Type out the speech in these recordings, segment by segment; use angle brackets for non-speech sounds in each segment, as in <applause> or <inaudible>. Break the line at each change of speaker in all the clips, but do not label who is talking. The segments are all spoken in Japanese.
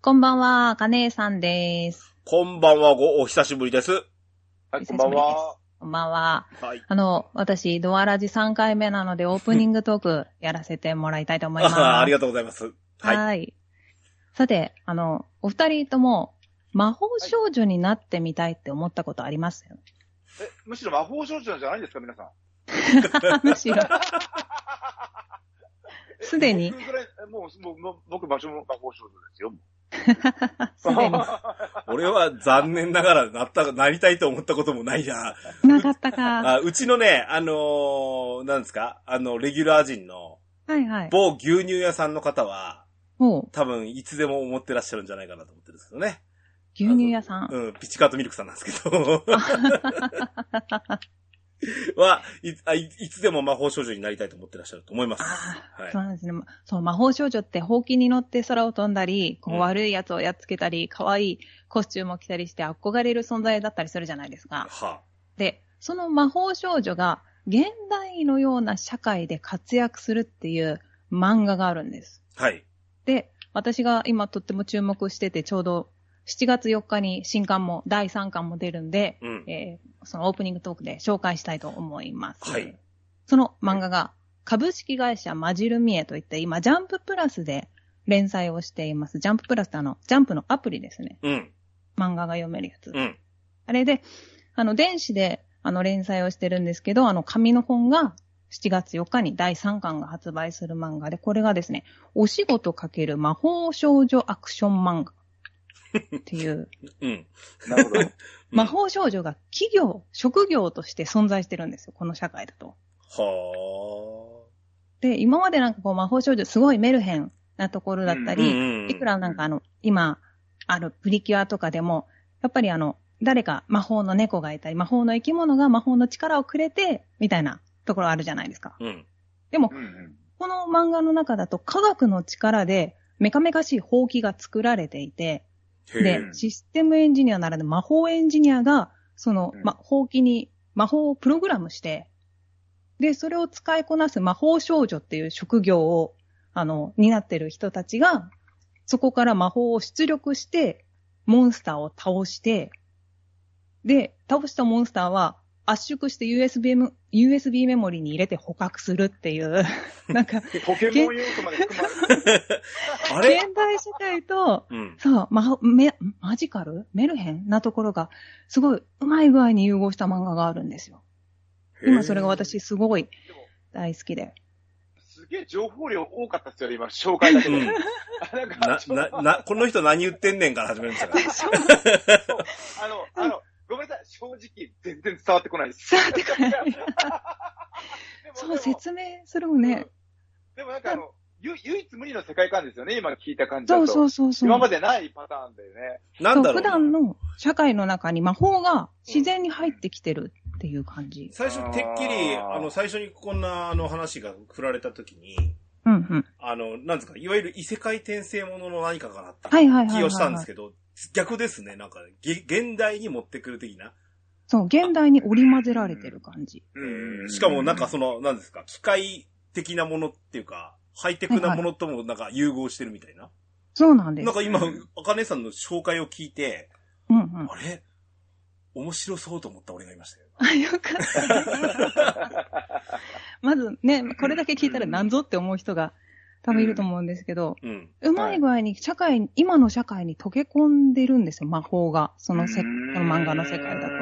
こんばんは、かねえさんです。
こんばんは、ご、お久しぶりです。
はい、こんばんは。
こんばんは。
はい。
あの、私、ドアラジ3回目なので、オープニングトー
<laughs>
クやらせてもらいたいと思います。
あありがとうございます。はい。
はい。さて、あの、お二人とも、魔法少女になってみたいって思ったことありますよ、
<laughs>
え、むしろ魔法少女じゃないですか、皆さん。
むしろ。すでに
僕ぐらいえもう、もうもう、僕、場所も魔法少女ですよ。も
すで
<laughs> 俺は残念ながらなった、なりたいと思ったこともないや。
に。なかったか。
あうちのね、あのーなんですかあの、レギュラー人の
はいはい。
某牛乳屋さんの方は、
もう、
多分いつでも思ってらっしゃるんじゃないかなと思ってるんですけどね。
牛乳屋さん。
うん、ピチカートミルクさんなんですけど。 <laughs> はいあい、いつでも魔法少女になりたいと思ってらっしゃると思います。
あ
はい
そう。なんですね。そう、魔法少女って、ほうきに乗って空を飛んだり、こう
うん
悪いやつをやっつけたり、可愛いコスチュームを着たりして憧れる存在だったりするじゃないですか。
は
で、その魔法少女が、現代のような社会で活躍するっていう漫画があるんです。
あ、はい。
で、私が今とっても注目してて、ちょうど7月4日に新刊も第3巻も出るんで、
うん。
えーそのオープニングトークで紹介したいと思います。
はい
その漫画が、株式会社マジルミエといって、今、ジャンププラスで連載をしています。ジャンププラスってあの、ジャンプのアプリですね。
うん。
漫画が読めるやつ。
うん。
あれで、あの、電子で、あの、連載をしてるんですけど、あの、紙の本が、7月4日に第3巻が発売する漫画で、これがですね、お仕事かける魔法少女アクション漫画っていう、
うん。
うなるほど。
魔法少女が企業、職業として存在してるんですよ、この社会だと。
<laughs> は
で、今までなんかこう魔法少女すごいメルヘンなところだった
あ。
り、
ん
いくらなんかあの、今、あるプリキュアとかでも、やっぱりあの、誰か魔法の猫がいたり、魔法の生き物が魔法の力をくれて、みたいなところあるじゃないですか。
うん。
うんうん。
この漫画の中だと科学の力で、メカメカしいほうきが作られていて、
へ
で
え、。
システムエンジニアならぬ魔法エンジニアが、その、
うん
ま、ほうきに魔法をプログラムして、で、それを使いこなす魔法少女っていう職業を、あの、担ってる人たちが、そこから魔法を出力して、モンスターを倒して、で、倒したモンスターは圧縮して USB メモ USB メモリに入れて捕獲するっていう、 <laughs> なんか、
ポケモン要素まで含まれて
あれ
現代社会と、
うん。
そう、ま、め、マジカルメルヘンなところが、すごい、うまい具合に融合した漫画があるんですよ。今それが
へ
私すごい
でも
大好きで。
すげえ情報量多かったっすよ、今、紹介だけ
え。
で。
うん。
あなんか
な、な、な、この人何言ってんねんから始めるんですか
<laughs> そう、
あの、あの、ごめんなさい、正直、全然伝わってこないです。
伝わってこない
<laughs> でも
そう、
でも
説明するもんね。
でもなんかあの、ゆ唯一無二の世界観ですよね、今聞いた感じだ
そ
と。
うそうそうそう。
今までないパターンだよね。
ら。なん
そ
だ
う
ろ
普
うな。
段の社会の中に魔法が自然に入ってきてるっていう感じ。
最初、てっきり、
あー
あの、最初にこんな、あの、話が振られた時に、
うんうん。
あの、なんですか、いわゆる異世界転生ものの何かかなって
はいはいはいはいはい
気をしたんですけど、逆ですね、なんか、げ現代に持ってくる的な。
そう、現代に織り交ぜられてる感じ。
うん。しかも、なんかその、なんですか、機械的なものっていうか、ハイテクなものともなんか融合してるみたいな。
そうなんです
なん。か今
う、
あかねさんの紹介を聞いて、
うんうん。
あれ面白そうと思った俺がいましたよ。
あ、よかった。まずね、これだけ聞いたらなんぞって思う人が多分いると思うんですけど、
うん。
うまい具合に社会に、今の社会に溶け込んでるんですよ、魔法が。そのせこの漫画の世界だと。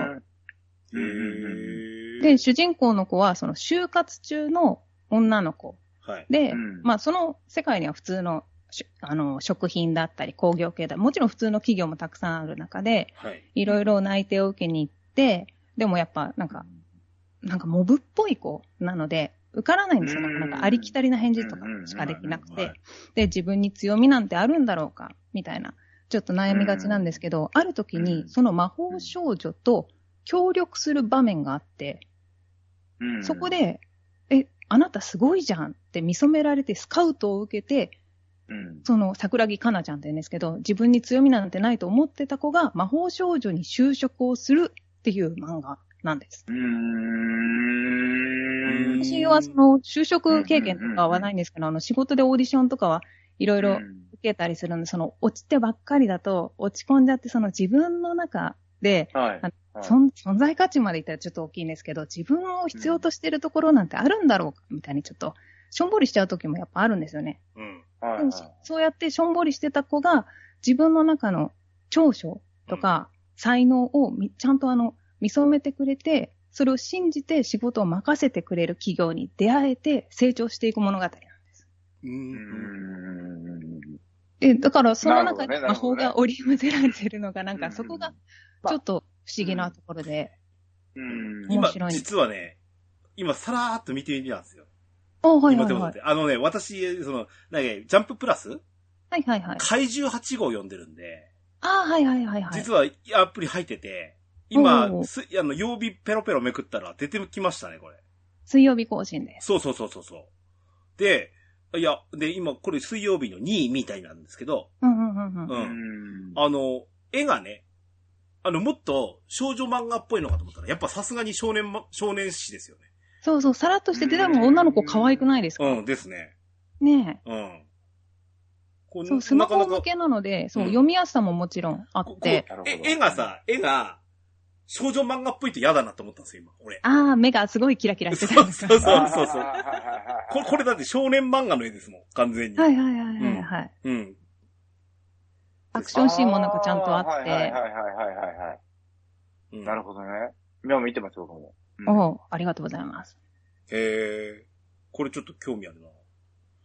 うんうん
で、主人公の子は、その就活中の女の子
はい。
で、
うん
まあその世界には普通のしあの食品だったり工業系だ、もちろん普通の企業もたくさんある中で、
はい。
いろいろ内定を受けに行って、でもやっぱなんか、なんかモブっぽい子なので、受からないんですよ。
うん
なんかありきたりな返事とかしかできなくて。で、自分に強みなんてあるんだろうかみたいな、ちょっと悩みがちなんですけど、ある時
う
に
ん
その魔法少女と協力する場面があって、
うん
そこ、で、え、あなたすごいじゃんって見初められてスカウトを受けて、
うん
その桜木かなちゃんって言うんですけど、自分に強みなんてないと思ってた子が魔法少女に就職をするっていう漫画なんです。
うーん
私はその就職経験とかはないんですけど、あの仕事でオーディションとかはいろいろ
うん
受けたりするので、その落ちてばっかりだと、落ち込んじゃって、その自分の中で、
はい
あ。
はい
そん存在価値まで言ったらちょっと大きいんですけど、自分を必要としてるところなんてあるんだろうか、みたいにちょっと、しょんぼりしちゃう時もやっぱあるんですよね。
うん。
はい
でもそそうやってしょんぼりしてた子が、自分の中の長所とか、才能をみちゃんとあの、見染めてくれて、それを信じて仕事を任せてくれる企業に出会えて成長していく物語なんです。
う
うー
ん。
ん
で、だからその中
な
で
る
魔
ほ
法
どねなる
が
ほ
織り交ぜられてるのが、なんかそこがちょっと不思議なところで。
うん。
面
今
白、い
実はね、今、さらーっと見てみたんですよ。
あ、はいは
今
い
でも
は
だ
い。
ってあのね、私、その、なんか、ジャンププラス
はいはいはい。
怪獣8号読んでるんで、
ああ、はいはいはいはい。
実はアプリ入ってて、今
お、う
すあの、曜日ペロペロめくったら出てきましたね、これ。
水曜日更新です。
そうそうそうそうそう。で、いや、で、今、これ水曜日の2位みたいなんですけど、
うんうんうんうん。
う。
うんん。
あの、絵がね、あの、もっと少女漫画っぽいのかと思ったら、やっぱさすがに少年ま、少年誌ですよね。
そうそう、さらっとしてて、でも女の子可愛くないですか
うん、ですね。
ね
うん。こ
え。
ん
そう、スマホ
なかな
向
か
けなので、そう、
うん
読みやすさももちろんあ
こ
っ
こ
て、
なるほど
え絵がさ、絵が少女漫画っぽいと嫌だなと思ったんですよ、今、俺。
ああ、目がすごいキラキラして
そ
た
う
りと
<laughs> そ
か。
うそうそうそう。
あーはいはいはいはい
これ、これだって少年漫画の絵ですもん、完全に。
はいはいはいはいはい。
うん。
アクションシーンもなんかちゃんとあっ
ーはい
て
は、いはいはいはいはい。
うん
なるほどね。今見てますよ、僕も。うん
おうありがとうございます。
へえ。これちょっと興味あるな。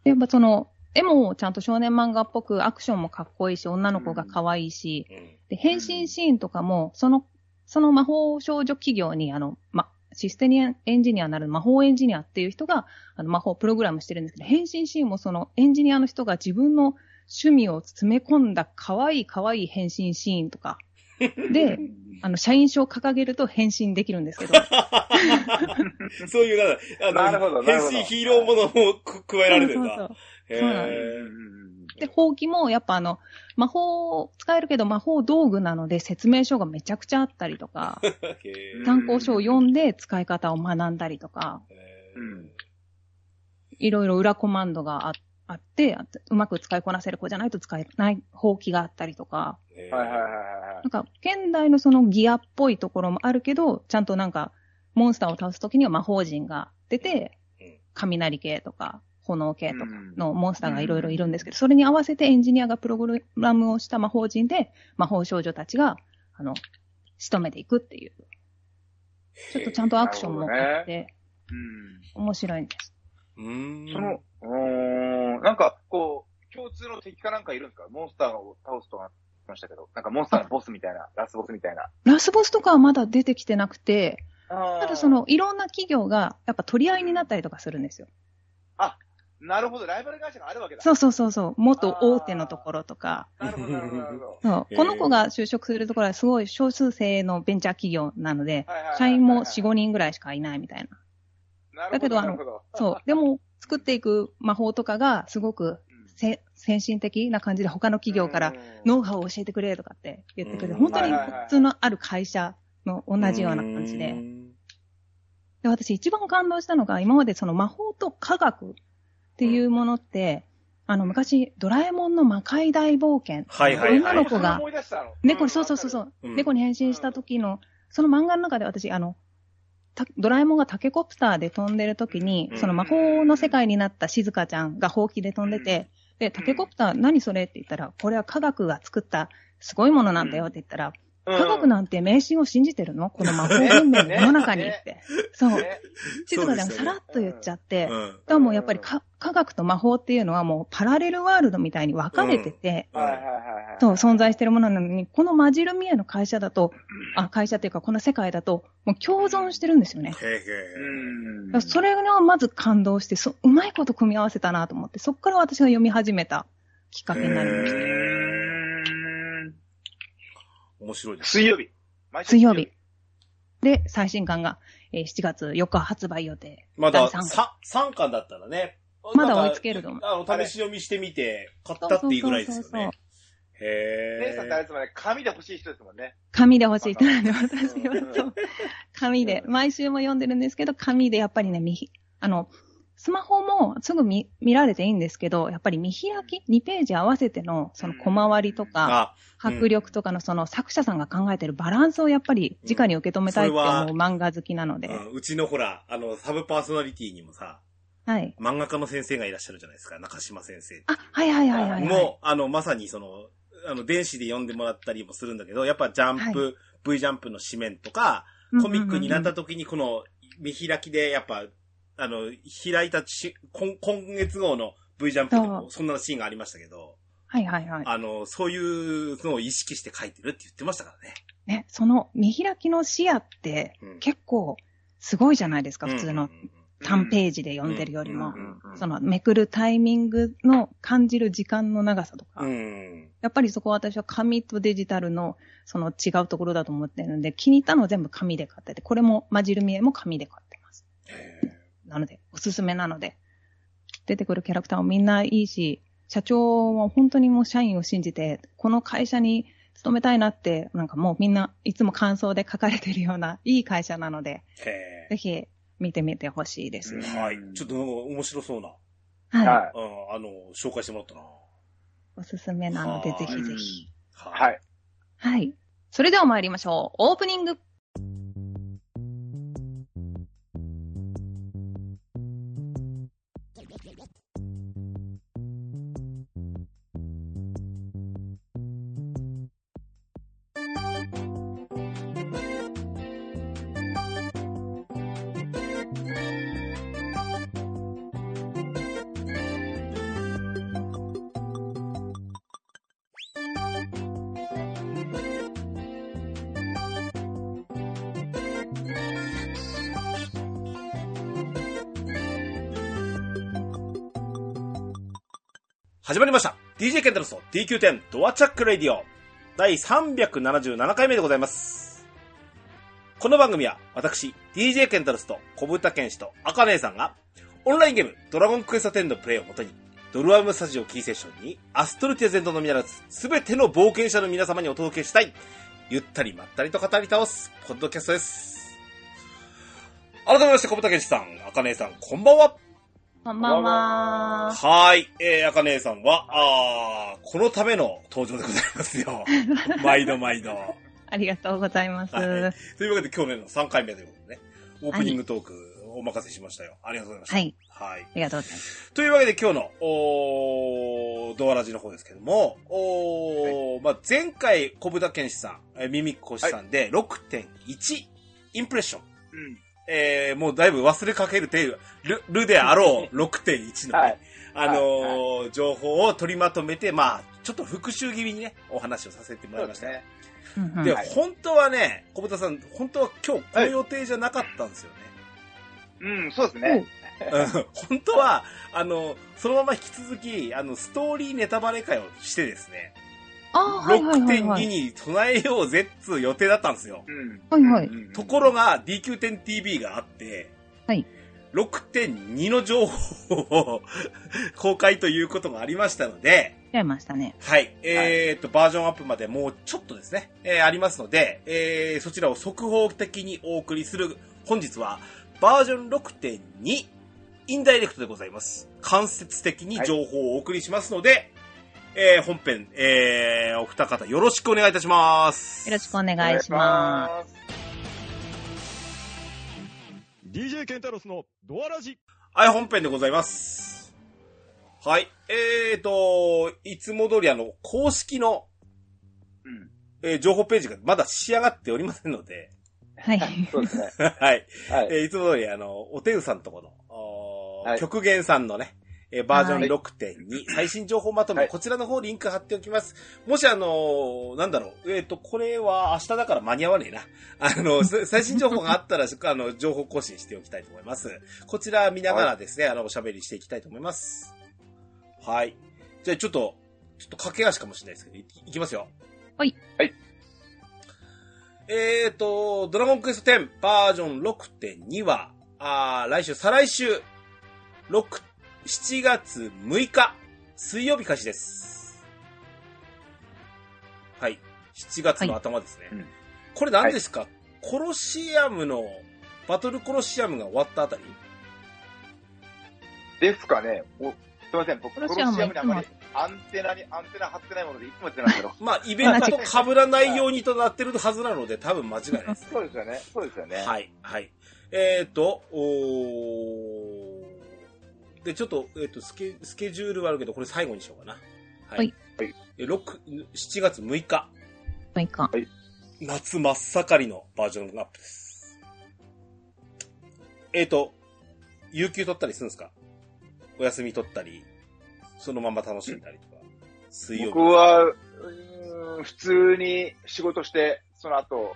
やっぱその、絵もちゃんと少年漫画っぽく、アクションもかっこいいし、女の子が可愛いし、
うん。
で、変身シーンとかも、その、その魔法少女企業に、あの、ま、システムエンジニアになる魔法エンジニアっていう人が、あの、魔法をプログラムしてるんですけど、変身シーンもそのエンジニアの人が自分の趣味を詰め込んだ可愛い可愛い変身シーンとか、で、あの、社員証を掲げると変身できるんですけど、
そういう、なんかあ
なるほ
の、
どな
変
るほど
身ヒーローものをく加えられてるん
そうそう
だ。
そう
へ
そうなん
うん
え。
で、ほうきも、やっぱあの、魔法を使えるけど魔法道具なので説明書がめちゃくちゃあったりと
<laughs>
か、
へえ
うん
参考書を読んで使い方を学んだりとか、
へ
うん
いろいろ裏コマンドがああって、あうまく使いこなせる子じゃないと使えないほうきがあったりとか、
えへえ
はいはいはいは
なんか、現代のそのギアっぽいところもあるけど、ちゃんとなんか、モンスターを倒すときには魔法陣が出て
うん、
雷系とか、炎系
い。
とか
うん
のモンスターがいろいろいるんですけど、それに合わせてエンジニアがプログラムをした魔法陣で、魔法少女たちが、あの、仕留めていくっていう。ちょっとちゃんとアクションもあって、
うん
面白いんです。
うーん。
その、うーん、なんか、こう、共通の敵かなんかいるんですかモンスターを倒すとは言いましたけど、なんかモンスターのボスみたいな、ラスボスみたいな。
ラスボスとかはまだ出てきてなくて、
た
ただそ、の、いろんな企業が、やっぱ取り合いになったりとかするんですよ。
なるほど、ライバル会社があるわけだ。
そうそうそうそう。元大手のところとか。
なるほど、なるほど、なるほど。
そう
へー
この子が就職するところはすごい少数制のベンチャー企業なので、
はいはいはいはい
社員も4、5人ぐらいしかいないみたいな。
なるほ
だけどあの
なるほど
そう。でも、作っていく魔法とかがすごく
うん
せ先進的な感じで他の企業から
うん
ノウハウを教えてくれとかって言ってくれて、
うん
本当に
はいはいはい
普通のある会社の同じような感じ
うー
で。
ん。
で私一番感動したのが、今までその魔法と科学っていうものって、あの昔、ドラえもんの魔界大冒険。
はいはいは
女
い
の子
あ
が
それ、思い出したの
猫に、そうそうそうそ。
ん
う、
うん
猫に変身した時の、その漫画の中で私、あの、たドラえもんがタケコプターで飛んでる時に、
うん
その魔法の世界になった静香ちゃんがほうきで飛んでて、で、タケコプター何それって言ったら、これは科学が作ったすごいものなんだよって言ったら、
うん
科学なんて迷信を信じてるのこの魔法文明の世の中にって。そう。
ね
静香ちゃんが
そうですよね
さらっと言っちゃって、
うん。
でもやっぱりか科学と魔法っていうのはもうパラレルワールドみたいに分かれてて、
はいはいはいはい。
そう存在してるものなのに、この混じる見えの会社だと、あ、会社っていうかこの世界だと、もう共存してるんですよね。
へえへ
うん
だからそれがまず感動して、そうまいこと組み合わせたなと思って、そこから私が読み始めたきっかけになりまし
へ
た。
うん
え。面白いです。
水曜日。毎週
水曜日。。で、最新刊が、えー7月4日発売予定。
まだ
第三
さ三巻だったらね。
まだ
なんか
追いつけると思う
あの、試し読みしてみて、買ったっていうぐらいですよね。
姉
へ
さんってあ
え。
れですもんね、紙で欲しい人ですもんね。
紙で欲しいってなので、
う
<laughs>
ん
私はそう、紙で、毎週も読んでるんですけど、紙でやっぱりね、みひあの、スマホもすぐ見見られていいんですけど、やっぱり見開き、2ページ合わせてのその小回りとか、
あ、うん
迫力とかのその作者さんが考えてるバランスをやっぱり直に受け止めたいって
うんそれは
思う漫画好きなので
う、んうちのほら、あの、サブパーソナリティにもさ、
はい。
漫画家の先生がいらっしゃるじゃないですか、中島先生。
あ、はいはいはいはい、はい。
もう、あの、まさにその、あの、電子で読んでもらったりもするんだけど、やっぱジャンプ、V ジャンプの紙面とか、コミックになった
と。
時にこの見開きでやっぱ、あの、開いたし今今月号の V ジャンプでもそんなシーンがありましたけど、
はいはいはい。
あの、そういうのを意識して書いてるって言ってましたからね。
ね、その見開きの視野って
うん
結構すごいじゃないですか、普通
う
の
んうんうん
単ページで読んでるより
う
も
んう。ん
そのめくるタイミングの感じる時間の長さとか、
うん。
やっぱりそこは私は紙とデジタルのその違うところだと思ってるんで、気に入ったのは全部紙で買ってて、これもマジルミエも紙で買ってます。
へ
なので、おすすめなので、出てくるキャラクターもみんないいし、社長は本当にもう社員を信じて、この会社に勤めたいなって、なんかもうみんないつも感想で書かれてるような、いい会社なので、
ーへ
ぜひ見てみてほしいですね。
ーはい。ちょっとなんか面白そうな、
はい。
はい。
うん、あの、紹介してもらったな。
おすすめなので、
はい
ぜひぜひ。
は
はい。
い。
はい。それでは参りましょう。オープニング。
始まりました。DJ ケンタロスの DQ10 ドアチャックレディオ第377回目でございます。この番組は私、DJ ケンタロスと小豚健士と赤姉さんがオンラインゲームドラゴンクエスト10のプレイをもとにドルアムスタジオキーセッションにアストルティア全土のみならず全ての冒険者の皆様にお届けしたいゆったりまったりと語り倒すポッドキャストです。改めまして小豚健士さん、赤姉さん、こんばんは。
こんばんは。
はーい。えー、あかねえさんは、あーこのための登場でございます <laughs> よ。毎度毎度。
ありがとうございます。
は
は
というわけで、去年の3回目ということでね、オープニングトークお任せしましたよ。ありがとうございまし
い。
た。はい。
ありがとうございます。
というわけで、今日の、おードアラジの方ですけども、おーまあ、前回、小豚健士さん、えーミミッコシさんで6.1インプレッション。えー、もうだいぶ忘れかけるていう、る、るであろう6.1の、ね
はい
あのー情報を取りまとめて、まあ、ちょっと復習気味にね、お話をさせてもら
そう
い
で
ますした。で
ね。
うんうん
はい
本当はね、小豚さん、本当は今日この予定じゃなかったんですよね。
うん、そうですね。
うん本当は、あの、そのまま引き続き、あの、ストーリーネタバレ会をしてですね、
あー、はいはいはい、は
6.2
い。
に備えようぜっつう予定だったんですよ。
うん。
はいはい
うんうん
ところが DQ10TV があって、
はい
6.2の情報を <laughs> 公開ということがありましたので、
ちゃいましたね。
はい。えー、と、バージョンアップまでもうちょっとですね、えーありますので、えー、そちらを速報的にお送りする、本日は、バージョン6.2、インダイレクトでございます。間接的に情報をお送りしますので、えー、本編、えー、お二方よろしくお願いいたします。
よろしくお
お。
願いします
DJ ケンタロスのドアラジ
はい、本編でございます。はい。えーと、いつも通りあの、公式の、
うん。
えー情報ページがまだ仕上がっておりませんので、
はい。
そうですね。
<laughs> はい。
はい。
えーいつも通りあの、おてうさんとこの、おー
はい
極限さんのね、えーバージョン
はい
6.2、最新情報まとめ、
はい
こちらの方リンク貼っておきます。もしあのーなんだろう、えっ、と、これは明日だから間に合わねえな。あの、さ最新情報があったら、 <laughs> あの、情報更新しておきたいと思います。こちら見ながらですね、あの、おしゃべりしていきたいと思います。はい。じゃあちょっと、ちょっと駆け足かもしれないですけど、いいきますよ。
はい。
はい。
えーと、ドラゴンクエスト10バージョン6.2は、あー来週、再来週、6、7月6日、水曜日開始です。はい。7月の頭ですね。
はいうん
これ何ですか、コロシアムの、バトルコロシアムが終わったあたり。
ですかね。おすいません、僕、
コ
コ
ロ
ロ
シ
シ
ア
ア
ムはい
ム
つも
にあまりアンテナに、アンテナ張ってないもので、いつもやってないけど
まあ、イベントと被らないようにとなってるはずなので、多分間違いないですね。
<laughs> そうですよね。そうですよね。
はい、はい。えっ、と、おーで、ちょっと、えっ、とスケ、スケジュールはあるけど、これ最後にしようかな。
はい。
はい
え六7月6日、
まあいいか。
夏真っ盛りのバージョンアップです。えっ、と、有給取ったりするんですかお休み取ったり、そのまま楽しんだりとか、水曜
僕
日。
は、うーん普通に仕事して、その後、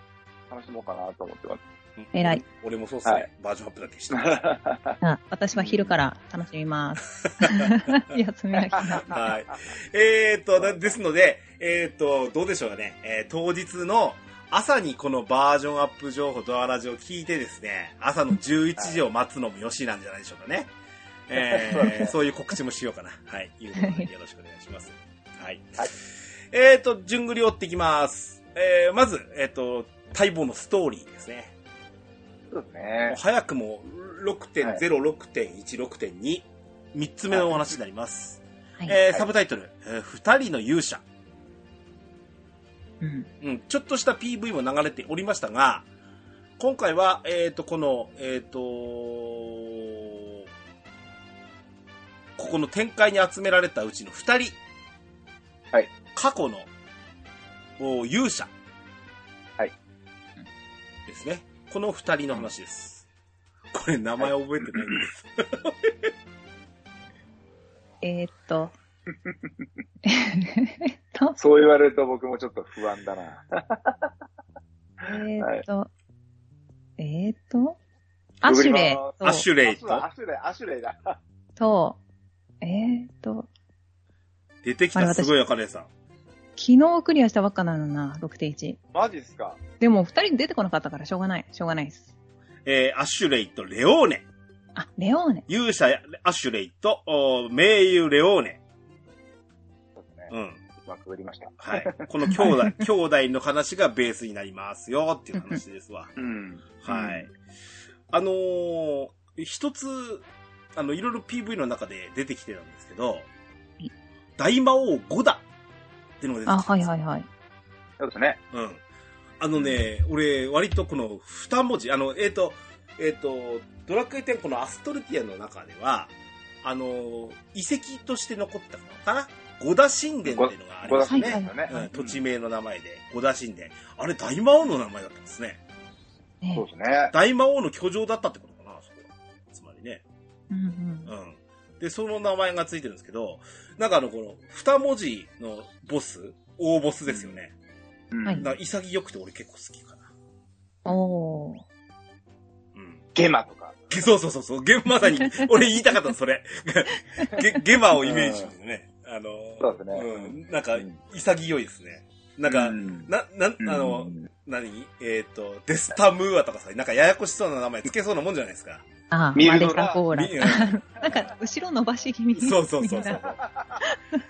楽しもうかなと思って <laughs> ます。
偉い。
俺もそうっすね、
はい
バージョンアップだけして
あ私は昼から楽しみます。休みが来た。
はい。えーっと、なですので、えーっと、どうでしょうかね。えー当日の朝にこのバージョンアップ情報ドアラジを聞いてですね、朝の11時を待つのもよしなんじゃないでしょうかね。
そうです
えー
ね
そういう告知もしようかな。はい。いうことでよろしくお願いします。はい。
はい
えーっと、順繰り追っていきます。えーまず、えーっと、待望のストーリーですね。
そうですね。
早くも6.0、
はい
6.1、6.2。三つ目のお話になります。
はい
えーサブタイトル、えー二人の勇者。
うん
うん、ちょっとした PV も流れておりましたが、今回は、えっ、と、この、えっ、とここの展開に集められたうちの二人。
はい
過去の、お勇者。
はい
ですね。この二人の話です。これ名前覚えてないんです。
えーっと。えーっと、
そう言われると僕もちょっと不安だな。
えーっと、えーっと、アシュレイと
アシュレイと
あそうだアシュレイ、アシュレイだ。
と、えーっと、
出てきたすごいあかねさん。
昨日クリアしたばっかなのな、6.1。
マジっすか。
でも、二人出てこなかったから、しょうがない。しょうがないです。
えーアッシュレイとレオーネ。
あ、レオーネ。
勇者アッシュレイと、お名優レオーネ。
そうですね。
うん。
うまく売りました。
はい。
<laughs>
この兄弟、 <laughs> 兄弟の話がベースになりますよっていう話で
<laughs>
すわ。
うん。
はい。あのー一つ、あの、いろいろ PV の中で出てきてたんですけど
い、
大魔王ゴダっていうのが出てきて
あ、
ます
はいはいはい。
そうですね。
うん。あのね、俺、割とこの二文字、あの、えっ、と、えっ、と、ドラクエ10このアストルティアの中では、あの、遺跡として残ったのかな五田神殿っていうのがあり
ご
ま
だ
す
し
ね。
ね。
はい
よね
うん、土地名の名前で、五田神殿。あれ、大魔王の名前だったんですね。
ね
そうですね。
大魔王の居城だったってことかな、そこは。つまりね。
うんうん。
うん。で、その名前がついてるんですけど、なんかあの、この、二文字のボス、大ボスですよね。
うん
はい
なんか潔くて俺結構好きかな。
おー。
うん。
ゲマとか。
げそうそうそうそう。げまさに、俺言いたかったのそれ。 <laughs> げ、ゲマをイメージしてね。あのー、
そうですね
ん。なんか、潔いですね。なんか、
うん
な、な、あの、何えっ、と、デスタムーアとかさ、なんかややこしそうな名前つけそうなもんじゃないですか。
あー、
ミ
マ
ル
レ
ドラ
カコーラ
み。うん
なんか、後ろ伸ばし気味に。
そうそうそ
み
う
ん
そ
な
う。
<laughs>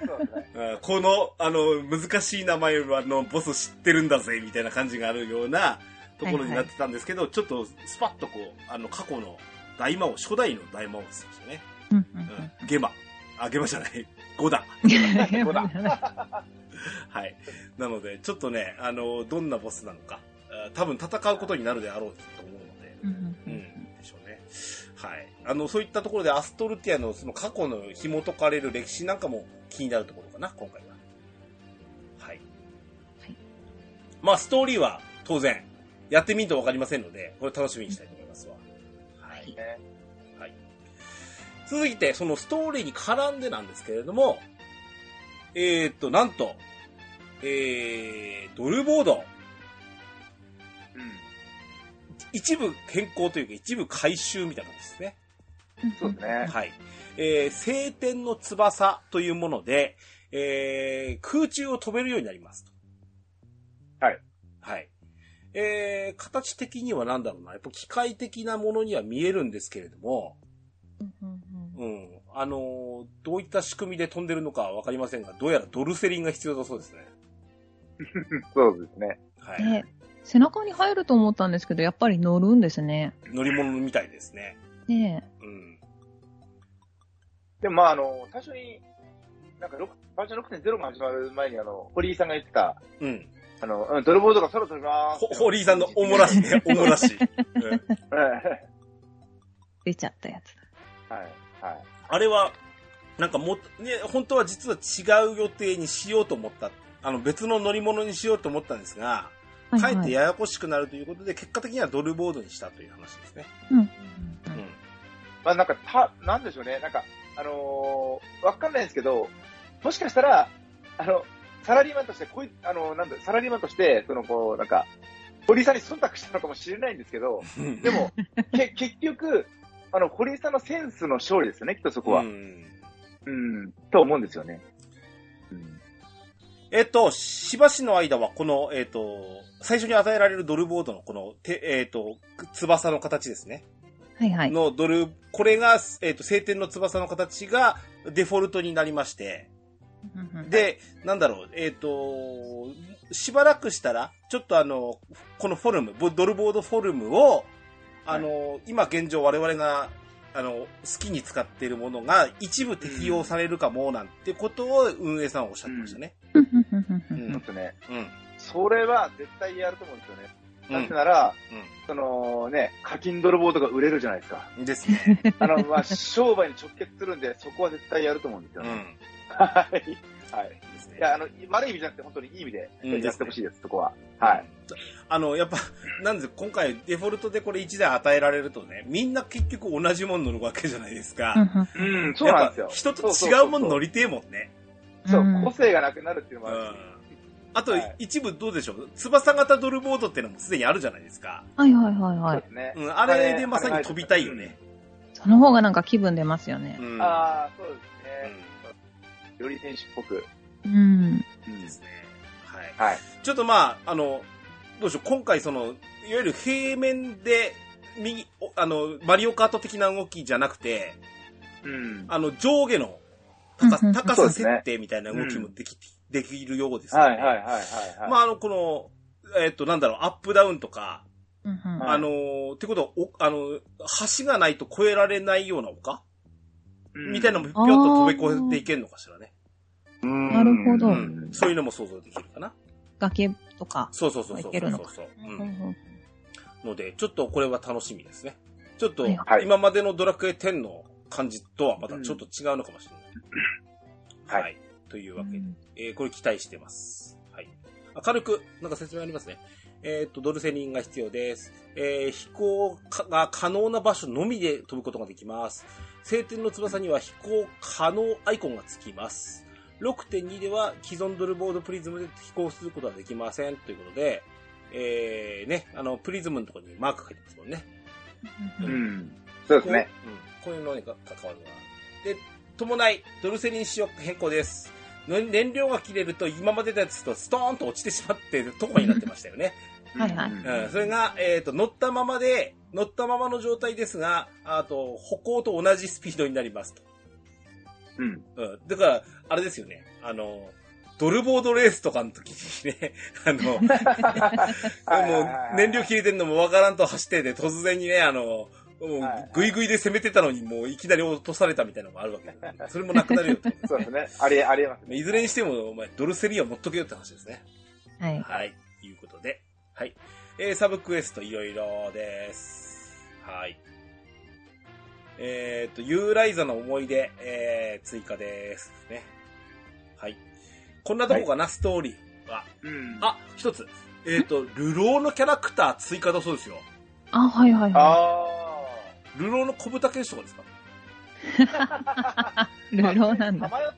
そうですね。
うんこの、あの、難しい名前は、あの、ボス知ってるんだぜ、みたいな感じがあるようなところになってたんですけど、ちょっと、スパッとこう、あの、過去の大魔王、初代の大魔王ですよね。
<laughs> うんうんうん
うん。ゲマ。あ、ゲマじゃない。 <laughs> ゴダ。
こ
こだ
はい。なので、ちょっとね、あの、どんなボスなのか、あ多分戦うことになるであろうと思うので、うん、でしょうね。はい。あの、そういったところでアストルティアのその過去の紐解かれる歴史なんかも気になるところかな、今回は。はい。
はい
まあ、ストーリーは当然、やってみんとわかりませんので、これ楽しみにしたいと思いますわ。はい。
ね
はい。続いて、そのストーリーに絡んでなんですけれども、えー、っと、なんと、えー、ドルボード、
う
一部変更というか、一部回収みたいな感じですね。
ん。そうです
<laughs>
ね。
はい。えー、晴天の翼というもので、えー、空中を飛べるようになりますと。
はい。
はい。えー、形的には何だろうな。やっぱ機械的なものには見えるんですけれども、うん。あのーどういった仕組みで飛んでるのかはわかりませんが、どうやらドルセリンが必要だそうですね。
そうですね。
はい。
で、背中に入ると思ったんですけど、やっぱり乗るんですね。
乗り物みたいですね。
ね
うん。
でもまあ、あの、最初に、なんか、ろくバージョン6.0が始まる前に、あの、堀井さんが言ってた、
うん。
あの、うん、泥棒とか空飛びまーす
ほ、。ホリーさんのおもらしね、 <laughs> おもらし。うん
うん <laughs> はい。
出ちゃったやつだ。
はい。
あれは、なんかもっと、ね、本当は実は違う予定にしようと思った。あの、別の乗り物にしようと思ったんですが、
はい
かえっ
は
て
い
ややこしくなるということで、結果的にはドルボードにしたという話ですね。
うんうん
うん。
まあ、なんか、た、なんでしょうね。なんか、あのー、わかんないんですけど、もしかしたら、あの、サラリーマンとして、こいあの、なんだ、サラリーマンとして、その、こう、なんか、堀井さんに忖度したのかもしれないんですけど、でも、け結局、あの、堀井さんのセンスの勝利ですよね、きっとそこは。
う
うん、
ん
と思うんですよね。うん。
えっと、しばしの間は、この、えっと、最初に与えられるドルボードのこの、てえっと、翼の形ですね。
はいはい。
のドル、これが、えっと、晴天の翼の形がデフォルトになりまして、
うんうん
で、なんだろう、えっ、と、しばらくしたら、ちょっとあの、このフォルム、ボドルボードフォルムを、あの、今現状我々が、あの、好きに使っているものが一部適用されるかも、なんてことを運営さんはおっしゃってましたね。
うんうんうんう
うんん。
ちょっとね、
うん。
それは絶対やると思うんですよね。
う
なぜ
ん。
なら、そのね、課金泥棒とか売れるじゃないですか。
うん。ですね。<laughs>
あの、まあ、商売に直結するんで、そこは絶対やると思うんです
う
よ
ん。
ね。はい。はい。
ですね
いや、あの、悪い意味じゃなくて、本当にいい意味で、
うん
やってほしいです、そこは。はい。。
あの、やっぱ、なんで今回デフォルトでこれ1台与えられるとね、みんな結局同じもの乗るわけじゃないですか。
うん、そうなんですよ
やっ。ぱ人と違うもの乗
り。
りてえもんね。
そうう、
ん
個性がなくなるっていうのもあるし。
あと、
はい
一部どうでしょう翼型ドルボードってのもすでにあるじゃないですか。
はいはいはい
そ
は
う
い
で。すね。
うん、あれでまさに飛びたいよね。
その方がなんか気分出ますよね
う。ん。
ああ、そうで
う
す
ん
ね。より選手っぽく。
うん。
うん
ですね。はい。
はい。
ちょっとまあ、あの、どうでしょう今回その、いわゆる平面で、右、おあの、マリオカート的な動きじゃなくて、
うん。
あの、上下の高
うんう
さ
ん
高
そ
さ
うですね
設定みたいな動きもでき、できるようです、
はいはいはいはいはい。
まあ、あの、この、えっ、と、なんだろう、アップダウンとか、
うんうん
はい
あのーってことは、お、あの、橋がないと越えられないような丘
うん
みたいなのもぴょっと飛び越えていけるのかしらね。
うん
なるほど
う。
うん
そういうのも想像できるかな。
崖とか。
そうそうそうそ
い
う。
けるのか
そうそう
う
うんん。
うん
ので、ちょっとこれは楽しみですね。ちょっと
はい、
はい
今までのドラクエ10の感じとはまたちょっと違うのかもしれな。
はいい
はい。という
う
わけで、
ん
えーこれ期待してます。はい。軽く、なんか説明ありますね。えっ、と、ドルセリンが必要です。えー飛行かが可能な場所のみで飛ぶことができます。晴天の翼には飛行可能アイコンがつきます。6.2では既存ドルボードプリズムで飛行することはできません。ということで、えー、ね、あの、プリズムのところにマーク書いてますもんね。
うん
う
うん
ん。そうですね。
こううん、こういうのにか関わるな。で、伴い、ドルセリン使用変更です。の燃料が切れると、今までのやつとストーンと落ちてしまって、とこになってましたよね。
<laughs>
はいはい
うん、それが、えっ、と、乗ったままで、乗ったままの状態ですが、あと、歩行と同じスピードになりますと。
うん。
うん。だから、あれですよね。あの、ドルボードレースとかの時にね、 <laughs> あの、もう燃料切れてんのもわからんと走ってて、突然にね、あの、もう
はいはい
ぐいぐいで攻めてたのに、もういきなり落とされたみたいなのもあるわけだからそれもなくなるよってこと
<laughs> そう
で
ですす
ね。
ね。ありえ、ありえます。
いずれにしても、お前、ドルセリア持っとけよって話ですね。
はい。
はい。いうことで。はい。えー、サブクエストいろいろです。はい。えー、と、ユーライザの思い出、えー、追加です。ね。はい。こんなとこかな、ストーリーは。
うん。
あ、一つ。えー、と、流浪のキャラクター追加だそうですよ。
あ、はいはいは
あ
流浪の小豚剣士とかですか
い。流浪なんだ
た。まよっ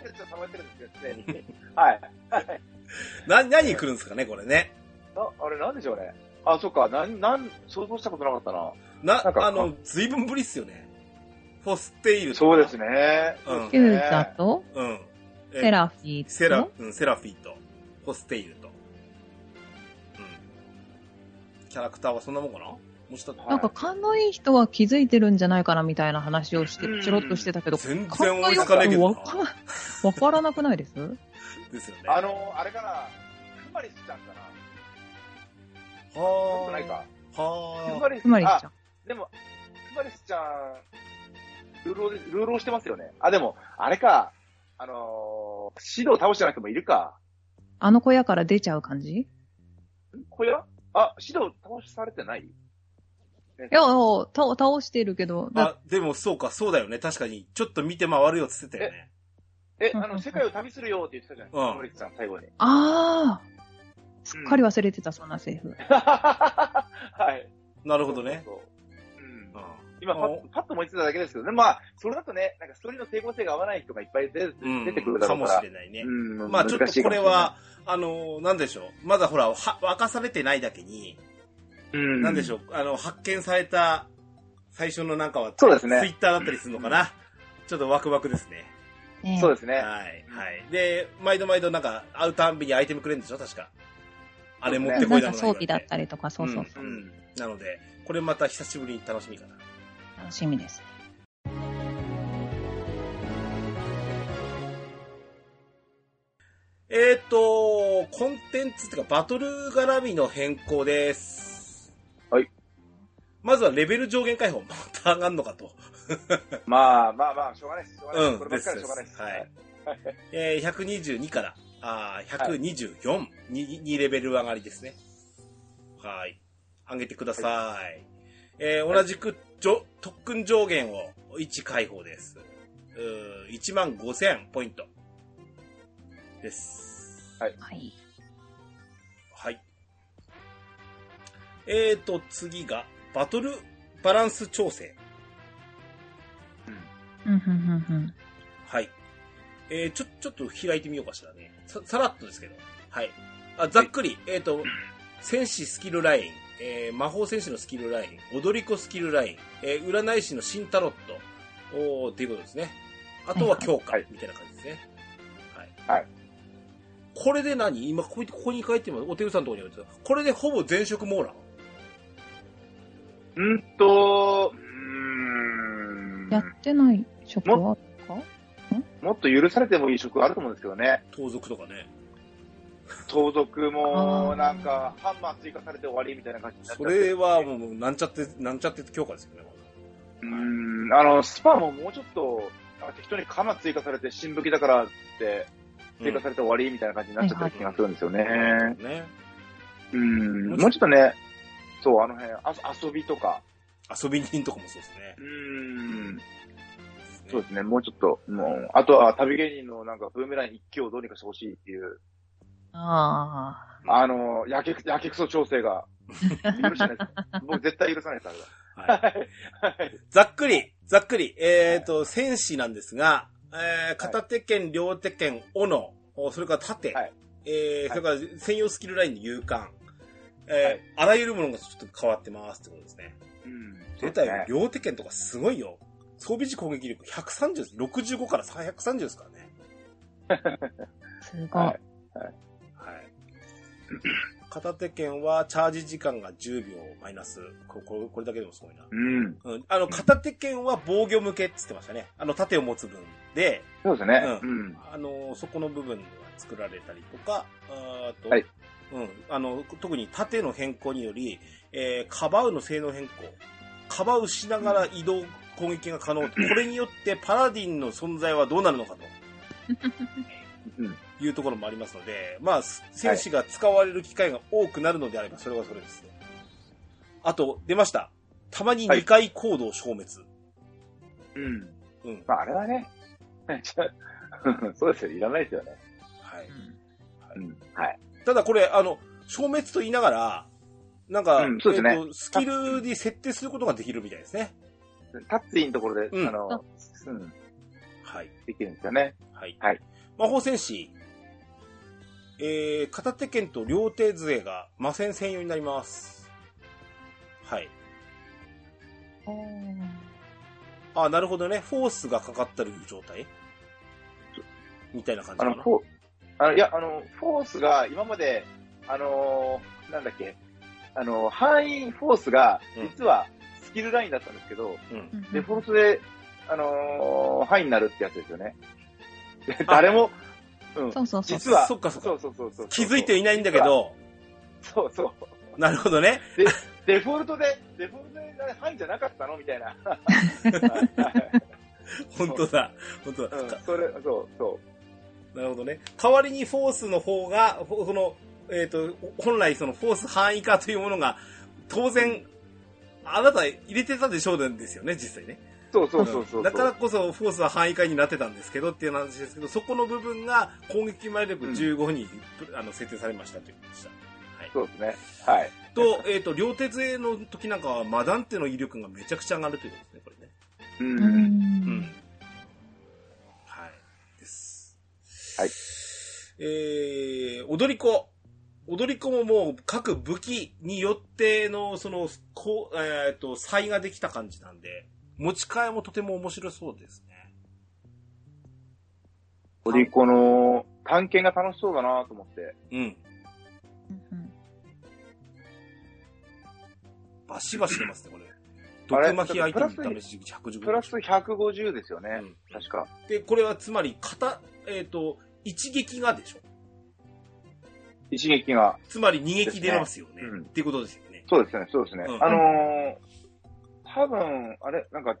てるっちゃたまよってるんですけどね。はい。
な、何来るんですかね、これね。
なあれ、なんでしょうね。あ、そっか。なん、なん、想像したことなかったな。
な、
なんか
あの、随分ぶりっすよね。フォステイルとか
そうです。ね。
うん
キューザと
うん。えー
セラフィーと。
セラ、うん、セラフィーと、ホステイルと。うん。キャラクターはそんなもんかなもうちょっと
は
なんか勘のいい人は気づいてるんじゃないかなみたいな話をして
うん、
チロッとしてたけど、
全
勘
然
が
追い
よ
つ
く
かねえけど
わ
な。
からんわからなくないです <laughs>
ですよね。
あの、あれかな。クマリスちゃんかな。
は
くないか。
は
ク
ー
マリス
つまりしちゃ
あでも、クマリスちゃんルールを、ルールをしてますよね。あ、でも、あれか、あのー、シドを倒してなくてもいるか。
あの小屋から出ちゃう感じい
ん小屋あ、シド倒されてない
や、倒倒してるけど、だ
あ、でもそうか、そうだよね。確かに、ちょっと見て回るよって言ってたよね。
え、
うん
あの、世界を旅するよって言ってたじゃないで
う
すか、
ん
森口さん、最後に。
ああすっかり忘れてた、そんなセーフ。
<laughs> はい。
なるほどね。
そうそううん
う
今パッ、パッと思いついただけですけどね。まあ、それだとね、なんかストーリーの抵抗性が合わない人がいっぱい出る
ん。
出てくるだ
か
ろう
も
か
し
ら。
れないね。
うん
まあちょっとこれ、は
難、
あの、なんでしょう。まだほら、は沸かされてないだけに、
しいかもしれないうん
なんでしょう。あの、発見された最初のなんかは、
そうですね
ツイッターだったりするのかな。ちょっとワクワクですね。
ねえ
そうですね。
はい。はい。で、毎度毎度なんか、会うたんびにアイテムくれるんでしょ確か。あれ持ってこ
な
いだ
んか
の
装備だったりとか、そうそう、
う
うんん。
なので、これまた久しぶりに楽しみかな。
楽しみです。
えっ、と、コンテンツっていうか、バトル絡みの変更です。
はい。
まずはレベル上限解放、また上がんのかと。
まあまあまあ、しょうがないです。しょうがないです。
うん
こればっかりはしょうがない
で
ですす。
はいえー、122から、あー124、に、にレベル上がりですね。はい。上げてください。えー同じく、じょ特訓上限を1解放です。うー1万5000ポイント。です。
はい。
はい。えーと、次が、バトルバランス調整。
うん、うん、うん、うん。
はい。えー、ちょ、ちょっと開いてみようかしらね。さ、さらっとですけど。はい。あ、ざっくり、えーと、戦士スキルライン、えー魔法戦士のスキルライン、踊り子スキルライン、えー占い師のシンタロット、おーっていうことですね。あとは強化、
はい
みたいな感じですね。はい。
はい
これで何今こうやってここに書いても、お手さんのところに置いてた。これでほぼ全色網羅。
うんと、うーん
やってない職はあるか
もっと許されてもいい職あると思うんですけどね。
盗賊とかね。
盗賊
あー
も、なんか、ハンマー追加されて終わりみたいな感じになっちゃ
そ
って。
れはもう、なんちゃって、なんちゃって強化ですよね、まだ
うーん、あの、スパももうちょっと、なんか適当にカマ追加されて、新武器だからって、
う
追加
ん
されて終わりみたいな感じになっちゃってる気がするんですよね。
ね。
うん、もうちょっとね、そう、あの辺、あ遊びとか、
遊び人とかもそうですね
う。ん、
そ
そううですね、もうちょっと、もう、あとは旅芸人のなんか、ブーメラン一挙をどうにかしてほしいっていう、
あ
あの、やけく、やけくそ調整が、許さない <laughs> です。僕絶対許さないです、あれは。
はい
はい。
ざっくり、ざっくり、えっ、と、戦士なんですが、えー、片手剣、両手剣、斧、おそれから盾、
はい
えー、それから専用スキルラインの勇敢、えー
はい
あらゆるものがちょっと変わってますってことですね。
うん。
出たよ、
ね
両手剣とかすごいよ。装備時攻撃力130です。65から130ですからね。
あ、すごい。
はい
はい。片手剣はチャージ時間が10秒マイナス。ここれこれだけでもすごいな。
うん。
うん、あの、片手剣は防御向けって言ってましたね。あの、盾を持つ分で、
そうですね。
う
うん。
あの、そこの部分が作られたりとか、あーあと、
はい
うん、あの、特に盾の変更により、えー、カバウの性能変更、カバウしながら移動攻撃が
<laughs>
可能と、これによってパラディンの存在はどうなるのかと。
うん。
いうところもありますので、まあ、す選手が使われる機会が多くなるのであれば、それはそれです。あと、出ました。たまに
はい
2回行動消滅。
うん。
うん。
まあ、あれはね、 <laughs> ちょそうですよ、いらないですよね。
はい。
うん。はい。
ただこれ、あの、消滅と言いながら、なんか、
うんそうですね
えっとスキルに設定することができるみたいですね。
タッツイのところで、
うん
あ
あ
の、うん、
はい。
できるんですよね。
はい。
はい
魔法戦士、えー、片手剣と両手杖が魔戦専用になります。はい。
うん
あ、なるほどね。フォースがかかってる状態みたいな感じ
あ
かな
の、。フォー、あの、いや、あの、フォースが今まで、あのーなんだっけ、あの、範囲フォースが
うん、
実はスキルラインだったんですけど、
うん。
デフォルトで、あのー範囲になるってやつですよね。で <laughs> 誰も、うん。
そうそうそう。
実は、
そっかそっか
そうそうそうそう。
気づいていないんだけ。ど、
そうそう。
なるほどね。 <laughs>
デフォルトで、デフォルトで範囲じゃなかったのみたいな。
本当だ。本当だ。
うん
か、
それ、そう、そ
なるほどね。代わりにフォースの方が、ほその、えっ、と、本来そのフォース範囲化というものが、当然、あなた入れてたでしょうなんですよね、実際ね。
う、そうそうそうそう。
だからこそ、フォースは範囲化になってたんですけどっていう話ですけど、そこの部分が攻撃マイレブ15に、あの設定されましたということでした。はい、
そうですね。はい。
と、えっ、と、両手勢の時なんかは、マダンテの威力がめちゃくちゃ上がるということですね、これね。
う。
うん
うん
ん。。
はい。です。
はい。
えー、踊り子。踊り子ももう各武器によっての、その、こう、えっ、と、差異ができた感じなんで、持ち替えもとても面白そうですね。
オリコの探検が楽しそうだなと思って。
うん。バシバシ出ますね、これ。
あれ
毒巻きアイテム
プラ
試し110分。
プラス150ですよね。
うん
確か。
で、これはつまり、片、えっ、と、一撃がでしょ。
一撃が。
つまり二撃出ますよね。
ですねうん
っていうことですよね。
そうですね、そうですね。
うん
あのー、多分、あれ、なんか、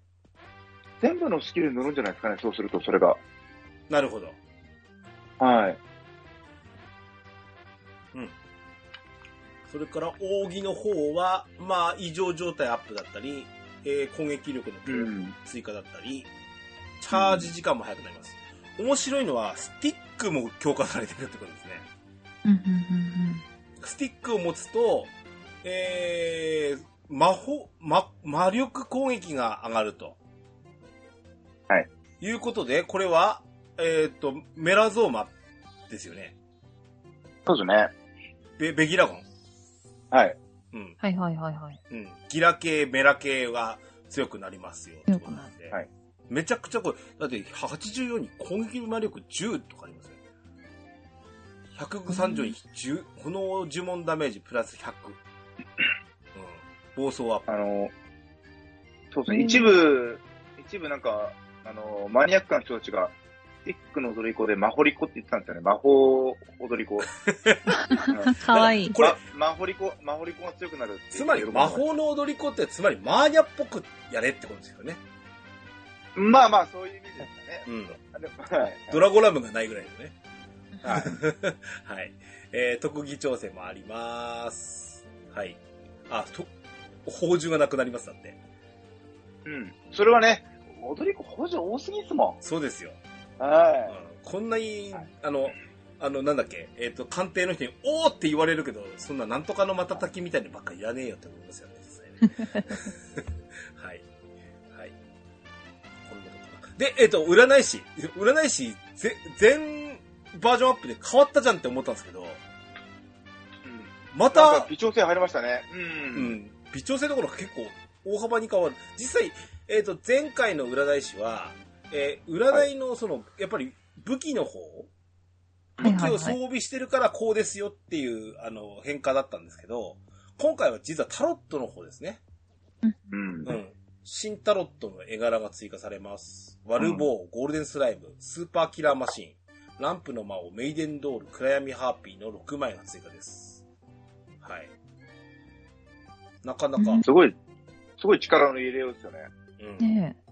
全部のスキルに乗るんじゃないですかね、そうすると、それが。
なるほど。
はい。
それから、扇の方は、まあ、異常状態アップだったり、えー攻撃力の
ん。
追加だったり、チャージ時間も早くなります。面白いのは、スティックも強化されてるってことですね。スティックを持つと、えー、魔法、魔、魔力攻撃が上がると。
はい。
いうことで、これは、えっ、と、メラゾーマですよね。
そうですね。
ベ、ベギラゴン。
はい。
うん。
はいはいはいはい。 <laughs>
うん。ギラ系、メラ系が強くなりますよ。
強くなる
ってことんで
はい
めちゃくちゃこれ、だって84に攻撃魔力10とかありますね。130に10、この呪文ダメージプラス100。うん。暴走アップ。
あのー、そうですね、
うん
一部、一部なんか、あのー、マニアックな人たちが、スティックの踊り子で、マホリコって言ってたんですよね。魔法踊り子。うん
かわいい。
<laughs> これ、
まマホリコ、マホリコが強くなるっていう
つまり魔法の踊り子って、つまりマーニャっぽくやれってことですよね。
まあまあ、そういう意味ですかね。
うん。
あでもはい。
ドラゴラムがないぐらいのね。
はい
はい。えー、特技調整もあります。はい。あ、と、宝珠がなくなりますだって。
うん。それはね、踊り子補助多すぎですも
そうですよ。
ん。
うん
は
こんなに
はい、
あの、あの、なんだっけ、えっ、と、鑑定の人に、おーって言われるけど、そんななんとかの瞬きみたいにばっかりいらねえよって思いますよね、実際
<laughs>
ね。はい。はい。こんなことかなで、えっ、と、占い師、占い師、ぜ全バージョンアップで変わったじゃんって思ったんですけど、
い。うん。
ま
なん
た
か、微調整入りましたね。う。
うんん、微調整どころか結構大幅に変わる。実際、えっ、と、前回の占い師は、えー占いのその、やっぱり武器の方
はい
武器
はい
を
はい。
装備してるからこうですよっていう、あの、変化だったんですけど、今回は実はタロットの方ですね。
うん
うん。新タロットの絵柄が追加されます。悪棒、ゴールデンスライム、スーパーキラーマシン、ランプの魔王、メイデンドール、暗闇ハーピーの6枚が追加です。はい。なかなか、
うん
すごい、すごい力の入れようですよね。
うん
ねえ。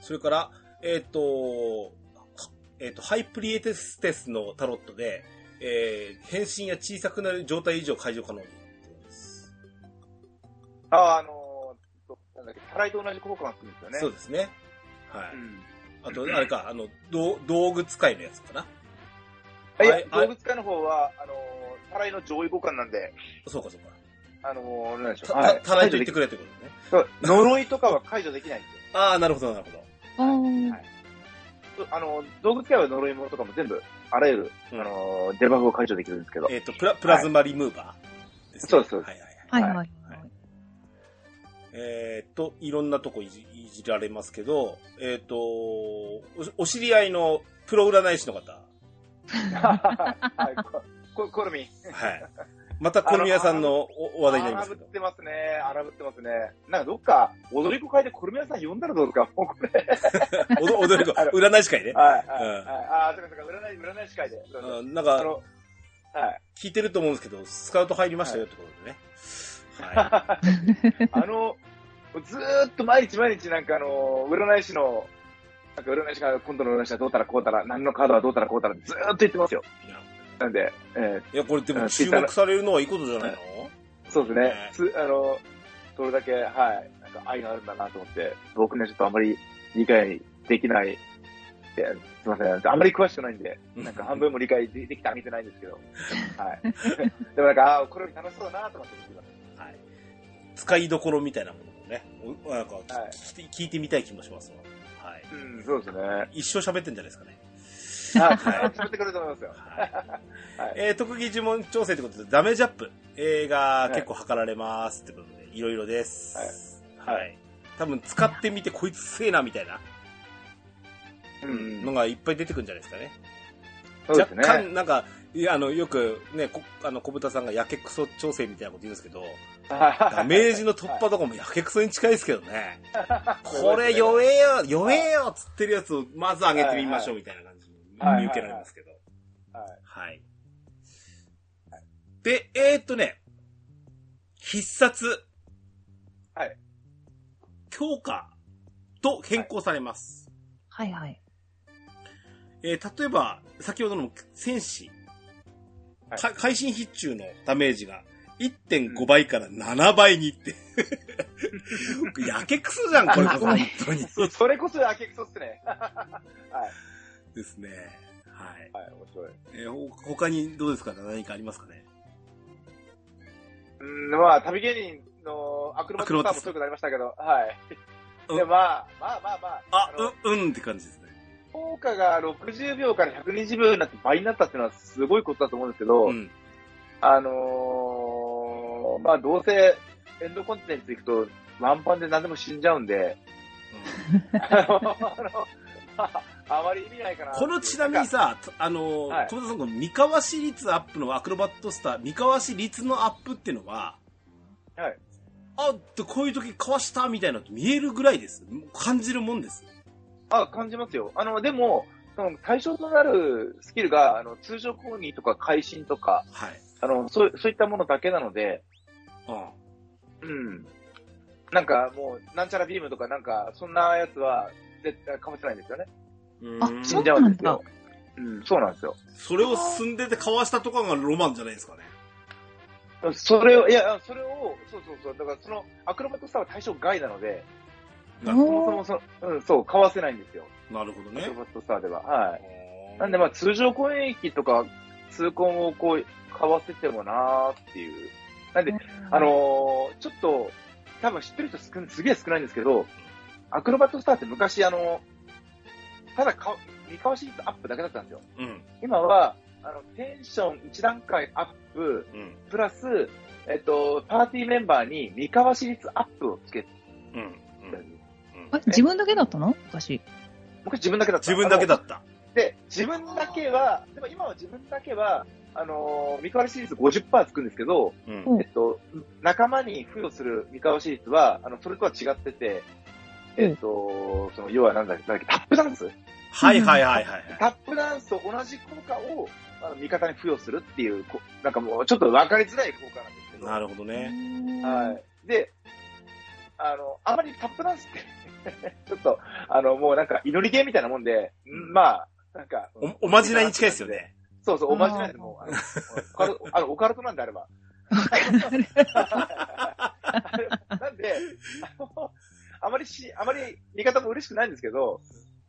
それから、えっ、と、かえっ、と、ハイプリエテステスのタロットで、えー、変身や小さくなる状態以上解除可能にってことです。
ああ、あのー、なんだっけ、たらいと同じ効果がつくんですよね。
そうですね。はい。
うん。
あと、あれか、あの、道道具使いのやつかな。
あい
あ
や
い、あい
動物界の方は、あのー、たらいの上位互換なんで、
そうかそうか。
あのー、なんでしょう。
た、
はい
た、たらいと言ってくれってことね。
そう呪いとかは解除できないんですよ。
ああ、なるほど、なるほど。
あー
あのー、動物界は呪いものとかも全部、あらゆる、
う
あ
ん
のー、デバフを解除できるんですけど。
えっ、と、プラ、プラズマリムーバーです、ね
そうですそうです
はいはいは
は
い。
いはいはい。
えーっと、いろんなとこいじいじられますけど、えーっと、おお知り合いのプロ占い師の方、
<laughs> はい。ここコルミン。
はい。また、小宮さんのおお話題になりますけ
荒
ど
ぶっ。てますね。荒ぶってますね。なんかどっか、踊り子会でコルメアさん呼んだらどうです
<laughs>
かもうこれ。
おど踊り子、
あの
占い師会ね。
はい。
う
はい
ん
ああ、そうかそうか、占い、占い師会で。そうそう
うんなん
あ
か、
の、はい。
聞いてると思うんですけど、スカウト入りましたよってことでね。はい。
あの、もうずーっと毎日毎日なんかあの、占い師の、なんか占い師が今度の占い師はどうたらこうたら、何のカードはどうたらこうたらずーっと言ってますよ。
いや
なんで、え
いや、これで
う
も
ん
注目されるのはいいことじゃないの
ーそうですね
ね。
つあの、それだけ、はい、なんか愛があるんだなと思って、僕ね、ちょっとあんまり理解できない。いやすみません。あんまり詳しくないん
<laughs>
で、なんか半分も理解でできてあげてないんですけど。はい。
<laughs>
でもなんか、ああ、これ楽しそうだなと思って見てます。
はい。使いどころみたいなものもね、おなんか、
はい
聞いて聞いてみたい気もしますわ。はい。
うん、そうですね。
一生喋ってんじゃないですかね。
あ、はい。ってくれると思いますよ。
はい
はい
えー特技呪文調整ってことで、ダメージアップ、えーが
はい
結構測られますってことで、いろいろです。
はい
はい。多分使ってみて、こいつせえなみたいな
うん
の。がいっぱい出てくるんじゃないですかね。
そうですね。
若干、なんか、いや、あの、よくね、こあの、小豚さんがやけくそ調整みたいなこと言うんですけど、
<laughs>
ダメージの突破とかもやけくそに近いですけどね。これ弱えよ、弱えよっつってるやつをまず上げてみましょうみたいな感じに見受けられますけど。
はい。
はい。で、えー、っとね、必殺。
はい。
強化と変更されます。
はいはい。
えー、例えば、先ほどの戦士。
はい
か会心必中のダメージが1.5倍から7倍に
<laughs>
って。やけくそじゃん、これこそ
あまあ
本当に。
そそれこそやけくそっすね。はい。
ですね。はい。
はい、面白い。
えーほ他にどうですか何かありますかね
うん、まあ、旅芸人のアクロバットスターも強くなりましたけど、はい。で、まあ、まあまあま
あ、
あ、の、
うん、うんって感じですね。
効果が60秒から120秒になって倍になったっていうのはすごいことだと思うんですけど、
うん。
あのーまあ、どうせエンドコンテンツ行くと、満帆で何でも死んじゃうんで、あの、まあ、あまり意味ないかな。
このちなみにさ、とあのー、
はい
小田さん、この三河市率アップのアクロバットスター、三河市率のアップっていうのは、
はい。
あってこういう時かわしたみたいなの見えるぐらいです。感じるもんです。
あ、感じますよ。あの、でも、その対象となるスキルが、あの、通常攻撃とか会心とか、
はい。
あの、そう、そういったものだけなので、
うん。
うん。なんかもう、なんちゃらビームとかなんか、そんなやつは、絶対かもしれないんですよね。
う
あ
ーん
そ
死
うん
じゃうんです
なん
よ。うん、そうなんですよ。
それを進んでてかわしたとかがロマンじゃないですかね。
それを、いや、それを、そうそうそう、だからその、アクロバットスターは対象外なので、
な
そもそもその、うん、そう、かわせないんですよ。
なるほど
アク
ね
ロ。バットスターでは。はい。
あー
なんでまあ、通常攻撃とか、痛恨をこう、かわせてもなーっていう。なんで、あのーちょっと、多分知ってる人すくすげえ少ないんですけど、アクロバットスターって昔、あのーただか、見かわしアップだけだったんですよ。
うん。
今は、あの、テンション1段階アップ、
うん。
プラス、えっと、パーティーメンバーに見かわし率アップをつけて
うん。う
る
ん。。
え自分だけだったの昔。
昔自分だけだった。
自分だけだ
っ
った。
た。で、自分だけは、でも今は自分だけは、あのー、見かわし率50%つくんですけど、
うん
うん
えっと、仲間に付与する三河シリーズは、あの、それとは違ってて、
うん
えっと、その、要はなんだっけ、なんだっけタップダンス
はいはいはいはい。
タップダンスと同じ効果を、あの、味方に付与するっていう、こなんかもう、ちょっと分かりづらい効果なんですけど。
なるほどね。
はい。で、あの、あまりタップダンスって <laughs> 、ちょっと、あの、もうなんか、祈りゲーみたいなもんで、んまあ、なんか、
お、おまじないに近いですよね。
そうそう、おまじないでもう、あの、オカルトあのオカルトなんであれば。なんで、あの、あまりし、あまり味方も嬉しくないんですけど、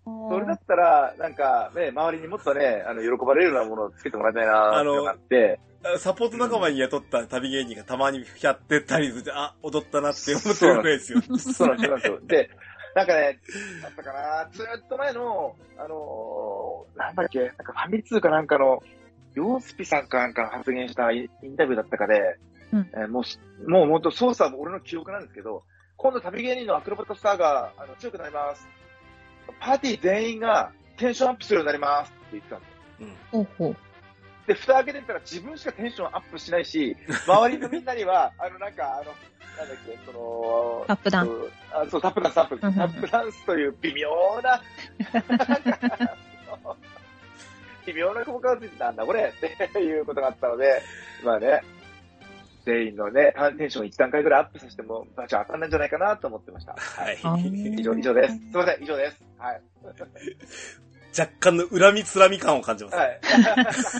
それだったら、なんか、ね、周りにもっとね、あの、喜ばれるようなものをつけてもらいたいな、
あの
ってなって、
サポート仲間に雇った旅芸人がたまにやってたりして、あ、踊ったなって思ってるぐらいですよ。
そうなんですそうなんですよ。で、なんかね、なんだったかな、ずーっと前の、あのーなんだっけ、なんかファミ通かなんかの、ヨースピさんかなんかが発言したイインタビューだったかで、
うん
えーもうし、もう本当操作は俺の記憶なんですけど、今度旅芸人のアクロバットスターがあの強くなります。パーティー全員がテンションアップするようになりますって言ってたんです。
うん
ほうほう。
で、蓋開けてみたら自分しかテンションアップしないし、周りのみんなには、あの、なんか、あの、なんだっけ、その、
タップダウン。
そうあそう、タップダンス、タップ、タ
うんうん
ップダンスという微妙な、 <laughs> 微妙な効果がついてたんだ、これっていうことがあったので、まあね、全員のね、ターンテンション1段階ぐらいアップさせても、バーチャー当たんないんじゃないかなと思ってました。は。
はいい。
あ
以
ー
上、以上です。すみません、以上です。はい。
若干の恨みつらみ感を感じます。
はい。はい危ない危ない危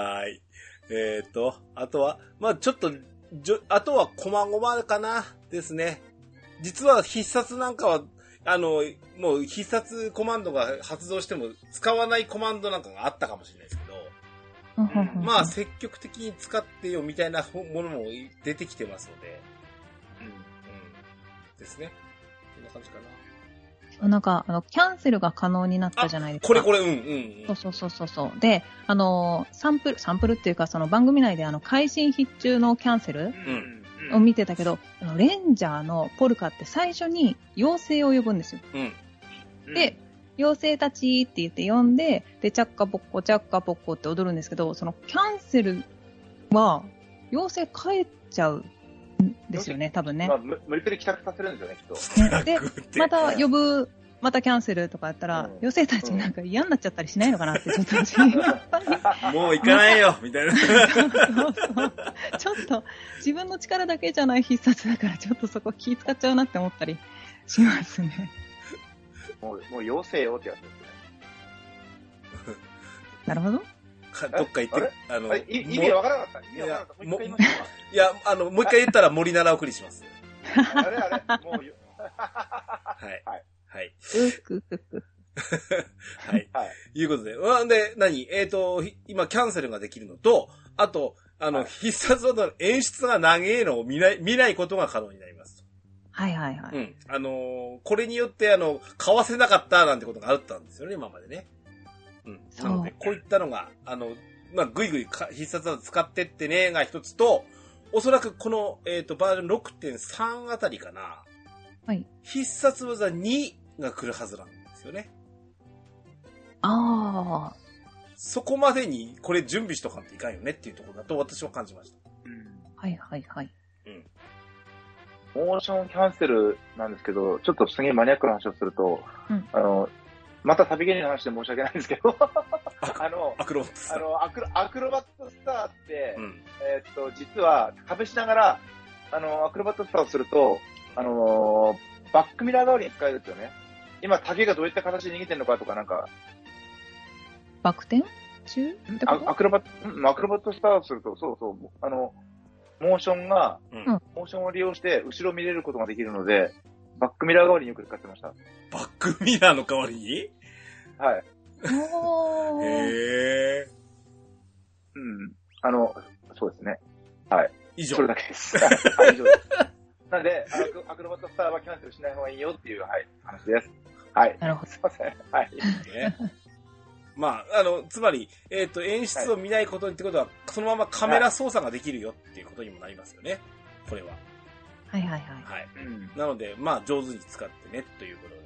ない。
はい。えっ、と、あとは、まあちょっと、じょあとは、こまごまかな、ですね。実は必殺なんかは、あの、もう必殺コマンドが発動しても使わないコマンドなんかがあったかもしれないですけど、
うんうんうん
まあ積極的に使ってよみたいなものも出てきてますので、うん。ですね。こんな感じかな。
なんか、あの、キャンセルが可能になったじゃないですか。
これこれ、うんうんう。
そうんそうそうそうそう。で、あのー、サンプル、サンプルっていうか、その番組内であの、会心必中のキャンセル
うんうん。
を見てたけど、あのレンジャーのポルカって最初に妖精を呼ぶんですよ。
うん。
うん
で、、妖精たちって言って呼んで、で、チャッカポッコ、チャッカポッコって踊るんですけど、そのキャンセルは、妖精帰っちゃうんですよね、多分ね
ま。あ、む無理くり帰宅させるんですよね、きっと。
ねで、ま
た、
た呼ぶ、またキャンセルとかやった
う
ら
ん、
妖精たちなんか嫌になっちゃったりしないのかなって、ちょっと心
<laughs>
配に
もう行かないよ、みたいな。
そうそうちょっと自分の力だけじゃない必殺だから、ちょっとそこ気使っちゃうなって思ったりしますね。
もう、もう妖精よってやつですね。
<laughs> なるほど。
かどっか行っ
あ
て
れ、
あの、
あれい意味わからなかった。意味わからなかった。もう一回言いました。
いや、あの、もう一回言ったら森奈良送りします。
あれあれ、もうよ、
はい。
はい。
はい。
うくくく。
はい。
はい。
いうことで。うんで、何えっ、と、ひ今、キャンセルができるのと、あと、あの、
はい
必殺技の演出が長えのを見ない、見ないことが可能になります。
はいはいは
う
い。
ん。あのーこれによって、あの、買わせなかったなんてことがあったんですよね、今までね。うん。
そう
なので、こういったのが、あの、まあ、ぐいぐいか必殺技使ってってね、が一つと、おそらくこの、えっ、と、バージョン6.3あたりかな。
はい。
必殺技2が来るはずなんですよね。
ああ、
そこまでに、これ準備しとかんといかんよねっていうところだと私は感じました。
はいはいはい。
モーションキャンセルなんですけど、ちょっとすげえマニアックな話をすると、
うん
あの、また旅芸人の話で申し訳ないんですけど、 <laughs> あの、
アクロンツ
あのアクロアクロバットスターって、
うん。
えーっと、実は壁しながら、あの、アクロバットスターをすると、あのーバックミラー代わりに使えるんですよね。今、竹がどういった形で逃げてるのかとか、なんか、
バク転中ってこ
あア
と
クロバット、うんアクロバットスターをすると、そうそう、あの、モーションが、
うん
モーションを利用して、後ろ見れることができるので、バックミラー代わりによく使ってました。
バックミラーの代わりに
はい。
おー
へー。
うん。あの、そうですね。
以上
そ。れだけです。 <laughs> はい、以上です。なんで、アクアクロバットスターはキャンセルしない方がいいよっていう、はい、話です。はい。
なるほど
す。いません。はい。
ね。まあ、あの、つまり、えっ、と、演出を見ないことにってことは、そのままカメラ操作ができるよっていうことにもなりますよね。これは。
はい <laughs> はいはい。
はい。
うん。
なので、まあ、上手に使ってね、ということで。
はい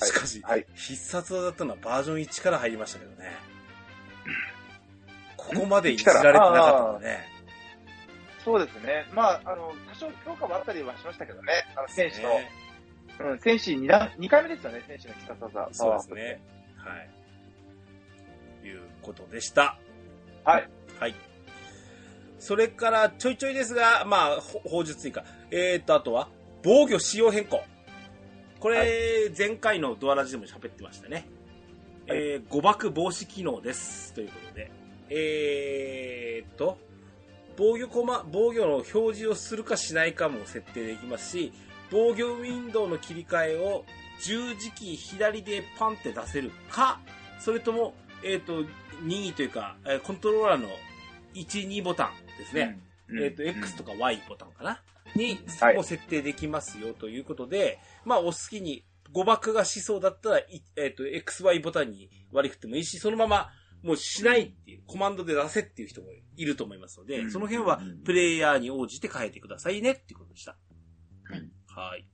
しかし、
はい
必殺技だったのはバージョン1から入りましたけどね。ここまでいじられてなかったんだね。
そうですね。まあ、あの、多少強化はあったりはしましたけどね。あの、選手の、
ね
うん、選手2段、2回目ですよね、選手の必殺技。
そうですね。はい。いうことでした。
はい。
はい。それから、ちょいちょいですが、まあ、ほ法術追加。えー、と、あとは、防御仕様変更。これ、
はい
前回のドアラジでも喋ってましたね。
はい
えー誤爆防止機能です。ということで。えー、と、防御コマ、防御の表示をするかしないかも設定できますし、防御ウィンドウの切り替えを十字キー左でパンって出せるか、それとも、えっ、と、任意というか、えーコントローラーの1、2ボタンですね。
うん。
えっ、と、X と
か。
か Y ボタンかなに、
はい
もう設定できますよということで、まあ、お好きに、誤爆がしそうだったら、いえっ、と、XY ボタンに割り振ってもいいし、そのまま、もうしないっていう、コマンドで出せっていう人もいると思いますので、
うん
その辺は
うん
プレイヤーに応じて変えてくださいねっていうことでした。
はい
はい。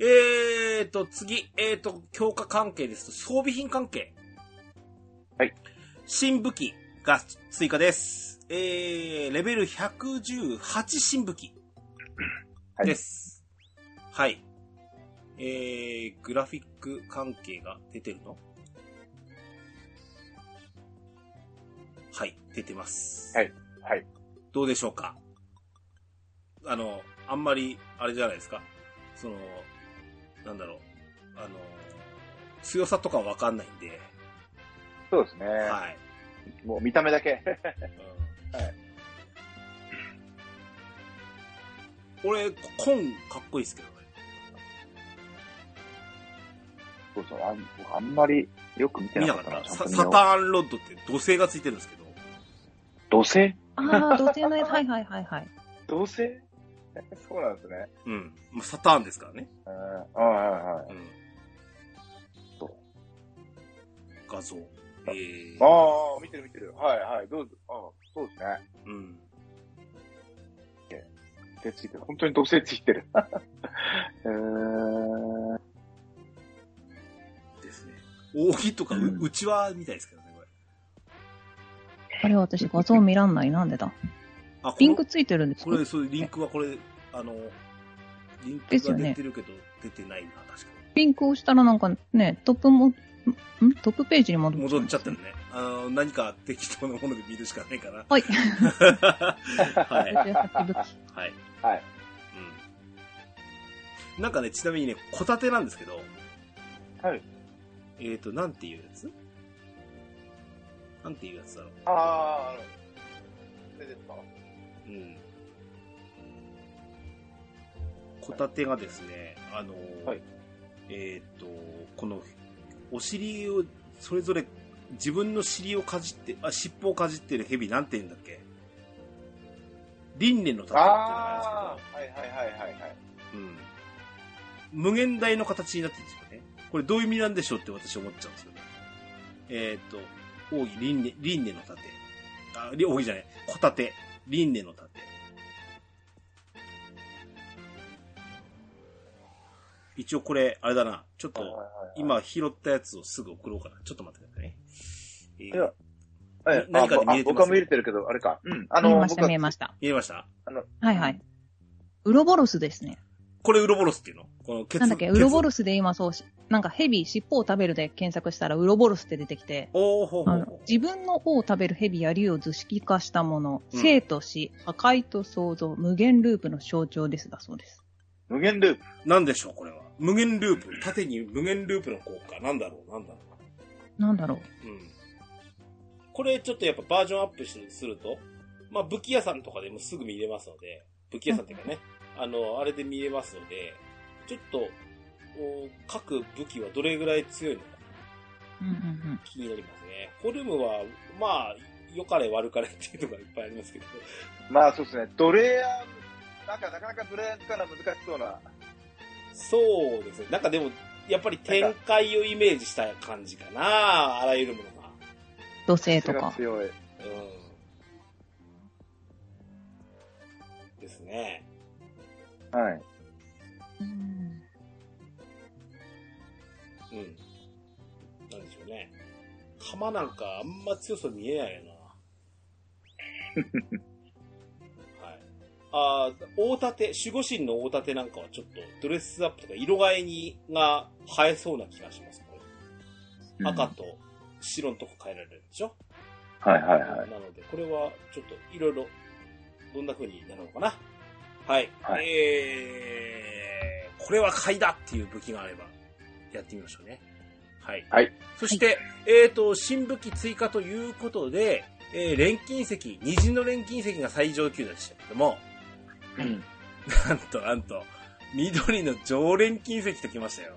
えーと、次、えーと、強化関係ですと、装備品関係。
はい。
新武器が追加です。えー、レベル118新武器
はい
です。はい。えー、グラフィック関係が出てるのはい、出てます。
はい。はい。
どうでしょうかあの、あんまり、あれじゃないですかその、なんだろう。あの、強さとかわかんないんで、
そうですね。
はい。
もう見た目だけ。 <laughs>
うん
はい
俺、コンかっこいいですけどね。
そうそうあん僕あんまりよく見て
見
な
な
か
か
っ
った
な。
た。サ
ちゃんと見
サ
よう
ターンロッドって土星がついてるんですけど、
土星
ああ、土星のやつ。はいはいはいはい。
土星 <laughs> そうなんですね。
うん。まあ、サターンですからね。
うん。はいはい。
うん
そう。
画像。えー、
ああ、見てる見てる。はいはい。どうぞ。ああ、そうですね。
うん。
手ついてる。本当に土星ついてる。 <laughs> えー、
ですね。扇とかう、
うん
うちわみたいですけどね、これ。
あれ私画像見らんない。なんでだ
あ、こ
リンク
の
ついてるんです
こ
か
れ、そういうリンクはこれ、あの、リンク
です
が
よね
出てるけど、出てないな、確か
リンクを押したらなんかね、トップも、んんトップページに戻
に。
っ
戻っちゃってて
る
るね。あの、何か適当なもので見るしかない
<laughs>
かな。
はい。
はい。
18武器
はい。
はい。
うん。なんかね、ちなみにね、ホタテなんですけど、
はい。
えーと、なんていうやつなんていうやつだろう。
ああ、それですか。
うん。ホタテがですね、あのー
はい
えっ、と、この、お尻を、それぞれ、自分の尻をかじって、あ、尻尾をかじってる蛇なんて言うんだっけ輪廻の竜って名前ですけど
あ、あ、はいはいはいはいはい。
うん無限大の形になってるんですよね。これどういう意味なんでしょうって私思っちゃうんですよね。えーっ、と、奥義、輪廻、輪廻の盾。あ、り奥義じゃない、小盾。輪廻の盾。一応これ、あれだな。ちょっ
はいはい
と、
はい
今拾ったやつをすぐ送ろうかな。ちょっと待ってくださいね。えー
いやえ
何かで見
あ
れてます
僕は見れてるけど、あれか。うん。あ
見え
の、
まし
僕
た、
は
見えました。
見えました
はいはい。ウロボロスですね。
これウロボロスっていうのこのケツ
なんだっけ、
ケツ
ウロボロスで今そうし、なんかヘビ、尻尾を食べるで検索したらウロボロスって出てきて、
おーほうほ
あ
う
の
ほう
自分の尾を食べるヘビや竜を図式化したもの、
うん
生と死、破壊と創造、無限ループの象徴ですだそうです。
無限ループ。
なんでしょう、これは。無限ループ。縦に無限ループの効果。なんだろう、なんだろ
なんだろう。
う。うん。これちょっとやっぱバージョンアップするすると、まあ武器屋さんとかでもすぐ見れますので、武器屋さんっていうかね、あの、あれで見れますので、ちょっと、お各武器はどれぐらい強いのか
うんうんうん。
気になりますね。ホルムは、まあ、良かれ悪かれっていうのがいっぱいありますけど、
まあそうですね。ドレア、なんかなかなかドレアから難しそうな。
そうですね。なんかでも、やっぱり展開をイメージした感じかな、あらゆるものが。
土星と
癖が
か。
強い。
うんですね。
はい。
うん
うん。なんでしょうね。釜なんかあんま強そうに見えないよな。はい。あー大盾、守護神の大盾なんかはちょっとドレスアップとか色替えにが映えそうな気がします。これ赤と白のとこ変えられるでしょ、
はいはいはい。
なので、これはちょっといろいろ、どんな風になるのかな。はい。
はい
えー、これは買いだっていう武器があれば、やってみましょうね。はい。
はい。
そして、えーと、新武器追加ということで、えー、錬金石、虹の錬金石が最上級でしたけども、
うん
なんとなんと、緑の常錬金石ときましたよ。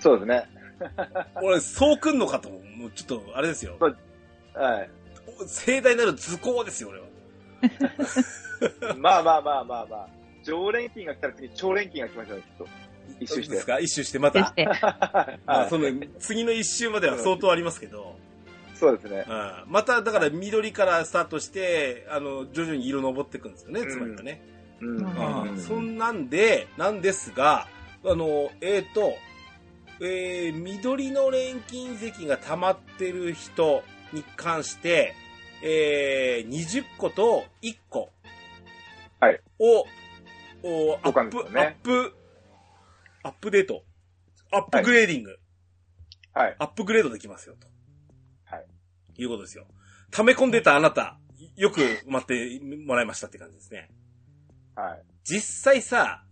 そうですね。
俺、そうくんのかと、もうちょっと、あれですよ。
はい。
盛大なる図工ですよ、俺は。
まあまあまあまあまあ。常連金が来たら次、超連金が来ましたね、きっと。一周して
ですか一周してまた
そ。して、
ま
は
あ、その次の一周までは相当ありますけど、
い。そうですね
う。ん、まただから緑からスタートして、あの、徐々に色登っていくんですよね、つまりはね。
うん
うん
うんそんなんで、なんですが、あの、えー、と、えー、緑の錬金石が溜まってる人に関して、えー、20個と1個
はい
を、おアッ
交換です
プ、
よね
アップ、アップデート、アップグレーディング、
はい。
アップグレードできますよ、と。
はい。
いうことですよ。溜め込んでたあなた、よく待ってもらいましたって感じですね。
はい。
実際さ、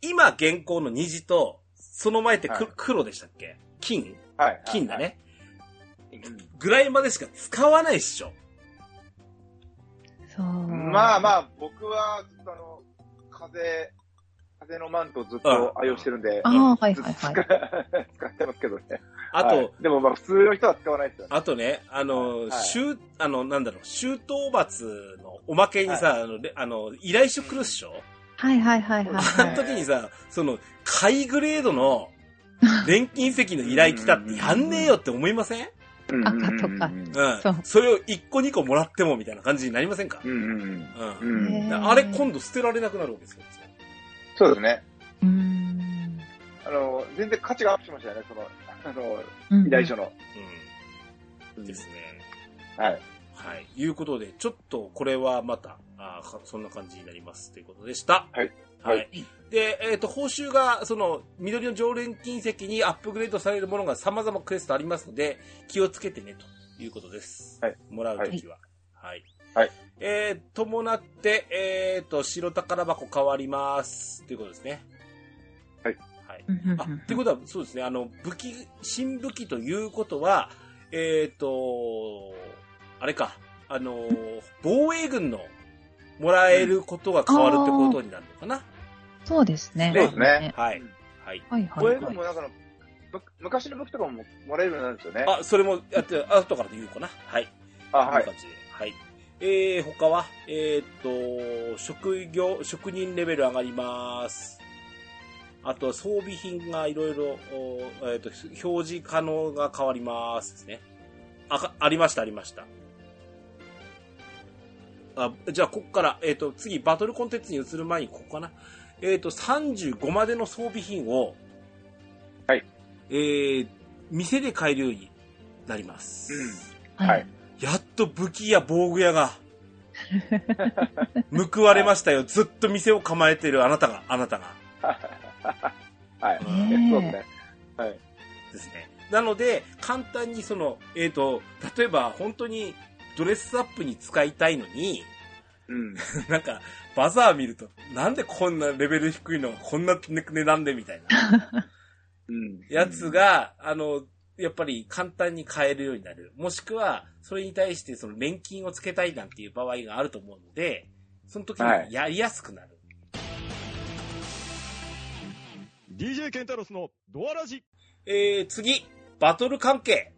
今現行の虹と、その前ってく、
はい
黒でしたっけ金
はい。
金だね。
はい。
ぐらいまでしか使わないっしょ。
そう。
うんまあ
あ。
まあ、僕は、ずっとあの、風、風のマントをずっと愛用してるんで、
ああ、はいはいはい。
使ってますけどね。
あと、
はいでもまあ、普通の人は使わないですよね。
あとね、あの、
はい
周、あの、なんだろう、周到罰のおまけにさ、あのれ、あの、依頼書来るっしょ、
はいはいはいはい
あ
は
の
い。
時にさ、その、下位グレード
<laughs>
の、錬金石の依頼来たってやんねえよって思いません
うんうんうん
赤とか
うん。
そう
それを1個2個もらってもみたいな感じになりませんか
うんうんうん
う。
うんんう
へ
ん。
えー
あれ今度捨てられなくなるわけですよ。
そうですね。
うーん。
あの、全然価値がアップしましたよね、その、あの、
うん
依頼書の。
うん。ですね。
はい。
はい。いうことで、ちょっとこれはまた、あーかそんな感じになりますということでした。
はい。
は。
はい
で、えっ、と、報酬が、その、緑の常連金石にアップグレードされるものが様々クエストありますので、気をつけてね、ということです。
はい。
もらうときは。はい。
はい。
えー、伴って、えっ、と、白宝箱変わります。ということですね。
はい。
はい。
うん
あ、ってことは、そうですね、あの、武器、新武器ということは、えっ、と、あれか、あの、防衛軍のもらえることが変わるってことになるのかな。
そうですね。
そうですね
はい
うん。
はい。
はいは
こ
い
れで
はい。
もなんかの、む昔の僕とかももらえるようになるんですよね。
あ、それも、あと、後からで言うかな。はい。
あ、
こん
は。
ない感じで。はい。えー、他は、えー、っと、職業、職人レベル上がります。あと、装備品がいろいろ、おえーっと、表示可能が変わりますですね。あか、ありました、ありました。あ、じゃあ、ここから、えーっと、次、バトルコンテンツに移る前に、ここかな。えーっと、35までの装備品を、
はい。
えー、店で買えるようになります。
うん
は
はいい。
やっと武器や防具屋が報われましたよ。ずっと店を構えてるあなたが、あなたが。
はい。
う
そ
ん
うですね。はい。
ですね。なので、簡単にその、えっ、と、例えば本当にドレスアップに使いたいのに、 <laughs>
うん。
なんか、バザー見ると、なんでこんなレベル低いのがこんな値段でみたいな
うん。
やつが、あの、やっぱり簡単に買えるようになる。もしくは、それに対してその錬金をつけたいなんていう場合があると思うので、その時
はい
にやりやすくなる。
DJ ケンタロスのドアラジ
えー、次、バトル関係。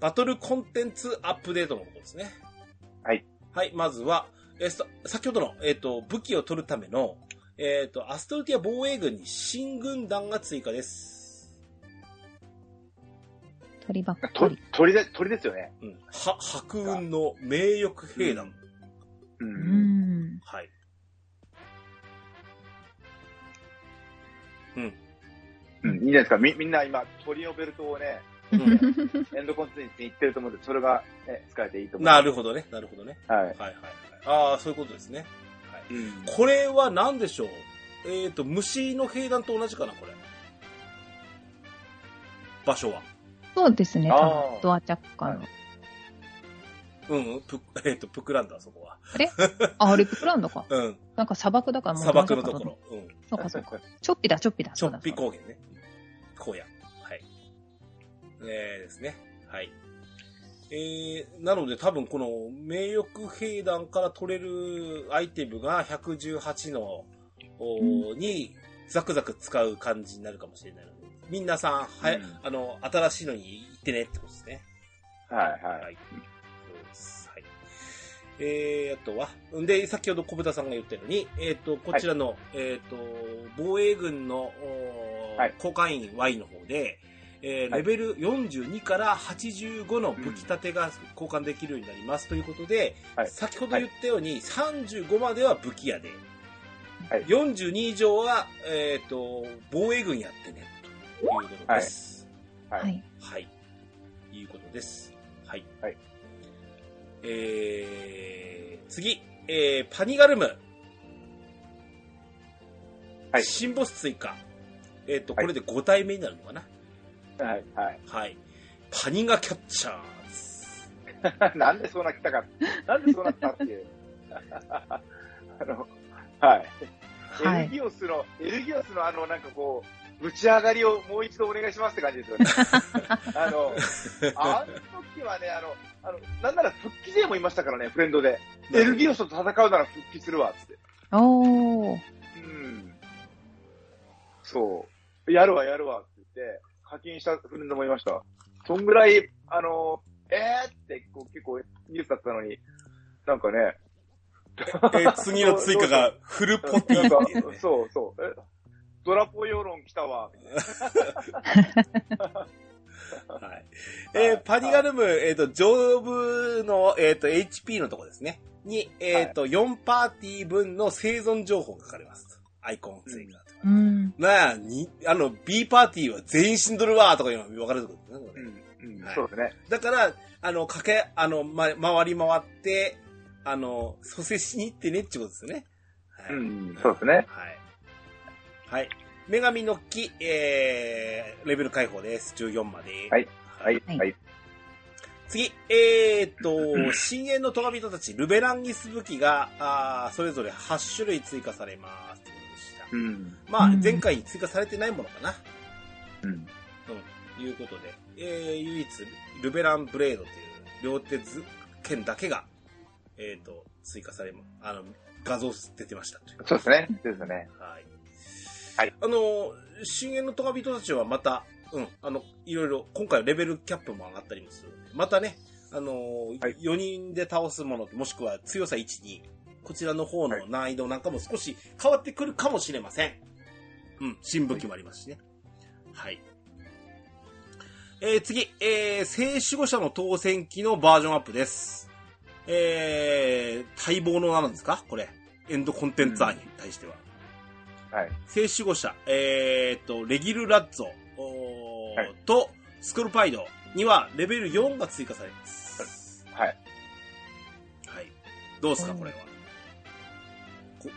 バトルコンテンツアップデートのことですね。
はい。
はい、まずは、えーさ先ほどの、えっ、と、武器を取るための、えっ、と、アストルティア防衛軍に新軍団が追加です。
鳥ばっか
鳥
り。、
鳥で、鳥ですよね。
うん。は、白雲の名誉兵団。
う。
うんん。
はい。うん。
うん。いいじゃないですか。み、みんな今、鳥のベルトをね、
うん
エンドコンテンツに行ってると思うんで、それが、ね、使えていいと思う。
なるほどね、なるほどね。
ど。はい。
はいはいはい。ああ、そういうことですね。はい。
うん。
これは何でしょうえっ、と、虫の兵団と同じかな、これ。場所は。
そうですね。多
あー
分ドアチャッカーの。
うん、ぷ <laughs> えっ、と、プクランだ、そこは。
あ、あれ、プランドか。
うん、
なんか砂漠だからもう
砂漠のところ。うん、
そうかそうか。ちょっぴだ、ちょっぴだ。
ちょっぴ
そうだ
高原ね。荒野。はい。えー、ですね。はい。えー、なので多分この名誉兵団から取れるアイテムが118の、おーにザクザク使う感じになるかもしれないので、みんなさん、はや
うん
あの、新しいのに行ってねってことですね。
はい、は。
はいい。そうですはい。えー、あとは、んで、先ほど小豚さんが言ったように、えっ、と、こちらの、えっ、と、防衛軍の、おー
はい
交換員 Y の方で、えー
はい
レベル42から85の武器立てが交換できるようになりますということで、
はい
先ほど言ったように、35までは武器屋で、
はい
42以上は、えっ、と、防衛軍やってね、ということです。
は。
はいい。
はい。いうことです。はい。
はい。
えー、次、えー、パニガルム。
はい
新ボス追加。えっ、と、こ
はい
れで5体目になるのかな、
はい、はい。 <laughs>
はい。パニガキャッチャーズ。
なんでそうなったか、なんでそうなったっていう。 <laughs> あの、はい。
はい
エルギオスの、エルギオスのあの、なんかこう、ぶち上がりをもう一度お願いしますって感じです
<laughs>
よね。あの、あの時はね、あの、あの、なんなら復帰勢もいましたからね、フレンドで。エルギオスと戦うなら復帰するわ、つって。
おー。
うん。そう。やるわ、やるわ、って言って、課金したフレンドもいました。そんぐらい、あの、えーって、こう結構ニュースだったのに、なんかね、
え次の追加がフルポティ
なん
っ
か
ていうね、
そうそう。えドラポ世論来たわ。
はい。えーパニガルム、えっ、と、上部の、えっ、と、HP のとこですね。に、えっ、と、4パーティー分の生存情報が書かれます。アイコン追加とか。
うん。
なあ、に、あの、B パーティーは全員死んどるわーとか今分かれてくるんですねこ
う
れね。
ん、うん
はい、
そうですね。
だから、あの、かけ、あの、ま、回り回って、あの、蘇生しに行ってねってことですよね。は
う
い
ん、そうですね。
はい。はい。女神の木、えー、レベル解放です。14まで。
はい。はい、
はい
はい。
次、えー、っと、
<clears throat>
深淵のトガ人たち、ルベランギス武器が、あーそれぞれ8種類追加されます。ということでした
うん、
まあ、
うん
前回追加されてないものかな。
うん。
ということで、えー、唯一、ルベランブレードという、両手ず剣だけが、えー、っと、追加されま、あの、画像出てましたという。
そうですね。そうですね。
はい。
はい
あの、深淵のトガ人たちはまた、うん、あの、いろいろ、今回レベルキャップも上がったりもするので。またね、あの
はい
4人で倒すもの、もしくは強さ1、2、こちらの方の難易度なんかも少し変わってくるかもしれません。うん、新武器もありますしね。はい。えー、次、えー、聖守護者の当選機のバージョンアップです。えー、待望のなんですかこれ。エンドコンテンツ案に対しては。
はい。
聖守護者、えーっと、レギル・ラッツォ、おー
はい
と、スクルパイドにはレベル4が追加されます。
はい。
はい。どうですか、これは。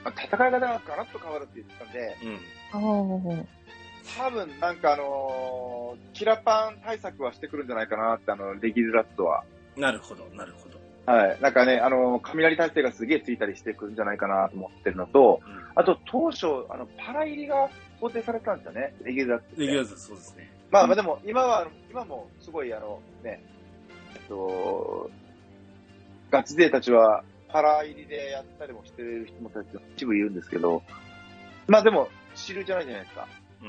まあ戦い方がガラッと変わるって言ってたんで、
うん。
おー。
多分なんかあのーキラパン対策はしてくるんじゃないかなって、あの、レギュラットは。
なるほど、なるほど。
はい。なんかね、あのー雷耐性がすげえついたりしてくるんじゃないかなと思ってるのと、
うん
あと当初、あの、パラ入りが想定されてたんですよね、レギュラットって。
レギュラーズ、そうですね。
まあまあでも、今は、あの今もすごいあのね、えっと、ガチ勢たちは、腹入りでやったりもしてる人もたちが一部いるんですけど、まあでも、主流じゃないじゃないですか。う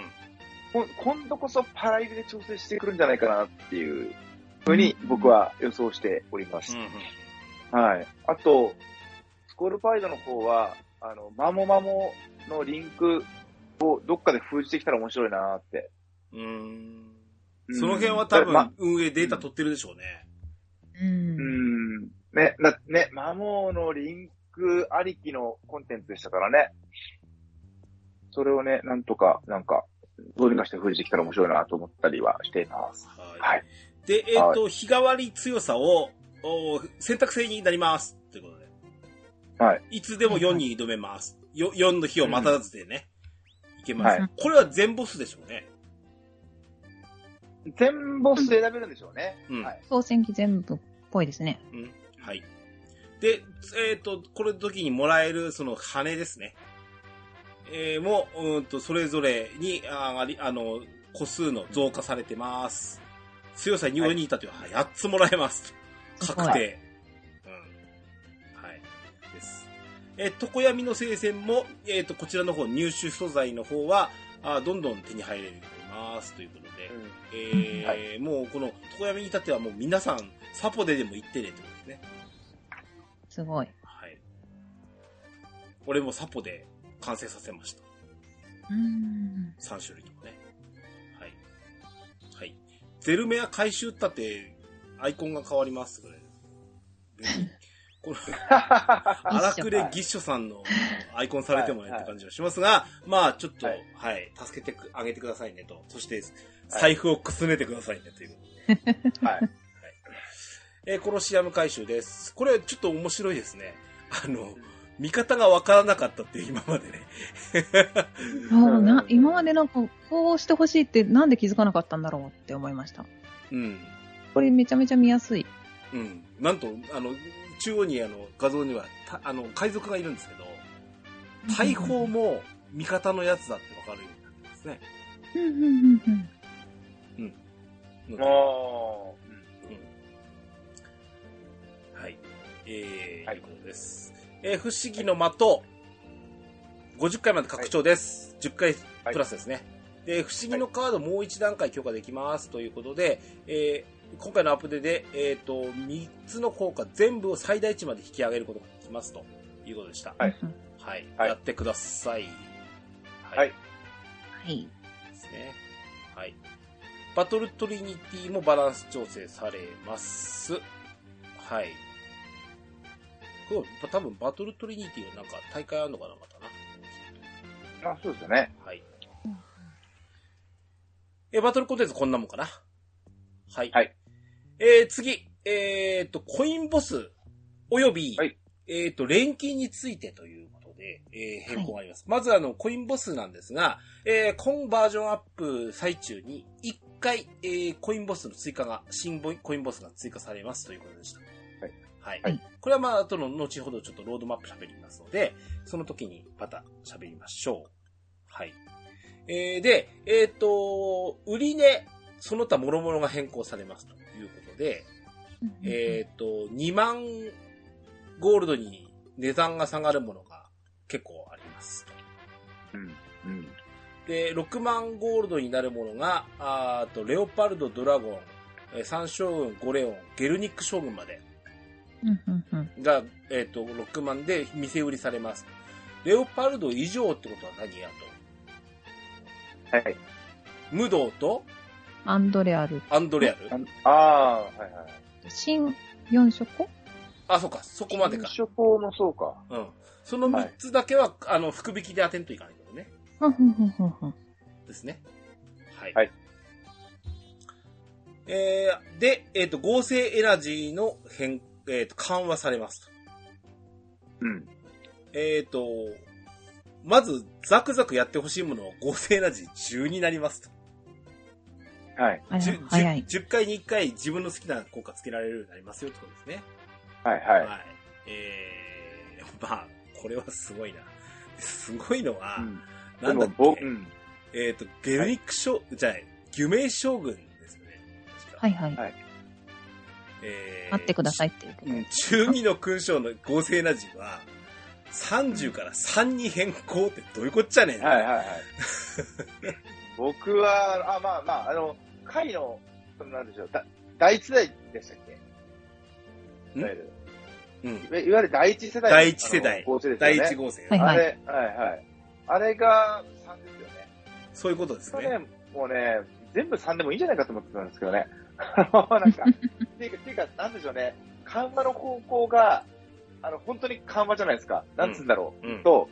ん。今度こそパラ入りで調整してくるんじゃないかなっていうふうに僕は予想しておりま
う
す
ん。うん
はい。あと、スコールパイドの方は、あの、マモマモのリンクをどっかで封じてきたら面白いなーって。
うーん。
うん
その辺は多
まあ
分、運営データ取ってるでしょうね。
う。
うんん。ね、だね、マモーのリンクありきのコンテンツでしたからね。それをね、なんとか、なんか、どうにかして封じてきたら面白いなと思ったりはしています。
は
はいい。
で、えっ、と、日替わり強さを、おー選択制になります。ということで。
はい。
いつでも4に挑めます。よ4の日を待たずでね、いけます、
はい
これは全ボスでしょうね。
全ボスで選べるんでしょうね。
うん
はい。
当選機全部っぽいですね。
うん。はい。で、えっ、と、これの時にもらえる、その、羽ですね。えー、もう、うーんと、それぞれに、あーあり、あの、個数の増加されてます。強さ2をにいたという、はい、8つもらえます。
すごい
確定。うん。はい。です。えー、常闇の聖戦も、えっ、と、こちらの方、入手素材の方は、あーどんどん手に入れるようになります。ということで。
<laughs>
えー
は
もうこの常闇に至ってはもう皆さんサポででも行ってねってことですね。
すごい。
はい。俺もサポで完成させました。
うん。
3種類ともね。はい。はい。ゼルメア回収ったってアイコンが変わります。これ。この荒くれギッショさんのアイコンされてもね
は
っ
い
て感じはしますが、まあちょっと、は
はいい、
助けてくあげてくださいねと。そして、財布をくすねてくださいねという。
<laughs>
はい。
えーコロシアム回収です。これちょっと面白いですね。あの、見方がわからなかったっていう今までね。
そうな、今までなんか、こうしてほしいってなんで気づかなかったんだろうって思いました。
うん。
これめちゃめちゃ見やすい。
うん。なんと、あの、中央にあの、画像には、たあの、海賊がいるんですけど、大砲も味方のやつだってわかるようになってますね。
うんうんうんうん。
うん
ああ。うん
はい。えー、
はい
い、うことです。えー、不思議の的、50回まで拡張です。10回プラスですね。で、不思議のカードもう一段階強化できますということで、えー今回のアップデーで、えっ、と、3つの効果全部を最大値まで引き上げることができますということでした。
はい
はい。
はい
やってください。
はい
はい。
ですね。はい。バトルトリニティもバランス調整されます。はい。これは多分バトルトリニティはなんか大会あるのかな、またな。
あ、そうですよね。
はい
うん。
え、バトルコンテンツこんなもんかな。はい。
はい。
えー、次。えっ、と、コインボス、および、
はい
えっ、と、錬金についてということで、えー変更があります。まず、あの、コインボスなんですが、えー今バージョンアップ最中に、一回、えーコインボスの追加が、新ボイコインボスが追加されますということでした。
はい。
はい。
はい
これはまあ、あとの、後ほどちょっとロードマップ喋りますので、その時にまた喋りましょう。はい。えーで、えっ、と、売り値、その他諸々が変更されますということで、えっ、と、2万ゴールドに値段が下がるものが結構ありますと。
うん。うん。
で、6万ゴールドになるものが、あーあと、レオパルド、ドラゴン、えー三将軍、ゴレオン、ゲルニック将軍まで
うんうんうん。
が、えっ、と、6万で店売りされます。レオパルド以上ってことは何やと。
はい。
ムドウと
アンドレアル。
アンドレアル
あ。んあー、はいはい。
新4色
あ、そうか、そこまでか
飲。食法もそうか。
うん。その3つだけは、あの、福引きで当てんといかないけどね。
うんうんうんうんうん。
ですね。はい。
はい
えー、で、えっ、と、合成エナジーの変、えっ、と、緩和されますと。
うん。
えっ、と、まず、ザクザクやってほしいものは合成エナジー10になりますと。
はい。
あら
10,
早い。
10回に1回自分の好きな効果つけられるようになりますよってことですね。
はいは
はい。えー、 <laughs> まあ、これはすごいな。すごいのは、
い。うん。
な
で
んだ
も
っ、
ぼ
け、
うん。
えっ、と、ゲルニック将、じゃない、ギュメイ将軍ですよね。確か
はいはい。
はい
えー
待ってくださいっていうこ
う
と。
ん、中二の勲章の合成エナジーは、30から3に変更ってどういうこっちゃねん。
はいはい
<laughs>
はい。僕は、あ、まあまあ、あの、会の、そのなんでしょう、だ第一世代でしたっけ
ん
いわゆる
うん。
いわいわゆる第一世代。
第一世代
あの合成ですよ
第
ね
一合成、
はい
あれ、はいはい。あれが3ですよね。
そういうことです
去
ね。
年、もうね、全部3でもいいんじゃないかと思ってたんですけどね。 <laughs> あのなんか、っていうか、っていうか、なんでしょうね、緩和の方向が、あの、本当に緩和じゃないですか。なんつうんだろう。
うん。
と、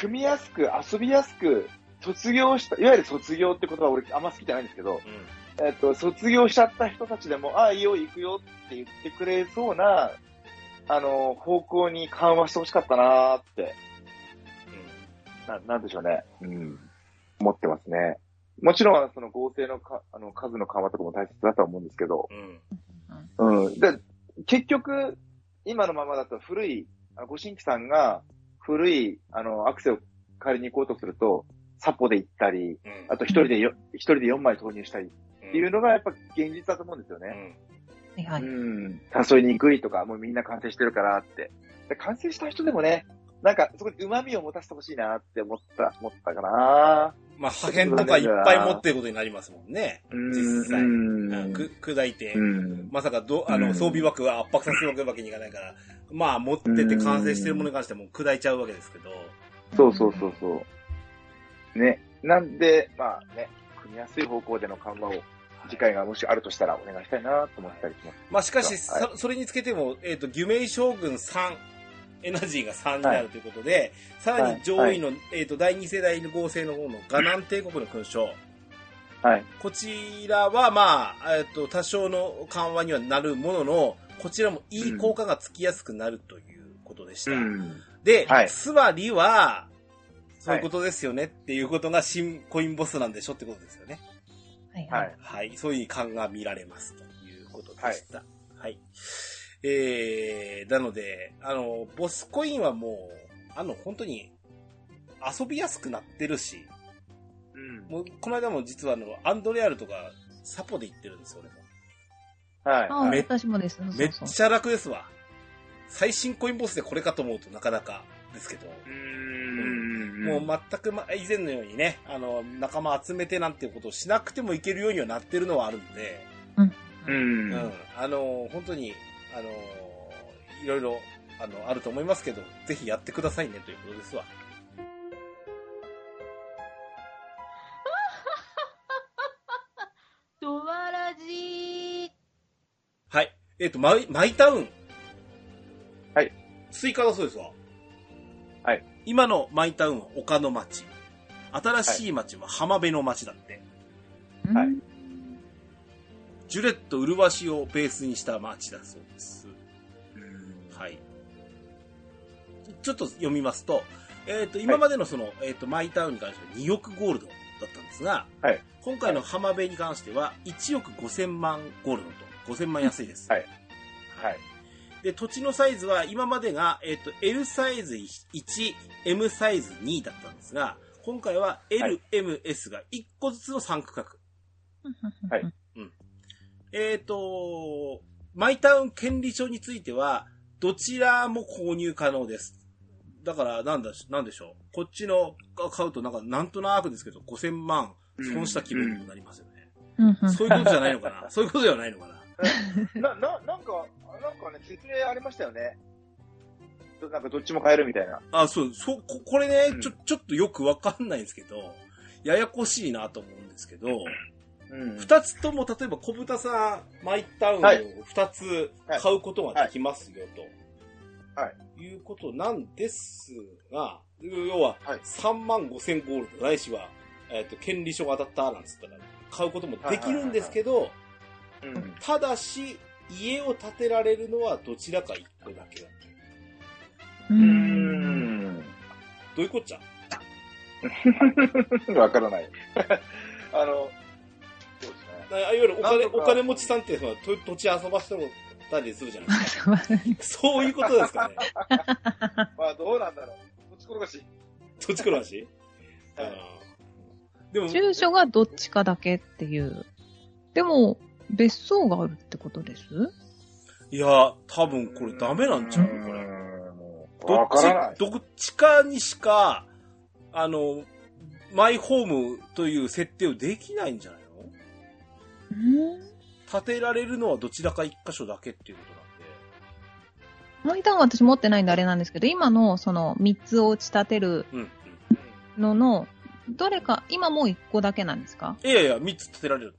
組みやすく、遊びやすく、卒業した、いわゆる卒業って言葉は俺あんま好きじゃないんですけど、えっと、卒業しちゃった人たちでも、ああ、いいよ、行くよって言ってくれそうな、あの、方向に緩和してほしかったなーって。ななんでしょうね。うん。思ってますね。もちろん、その合成のかあの数の緩和とかも大切だとは思うんですけど、
うん。うん。
うん。で、結局、今のままだと古い、あご新規さんが古い、あの、アクセを借りに行こうとすると、サポで行った
う
り、
ん。
あと一人でよ、一人で4枚投入したりっ
うん、
ていうのがやっぱ現実だと思うんですよね。
うん。
はいはい。
うん、誘いにくいとか、もうみんな完成してるからって。で完成した人でもね、なんかそこに旨味を持たせてほしいなって思った、思ったかな
まあ、破片とかいっぱい持ってることになりますもんね。実際。うん
うん。
く砕いて
う、ん。
まさかど、あ
う
の、
ん
装備枠は圧迫させるわけにいかないから、まあ、持ってて完成してるものに関してはもう砕いちゃうわけですけど、
そうそうそうそう。ね。なんで、まあね、組みやすい方向での緩和を、次回がもしあるとしたらお願いしたいなと思ったりします。
まあ、しか
は
し、
い
そそれにつけても、えっ、と、愚名将軍3、エナジーが3になるということで、さらに上位の、えっ、と、第2世代の合成の方のガナン帝国の勲章。
はい。
こちらは、まあ、えっ、と、多少の緩和にはなるものの、こちらもいい効果がつきやすくなるということでした。
ん。
で、
はい
つまりは、そういうことですよねっていうことが新コインボスなんでしょってことですよね。
はいは。
はいい。
はい、そういう感が見られますということででした。はい。えー、なので、あの、ボスコインはもう、あの、本当に、遊びやすくなってるし、
うん。
もう、この間も実はあの、アンドレアルとか、サポで行ってるんですよ、俺も。
はい。
ああ、
め
私もです。
め
そう
っ
そう。
ちゃ楽ですわ。最新コインボスでこれかと思うとなかなかですけど、
うーん
もう全く、ま、以前のようにね、あの、仲間集めてなんていうことをしなくてもいけるようにはなってるのはあるんで、
う。
うんん、あの、本当に、あの、いろいろ、あの、あると思いますけど、ぜひやってくださいねということですわ。
ドワラジー
はい。えっ、と、マイ、マイタウン。
はい。
スイカだそうですわ。
はい。
今のマイタウンは丘の町。新しい町は浜辺の町だって。
はい
うん
ジュレット麗しをベースにした町だそうです。はい。ちょちょっと読みますと、えっ、と、今までのその、えっ、と、マイタウンに関しては2億ゴールドだったんですが、
はい
今回の浜辺に関しては1億5000万ゴールドと、5000万安いです。
はいはい。
で、土地のサイズは今までが、えっ、と、L サイズ1、M サイズ2だったんですが、今回は L、
はい
M、S が1個ずつの3区画。
はい
えっ、と、マイタウン権利書については、どちらも購入可能です。だから、なんだし、なんでしょう。こっちのが買うと、なんか、なんとなくですけど、5000万損した気分になりますよね。
うんうん
そういうことじゃないのかな <laughs> そういうことじゃないのかな
な、な、なんか、なんかね、説明ありましたよね。どなんかどっちも買えるみたいな。
あ、そう、そう、ここれね
う、ん
ちょ、ちょっとよくわかんないんですけど、ややこしいなと思うんですけど、
うん
二つとも、例えば小豚さん、マイタウンを
はい
二つ買うことができますよ、と。。
はい
うことなんですが、要は
はい、
3万5千ゴールド、ないしは、えっ、と、権利書が当たったなんつったら、買うこともできるんですけど、
うん。
ただし、家を建てられるのはどちらか一個だけだ。
う
うんん。
どういうこっちゃ
わからない。 <laughs> あの、そうですね。
だからいわゆるお金
なんとか
お金持ちさんってそのと土地遊ばしてもたりするじゃないですか。
そう
そういうことですかね。
まあ、どうなんだろう。こっち転がし。
土地黒話あ
はい
ーでも、
<laughs> 住所がどっちかだけっていう。でも、別荘があるってことです
いや、多分これダメなんちゃうこれ。
れ
ど
わ
っ
からない
ち、。どっちかにしか、あの、マイホームという設定をできないんじゃない
う
の
ん。
建てられるのはどちらか一箇所だけっていうこと
マイタウンは私持ってないんであれなんですけど、今のその3つを打ち立てる
なんで。
うん
のの、どれか、今もう1個だけなんですか
うん。いやいや、三つ建てられる。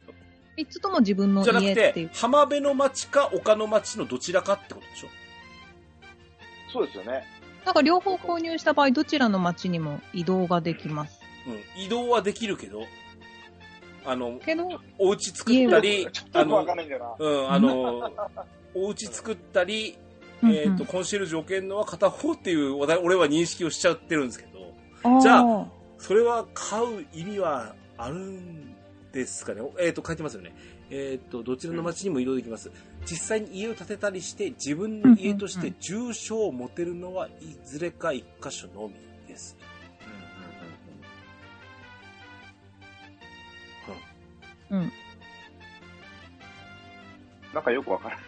?3 つとも自分の
じゃな
家
く
ってい
て
う、。
浜辺の町か丘の町のどちらかってことでしょ
そうですよね。
なんか両方購入した場合、どちらの町にも移動ができます。
うん。移動はできるけど、あの、
けど、
お家作ったり、
ちょっと
あ
よくわ
の
かん、ないんだよな。
うん、あの、お家作ったり、
うんうん
えっ、と、コンシェルジュを受けるのは片方っていうお題、俺は認識をしちゃってるんですけど、じゃあ
あー
それは買う意味はあるんですかねおえっ、と、書いてますよね。えっ、と、どちらの町にも移動できます。実際に家を建てたりして、自分の家として住所を持てるのはいずれか一箇所のみです。
なんかよくわからな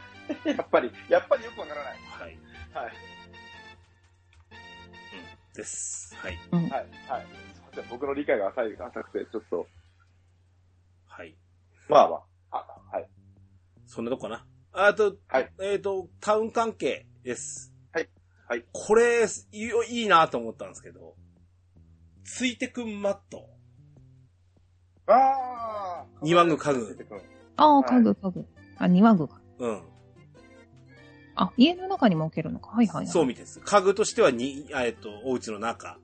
い。やっぱり、やっぱりよくわからない。
はい。
はい。
です。はい。
はい。はい。すいません僕の理解が浅い、浅くて、ちょっと、
はい。
まあまあ。あはい。
そんなとこかな。あと、
はい
えっ、と、タウン関係です。
はい。はい。
これ、いいよいいなと思ったんですけど、ついてくんマット。
あー
二番の家具。
あ
は
ー、
い
家具、家具。あ、庭具が。
うん。
あ、家の中にも置けるのか。はいはいはい。
そうみたいです。家具としてはに、あえっと、お家の中。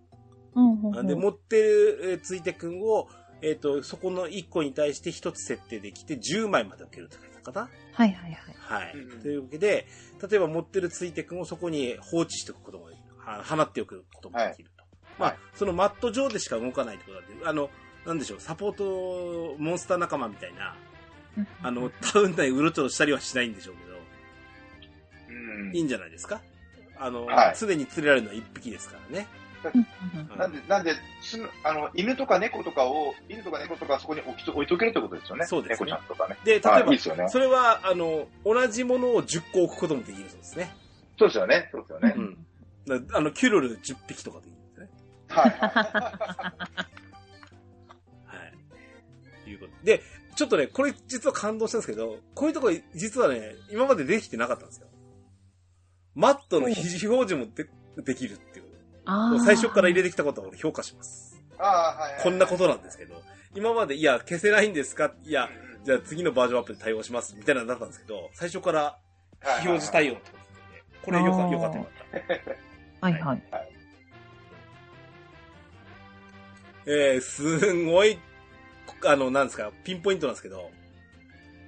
うんうんうん
で、持ってる、えーついてくんを、えっ、と、そこの1個に対して1つ設定できて、10枚まで置けるって書いてあったかな
はいはいはい。
はい。
うんうん
というわけで、例えば持ってるついてくんをそこに放置しておくこともできる。は放っておくこともできると。まあ、
はい
そのマット上でしか動かないってことなんで、あの、なんでしょう、サポートモンスター仲間みたいな、あの、タウン内うろちょろしたりはしないんでしょうけど、
うん
いいんじゃないですかあの、
はい
常に連れられるのは一匹ですからね。
うん
うん
なんで、なんで、すあの、犬とか猫とかを、犬とか猫とかそこに置きと置いとけるってことですよね。
そうですね
猫ちゃんとかね。
で、例えば、
はい、いいですよね。
それは、あの、同じものを10個置くこともできるそうですね。
そうですよね。そうですよね。
うんだあの、キュロル10匹とかでいいんですね。
はいは
はい。いうこと。で、ちょっとね、これ実は感動したんですけど、こういうところ実はね、今までできてなかったんですよ。マットの非表示もでできるっていうこと。もう最初から入れてきたことは俺評価します。
い。ああ、はい、はい。
こんなことなんです
け
けど、今まで、いや、消せないんですかいや、
うん
じゃあ次のバージョンアップで対応しますみたいなのだったんですけど、最初から非表示対応ってことですよね。これよ
あ
か
ー
よかったよかった。
はいはい。
えー、すんごい、あの、なんですか、ピンポイントなんですけど、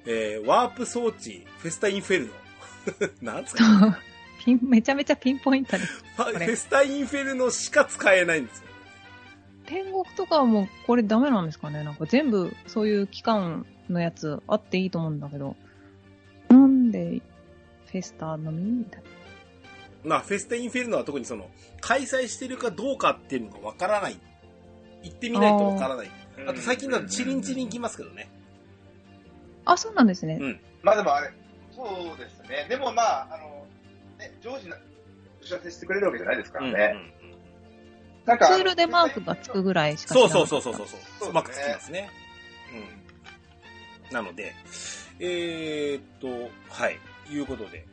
えー、ワープ装置、フェスタインフェルノ。 <laughs> なんですか
<laughs> ピン、めちゃめちゃピンポイントです。
ファ
こ
フ
れ
ェスタインフェルノしか使えないんですよ。
天国とかはもうこれダメなんですかねなんか全部そういう期間のやつあっていいと思うんだけど。なんで、フェスタのみみたいな。
まあ、フェスタインフェルノは特にその、開催してるかどうかっていうのがわからない。行ってみないとわからない。あと最近だとチリンチリン来ますけどね。
あ、そうなんですね。
うん
まあでもあれ、そうですね。でもまあ、あの、ね、常時な、お知らせしてくれるわけじゃないですからね。
うんうんうん
なんか、
ツールでマークがつくぐらいしか知
そ
ら
う
なか
そう
った
そうそうそうそう、
そうう
ま
だね
くつきますね。うん。なので、えー、っと、はい、いうことで、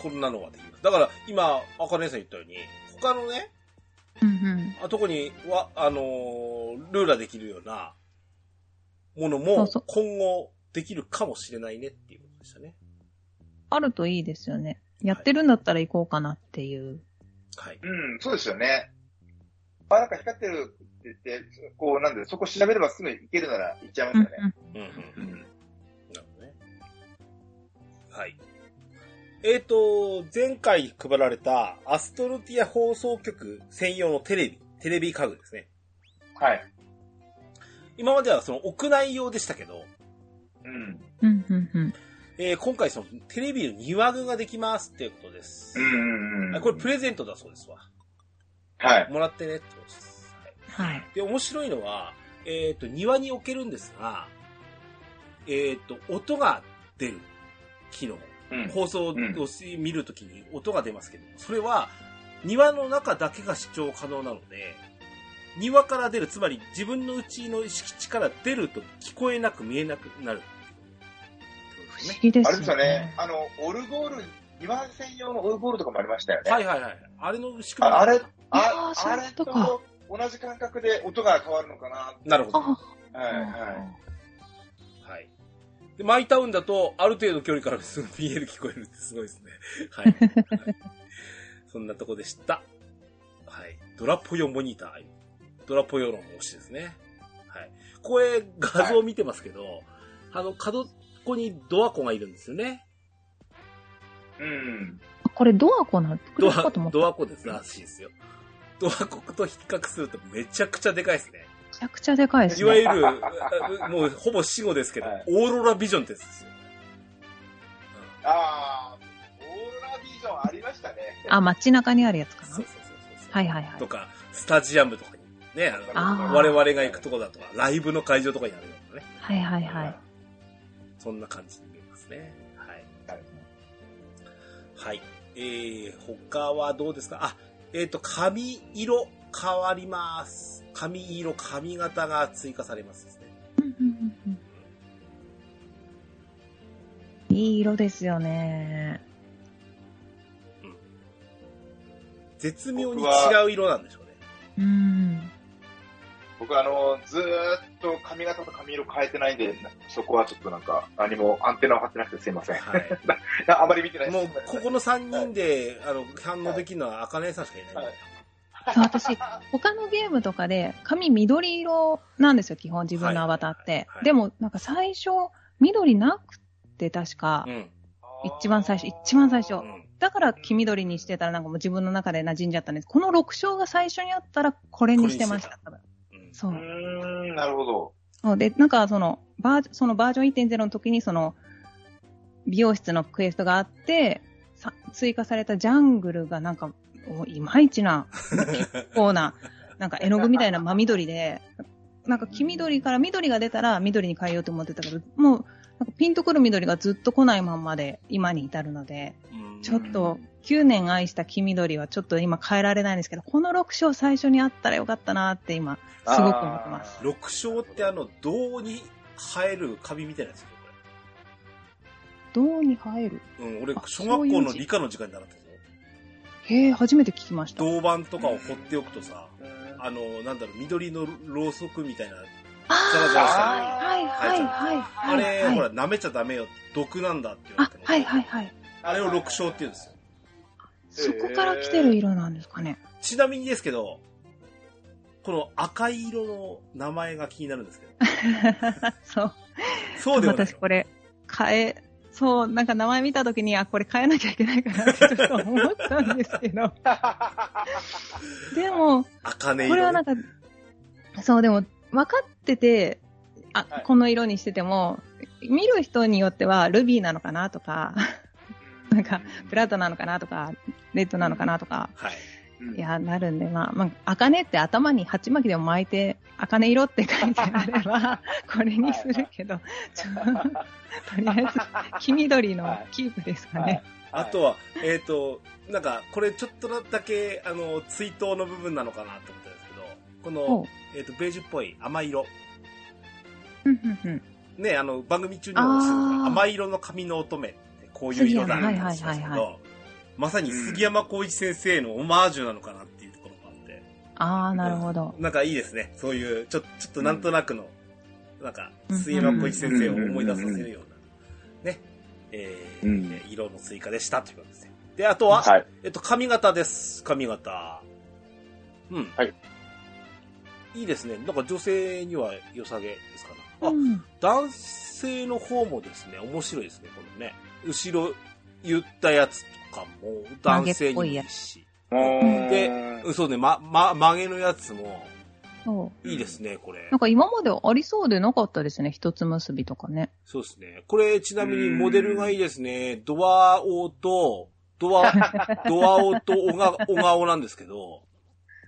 こんなのはできます。だから、今、あかねさん言ったように、他のね、
うんうん。
あ特には、あのールーラーできるようなもの
そ
も
うそう、
今後できるかもしれないねっていうことでしたね。
あるといいですよね。やってるんだったら行こうかなっていう。
はい。
うん、そうですよね。まあなんか光ってるって言って、こうなんで、そこ調べればすぐ行けるなら行っちゃいます
う
よ
ん
ね。
うん。
うんうんうん
うん
なるほどね。はい。えっ、と、前回配られたアストルティア放送局専用のテレビ、テレビ家具ですね。
はい。
今まではその屋内用でしたけど、
うん。
うんうんうん。
えー今回そのテレビの庭具ができますっていうことです。
うんうんう
あ
ん。
これプレゼントだそうですわ。
はい。
もらってねってことです。はい
はい。
で、面白いのは、えっ、と、庭に置けるんですが、えっ、と、音が出る機能。
うん。
放送をし見るときに音が出ますけど、それは庭の中だけが視聴可能なので、庭から出る、つまり自分の家の敷地から出ると聞こえなく見えなくなる。
不思議で
あ
すよね。
れですよね、あの、オルゴール、庭専用のオルゴールとかもありましたよね。
はいはいはい。あれの仕組み
ああれ、
あ
あ
ー
あ
そうい
れ
うこととか
同じ感覚で音が変わるのかな。
なるほど。は。
あ
はいはい
で、マイタウンだと、ある程度距離から <laughs> すぐ PL 聞こえるってすごいですね。はい。はいそんなとこでした。はい。ドラポヨモニター。ドラポヨの推しですね。はい。これ、画像見てますけど、あの、角っこにドアコがいるんですよね。
い。うん。
これドアコなん
ド
こ
ア、
と思った。
ドアコですらしいですよ。ドアコと比較するとめちゃくちゃでかいですね。
めちゃくちゃでかいです
い
ね。
わ
<laughs>
ゆる、あもうほぼ死後ですけど、
はい
オーロラビジョンってやつですよ。うん
ああ、オーロラビジョンありましたね。
あ、街中にあるやつか
そうそう
な。
そうそう。
はいはいはい
とか、スタジアムとかに、ね、
あ
あ
<laughs>
の、
ー
我々が行くとこだとか、ライブの会場とかにあるようなね、
はいはいはい。
そんな感じに見えますね。はい。
はい
はい。えー、他はどうですかあ、えっ、と、髪色変わります。髪色、髪型が追加されますですね。
いい色ですよね。
絶妙に違う色なんでしょうね。
うん。
僕あの、ずーっと髪型と髪色変えてないんで、そこはちょっとなんか、何もアンテナを張ってなくてすいません。
はい。
あまり見てないで
も
す。
う、ここの3人で、あの、反応できるのは、あかねさんしかいないので、
はい
そう私、他のゲームとかで髪緑色なんですよ、基本自分のアバターって。
はいはい
でも、なんか最初、緑なくて確か、
うん。
一番最初一番最初
うん。
だから黄緑にしてたらなんかもう自分の中で馴染んじゃったんです。この6章が最初にあったらこれにしてました。多分
うん
そうう。
ーん、なるほど。
そうで、なんかそのバージョン、そのバージョン1.0の時にその、美容室のクエストがあって、さ追加されたジャングルがなんか、おいまいちな、結構な、 <laughs> なんか絵の具みたいな真緑で、なんか黄緑から緑が出たら緑に変えようと思ってたけど、もう、なんかピンとくる緑がずっと来ないまんまで今に至るので、
うん
ちょっと9年愛した黄緑はちょっと今変えられないんですけど、この6章最初にあったらよかったなって今、すごく思ってます。
あー
六章ってあの、銅に生えるカビみたいなやつですよ
銅に入る
これ。うん、俺、
あ
小学校の理科の時間に習ったよ。
へえ、初めて聞きました。
銅板とかを掘っておくとさ、
うん
あの、なんだろう、緑のろうそくみたいな、ザラザラした。
あー
あ
はいはいはい
あ
はい。
れ、
はい
ほら、舐めちゃダメよ。毒なんだって言われ
あ
て、
はいはいはい。
あれを六章って
<laughs>
言うんですよ。
そこから来てる色なんですかね。
ちなみにですけど、この赤い色の名前が気になるんで
<laughs>
すけど。
そう。
そうではない
私
の
これ、変え、そう、なんか名前見たときに、あ、これ変えなきゃいけないかなってちょっと思ったんですけ
<laughs>
ど。でも、
赤ね色ね。
これはなんか、そう、でも、分かってて、あ、
はい
この色にしてても、見る人によっては、ルビーなのかなとか、なんか、プラッドなのかなとか、レッドなのかなとか、
はい。
うん
いや、なるんで、まあ、まあ、茜って頭に鉢巻きでも巻いて、茜色って書いてあれば、これにするけど、ちょとりあえず、黄緑のキープですかね。
あと
は
は、えっ、と、なんか、これちょっとだけ、あの、追悼の部分なのかなと思ったんですけど、こ
お
の、えっ、と、ベージュっぽい甘い色。
うんうんうん
ね、あの、番組中にもおっしゃってた
あー
甘い色の髪の乙女って、こういう色だなって話しましたけ
杉山はいはいはい
ど、まさに杉山浩一先生のオマージュなのかなっていうところもあって、
ああ、なるほど。
なんかいいですね。そういう、ちょ、ちょっとなんとなくの、なんか、杉山浩一先生を思い出させるような、ね、えー
うん
色の追加でしたということですね。で、あとは、
はい。
えっと、髪型です。髪型。うん。
はい。
いいですね。なんか女性には良さげですかね。あ、
うん
男性の方もですね、面白いですね、このね。後ろ言ったやつとかも男性にもいいし。で
うん
うん、そうね、ま、ま、曲げのやつも
そう。
いいですね、これ
なん。か今までありそうでなかったですね、一つ結びとかね。
そうですね。これ、ちなみにモデルがいいですね。ドアオと、
<laughs>
ドア、ドアオとオガ、オガオなんですけど。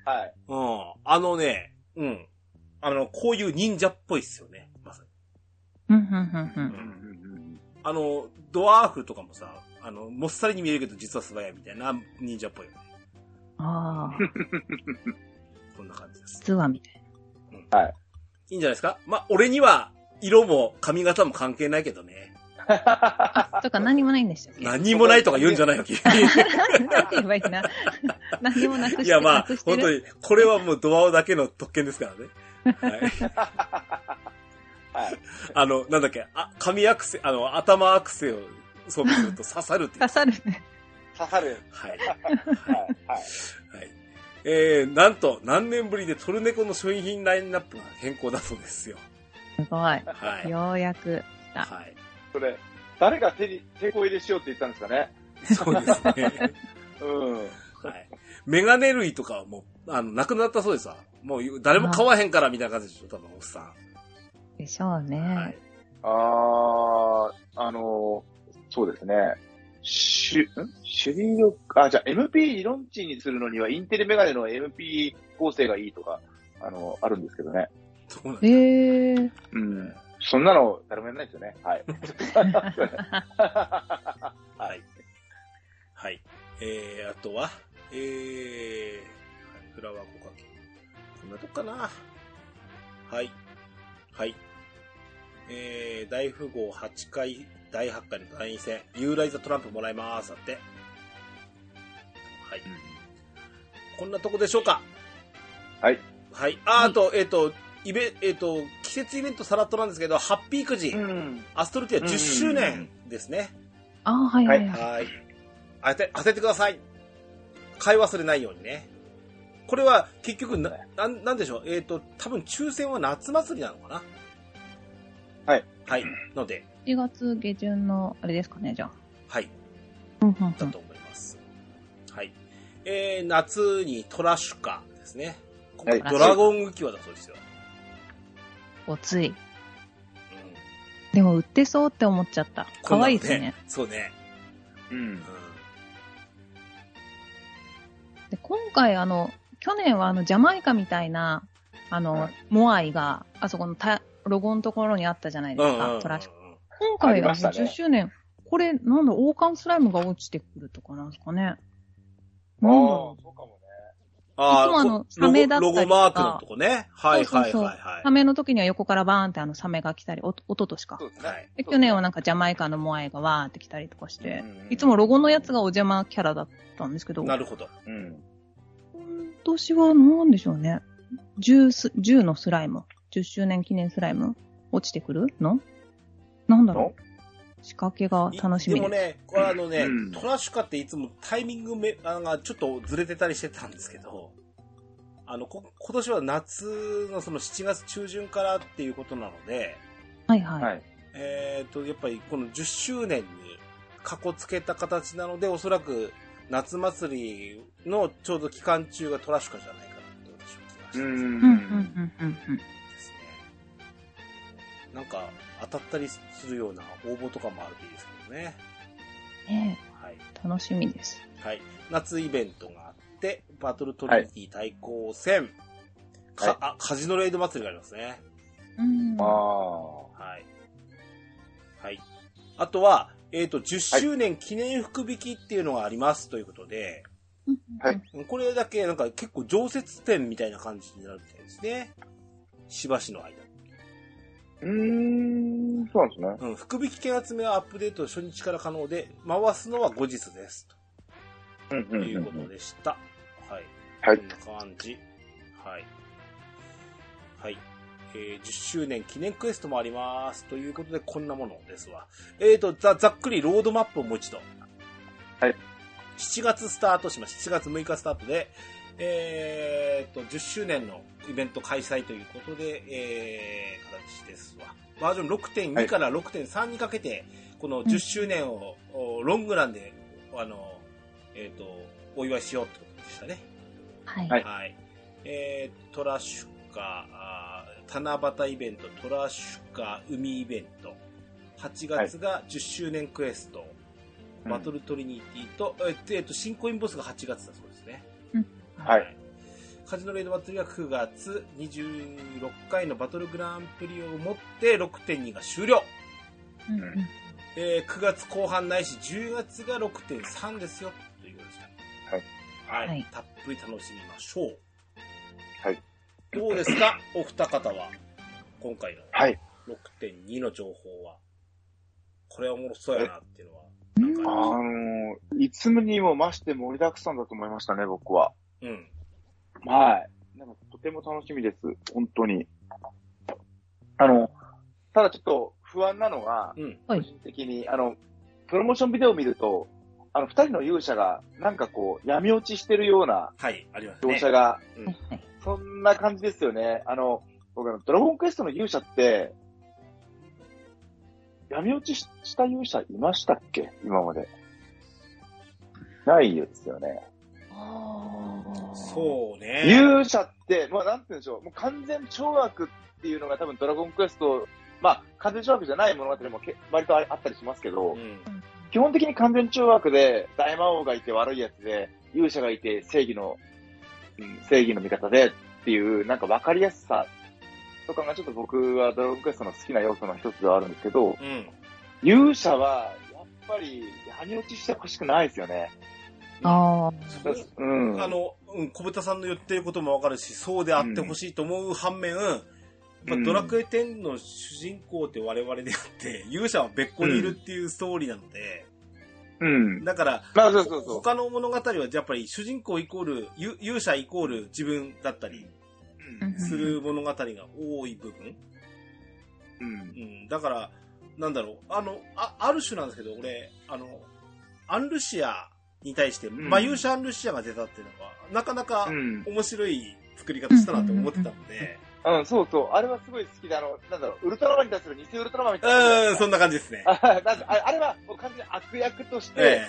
はい。
うん。あのね、うん。あの、こういう忍者っぽいっすよね。まさに。
うん、うん、うん、うん。
あの、ドワーフとかもさ、あの、もっさりに見えるけど実は素早いみたいな忍者っぽいよね。
ああ、
こんな感じです。
実はみたい
いいんじゃないですかまあ、俺には、色も髪型も関係ないけどね。
な。とか何もないんでしたっけ
何もないとか言うんじゃないよ、君。
<laughs>
<laughs>
なんて言えばいいかな。何もなくして
いや、まあ
なくし、て
本
る
当に、これはもうドアオだけの特権ですからね。はい。
はい。
あの、なんだっけ、あ、髪アクセ、あの、頭アクセを装備すると刺さるっていう
刺。さるね。
刺さる。
はい。
はい。はい。
はい。えー、なんと、何年ぶりでトルネコの商品ラインナップが変更だそうですよ。
すご。
はいい。
ようやく。
はい。
それ、誰が手に、手こ入れしようって言ったんですか
そ
ね。
うですね。
うん。
はい。メガネ類とかはもう、あの、なくなったそうですわ。もう、誰も買わへんからみたいな感じでしょ、多分、おっさ。
でしょうん
は
ね
い。。
あー、あのー、そうですね。しゅ、んシュリーロあ、じゃあ MP 理論値にするのには、インテリメガネの MP 構成がいいとか、あのあるんですけどね。
そうなん
え
です。
ー。
うん。そんなの、誰もやらないですよね。
<laughs>
はい。
はい。はい。えー、あとは、えー、フラワー5かけ。こんなとこかな。はい。はい。えー、大富豪8回、第8回の団員戦、ユーライザトランプもらいます。だって。はい。こんなとこでしょうか
はい。
はい。あ、あと、えっ、と、イベ、えっ、と、季節イベントさらっとなんですけど、ハッピーくじ、
ん。
アストルティア10周年ですね。
あーはいはいはい。
はい。当て、当ててください。買い忘れないようにね。これは結局な、なん、なんでしょう。えっ、と、多分抽選は夏祭りなのかな
はい。
はい。ので、
1月下旬の、あれですかね、じゃあ。
はい。
うんうんう
だ
ん
と思います。はい。えー、夏にトラシュカですね。ここ
はい
ドラゴン浮き輪だそうですよ。
おつい。でも売ってそうって思っちゃった。可愛いですね。。
そうね。
うん
うん。
で今回、あの、去年はあの、ジャマイカみたいな、あの、
はい
モアイが、あそこのたロゴのところにあったじゃないですか、トラッシュ。今
あ
回
り
は
ましたね
10周年、これ、なんだ、王冠スライムが落ちてくるとかなんですかね。
あ
な
あ
んだ
ー
ろ、
そうかもね。
あー
いつもあの
こ
サメだったり
ロ
とか
ゴロゴマークのとこね。はいはい
そうそう
は
そ
いは
う。
い。
サメの時には横からバーンってあのサメが来たり、お、おととしか
そう。ですね。
はい
で、去年はなんかジャマイカのモアイがわーって来たりとかして、
うん
いつもロゴのやつがお邪魔キャラだったんですけど、
なるほど。
うん。
今年は何でしょうね。10す、10のスライム。10周年記念スライム落ちてくるのなんだろう仕掛けが楽しみ
い
で
でも
す。
ね、これあのね、
うん
トラッシュカっていつもタイミングめあがちょっとずれてたりしてたんですけど、あの、こ今年は夏のその7月中旬からっていうことなので、
はいはい。
はい。
えっ、と、やっぱりこの10周年にかこつけた形なので、おそらく夏祭りのちょうど期間中がトラッシュカじゃないかなと私は気がし
う
ますね。
う
ん
んうんうんうんうん。
ですね。なんか、当たったりするような応募とかもあるといいですけどね。
ね
はい。
え楽しみです。
はい。夏イベントがあって、バトルトリニティ対抗戦、か
はい
あカジノレイド祭りがありますね。
うん。
あ
は
はい。はい。あとは、えっ、と、10周年記念福引きっていうのがありますということで、
はい
これだけなんか結構常設展みたいな感じになるみたいですね。しばしの間。
あ。うーん、そうなんですね。
うん、福引き券集めはアップデート初日から可能で、回すのは後日です。
うん
と
うん
いうこ
うんう
と
ん。
でした。はい。
はい
こんな感じ。はい。はい。えー10周年記念クエストもあります。ということで、こんなものですわ。えーと、ざ、ざっくりロードマップをもう一度。
はい。
7月スタートします。7月6日スタートで、えーと、10周年のイベント開催ということで、えー、形ですわ。バージョン
は
6.2
い
から6.3にかけて、この10周年を、おロングランで、あの、えっ、と、お祝いしようってことでしたね。
い。
はい
はい。えー、トラッシュカ、あー七夕イベント、トラッシュカ海イベント。8月が10周年クエスト、バトルトリニティと、えーえーと、新コインボスが8月だそうですね。
うん
はい
カジノレイド祭りは9月26回のバトルグランプリをもって6.2が終了。
うんうん
えー9月後半ないし10月が6.3ですよということですね
はい
はい、たっぷり楽しみましょう
はい
どうですかお二方は今回の
はい。
6.2の情報はこれはおもろそうやなっていうのはなんか
あ
ありま
のー、いつにも増して盛りだくさんだと思いましたね、僕は。
すうん
はい。なんかとても楽しみです。本当に。あの、ただちょっと不安なのが、
うん
は
個
い
人的に、あの、プロモーションビデオを見ると、あの、二人の勇者が、なんかこう、闇落ちしてるような
はいあります
描
ね
写が、
うん
はいはい。
そんな感じですよね。あの、僕あの、ドラゴンクエストの勇者って、闇落ちしした勇者いましたっけ今まで。ないですよね。
そうね
勇者って、まあなんて言うんでしょう、もう完全懲悪っていうのが多分ドラゴンクエスト、まあ完全懲悪じゃない物語もけ割とああったりしますけど、
うん
基本的に完全懲悪で大魔王がいて悪いやつで、勇者がいて正義の、うん正義の味方でっていう、なんか分かりやすさとかがちょっと僕はドラゴンクエストの好きな要素の一つではあるんですけど、
うん
勇者はやっぱり闇落ちしてほしくないですよね。
あ
そう
うん。
あの、うん、小豚さんの言ってることもわかるし、そうであってほしいと思う反面、まあ
うん
ドラクエ10の主人公って我々であって、勇者は別個にいるっていうストーリーなので、
うん。
だから、
まあそうそうそう。
他の物語はやっぱり主人公イコール、ゆ勇者イコール自分だったり
うん
する物語が多い部分。
うん
う。ん、だから、なんだろう、あの、あ、ある種なんですけど、俺、あの、アンルシアに対して、
ん
まあ勇者アンルシアが出たっていうのは、なかなか、
うん。
面白い作り方したなと思ってたので、
うん、そうそう。あれはすごい好きで、あの、なんだろう、ウルトラマンに対する偽ウルトラマンみたいな。
うん、そんな感じですね。
あなんかああれはもう完全に悪役として
え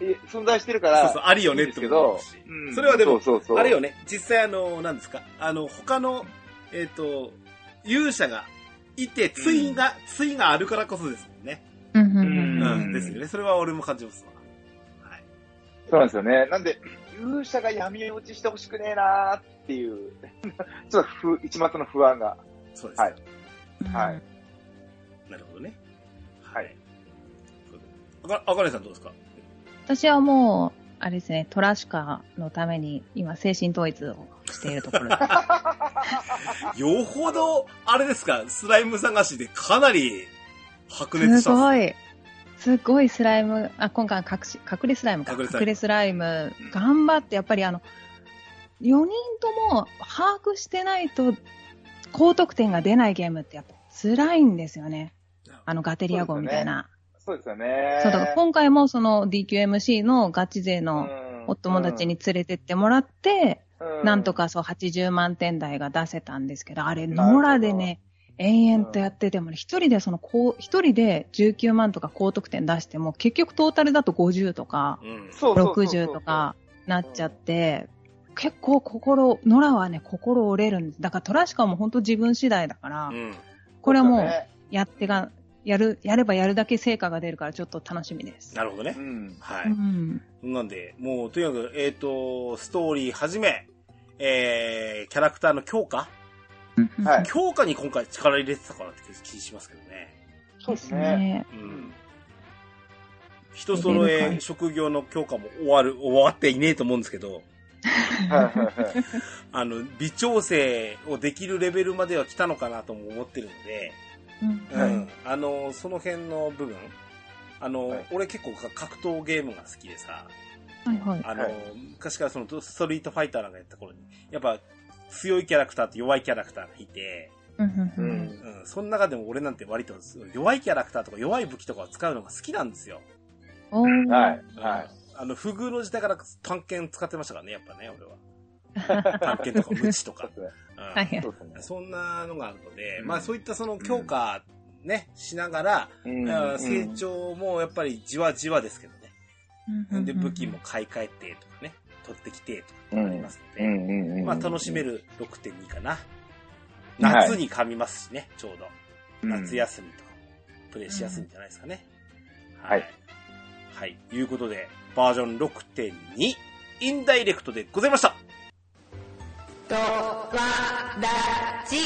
え存在してるか
え、
ら、
そうそう、ありよ
いい
ねっ
んです
て
け
思
ど
うし、
うん
それはでも
そうそうそう
あれよね、実際あの、なんですか、あの、他の、えっ、と、勇者がいて、ついが、ついがあるからこそですもんね。
うんう
うん、
うん
うん
ですよね。それは俺も感じますわ。はい。
そうなんですよね。なんで、勇者が闇落ちしてほしくねえなーっていう、 <laughs> ちょっと不一抹の不安が。
そうです。
はいはい
うん
なるほどね。
はい。
あかあかねさんどうですか
私はもう、あれですね、トラシカのために今、精神統一をしているところです。
よほど、あれですか、スライム探しでかなり白熱し
す
たんです
ご
ね
い。すごいスライム、あ、今回は隠し、隠れスライムか。
隠れスライム
隠れスライム。頑張って、やっぱりあの、4人とも把握してないと、高得点が出ないゲームってやっぱ辛いんですよね。あの、ガテリア号みたいな。
そうですよね。
そう,、だから今回もその DQMC のガチ勢のお友達に連れてってもらって、
うん、
なんとかそう80万点台が出せたんですけど、あれ、野良でね、延々とやっててもね、一人でその高、一人で19万とか高得点出しても、結局トータルだと50とか、
うん。
そうそうそうそう
60とか。なっちゃって、結構心、野良はね、心折れるんです。だからトラシカも本当自分次第だから
う、ん。
これはも
そう
う、
だね
やってが、やる、やればやるだけ成果が出るから、ちょっと楽しみです。
なるほどね
う。ん。
は
う
い。
ん。
なんで、もう、とにかく、えっ、と、ストーリーはじめ、えー、キャラクターの強化
はい
強化に今回力入れてたかなって気しますけどね。
そうですね。。
う
うんん。。
人揃
入れるか
え、
い
職業の強化も終わる、終わっていねえと思うんですけど、
はいはいはい。
あの、微調整をできるレベルまでは来たのかなとも思ってるので、
うん
う
は
ん、あの、その辺の部分、あの、
はい
俺結構か格闘ゲームが好きでさ、
はいはい。
あの、
はい
昔からそのストリートファイターなんかやった頃に、やっぱ強いキャラクターと弱いキャラクターがいて、
うんう
うん
うん
ん。
うん、その中でも俺なんて割と弱いキャラクターとか弱い武器とかを使うのが好きなんですよ。
おー
はい。はい。
あの、不遇の時代から探検使ってましたからね、やっぱね、俺は。 <laughs> 探検とか無知と
そう
か
で。すね。
うん
はいはい
そうですね
そんなのがあるので、
うん
まあそういったその強化ね、しながら、
うん
あー成。長もやっぱりじわじわですけどね。
うん
で、武器も。買い替えてとかね、取ってきてとかありますの
う
で、
んうんうんうん。
まあ楽しめる6.2かな。
はい
夏に噛みますしね、ちょうど。
うん。
夏休みとかも、プレイしやすいんじゃないですかね。
んはい。
はい。いうことで、バージョン6.2、インダイレクトでございました。
ドワラジ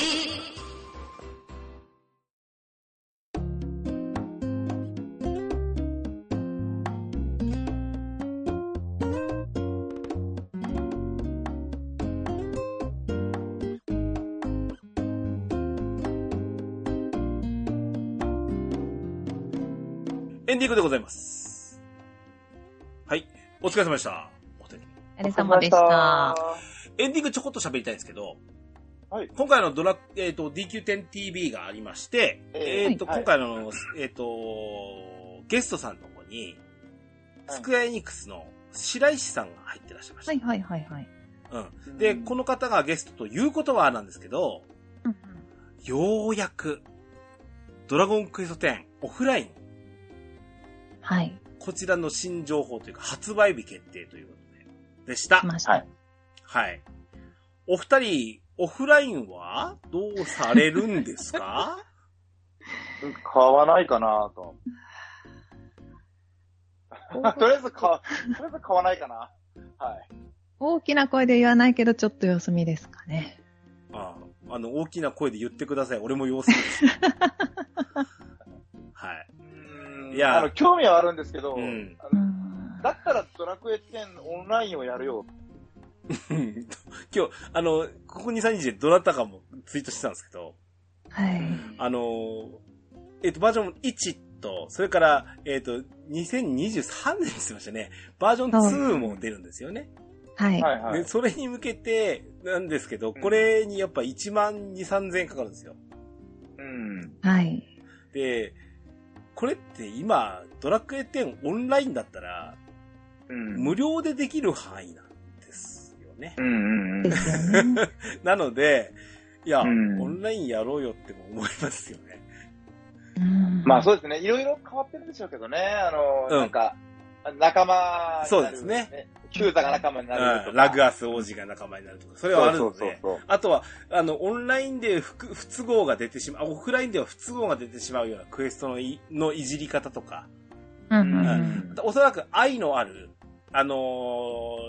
エンディングでございます。はい。お疲れ様でした。お二人
あれ様でした。
エンディングちょこっと喋りたいんですけど、
はい
今回のドラ、えっ、と、DQ10TV がありまして、え
え
っ、
ー
と、
はい
今回の、えっ、と、ゲストさんの方に、
はい
スクエアエニックスの白石さんが入ってらっしゃいました。
はいはいはいはい。
うん。で、この方がゲストということはなんですけど、ようやく、ドラゴンクエスト10オフライン、
はい。
こちらの新情報というか発売日決定ということで、でした
来。まし
は
た
い。
はい。お二人、オフラインはどうされるんです
<laughs>
か
買わないかなと。とりあえず買わ、とりあえず買わないかな。はい。
<laughs> 大きな声で言わないけど、ちょっと様子見ですかね。
あああの、大きな声で言ってください。俺も様子見で
<laughs>
す。はい。 <laughs>
うん
いや
あの、興味はあるんですけど、
うん
あのだったらドラクエ10オンラインをやるよ。
うん今日、あの、ここ2、3日でどなたかもツイートしてたんですけど、
はい。
あのー、えっ、と、バージョン1と、それから、えっ、と、2023年にしましたね。バージョン2も出るんですよね。
はい。
はいはい
で、。それに向けて、なんですけど、これにやっぱ1万2、3000円かかるんですよ。
うん。
はい。
で、これって今、ドラクエ10オンラインだったら、
うん。
無料でできる範囲なんですよね
う。んうんう
で
ん。
すよ
<laughs>
ね。
なので、いや、
うん
オンラインやろうよっても思いますよね。
うん
まあそうですね。いろいろ変わってるんでしょうけどね。あの、
うん
なんか、仲間になる、
そうですね。
キューザが仲間に <laughs> なるとか、
うんラグアス王子が仲間になるとか、それはあるので、
そうそうそう
あとは、あの、オンラインで不不都合が出てしまう、あオフラインでは不都合が出てしまうようなクエストのいのいじり方とか、
うん
そう。
うん
う
うん
ん
おそらく愛のある、あの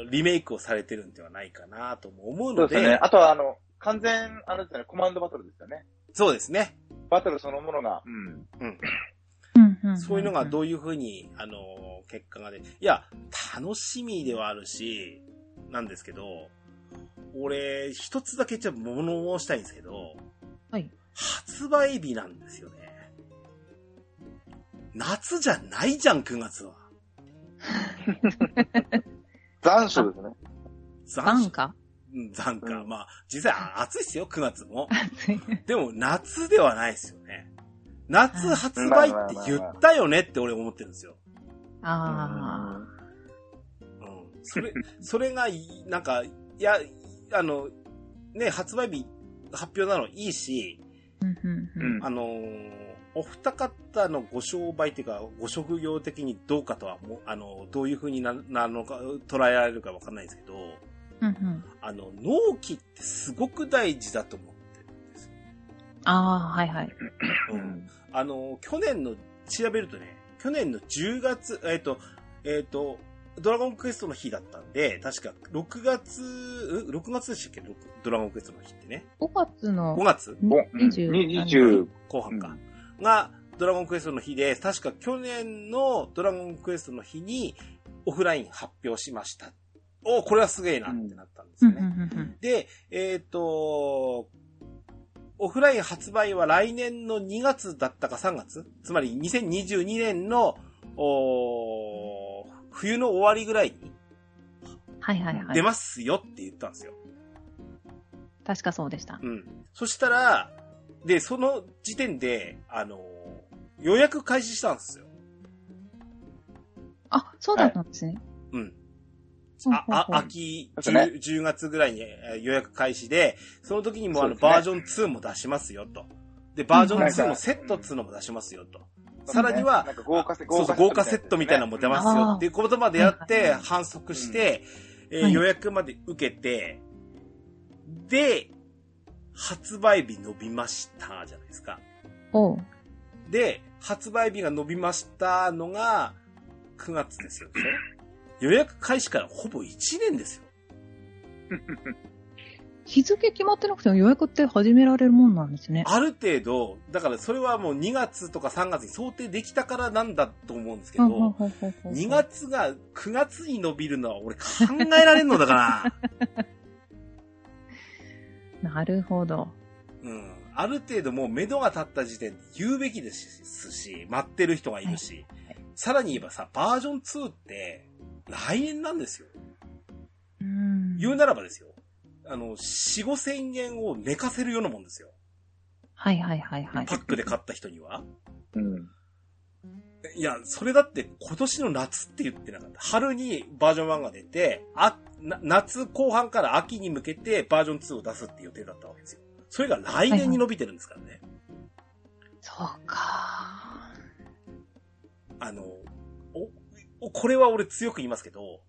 ーリメイクをされてるんではないかなとも思う
そ
の
う
で、
ですね。あとは、あの、完全、あのですね、コマンドバトルですよね。
そうですね。
バトルそのものが。うん。
うんん
そういうのがどういうふうに、あのー結果が出、いや、楽しみではあるし、なんですけど、俺、一つだけちょっと物申したいんですけど、
はい
発売日なんですよね。夏じゃないじゃん、9月は。
残暑ですね。
なんか
うん残夏。まあ、実際暑いっすよ、9月も。
暑い
でも、夏ではないですよね。夏発売って言ったよねって俺思ってるんですよ。
あ
うんそれ、それがいい、なんか、いや、あの、ね、発売日発表なのいいし、
あ。うんうんうん
あのーお二方のご商売っていうか、ご職業的にどうかとは、もうあの、どういうふうにな、なのか、捉えられるかわかんないですけど、
うんうん
あの、納期ってすごく大事だと思ってるんですよ。
ああ、はいはい。
う
うん
ん。
あの、去年の、調べるとね、去年の10月、えっ、と、えっ、と、ドラゴンクエストの日だったんで、確か6月、ん ?6 月でしたっけろくドラゴンクエストの日ってね。
5月の
5月
お
20
20
後半か。が、ドラゴンクエストの日で、確か去年のドラゴンクエストの日にオフライン発表しました。おこれはすげえなってなったんです
うん
よ
うん
ね。
うんうん
で、えっ、と、オフライン発売は来年の2月だったか3月つまり2022年の、おー冬の終わりぐらいに
はいはいは
出
い。
ますよって言ったんですよ。
確かそうでした。
うん。そしたら、で、その時点で、あのー予約開始したんですよ。
あ、そうだったんですね。
うん。
ほう
あ
ほうほう
あ、秋
ですね
10、10月ぐらいにえー予約開始で、その時にもうあの
そうですね
バージョン2も出しますよと。で、バージョン2のセット
うん
2のも出しますよと。さらには
なんか豪華セ
そうそう、豪華セットみたいなのも出ますよ
あー
っていうことまでやっ
はい
て、
はい
反則して、えー
はい
予約まで受けて、で、発売日伸びましたじゃないですか。
おう
で、発売日が伸びましたのが、9月ですよ、ね。予約開始からほぼ1年ですよ。
日付決まってなくても予約って始められるもんなんですね。
ある程度、だからそれはもう2月とか3月に想定できたからなんだと思うんですけ
うんうん
ど、
うんうんうん
2月が9月に伸びるのは俺考えられんのだから。
なるほど。
うん。ある程度もう目処が立った時点で言うべきですし、待ってる人がいるし、さらに言えばさ、バージョン2って来年なんですよ。
うん。
言うならばですよ。あの、4、5千円を寝かせるようなもんですよ。
はいはいはいはい。
パックで買った人には。
うん。
いや、それだって今年の夏って言ってなかった。春にバージョン1が出て、あ、な夏後半から秋に向けてバージョン2を出すって予定だったわけですよ。それが来年に伸びてるんですからね。
そうか。
あの、お、おこれは俺強く言いますけど、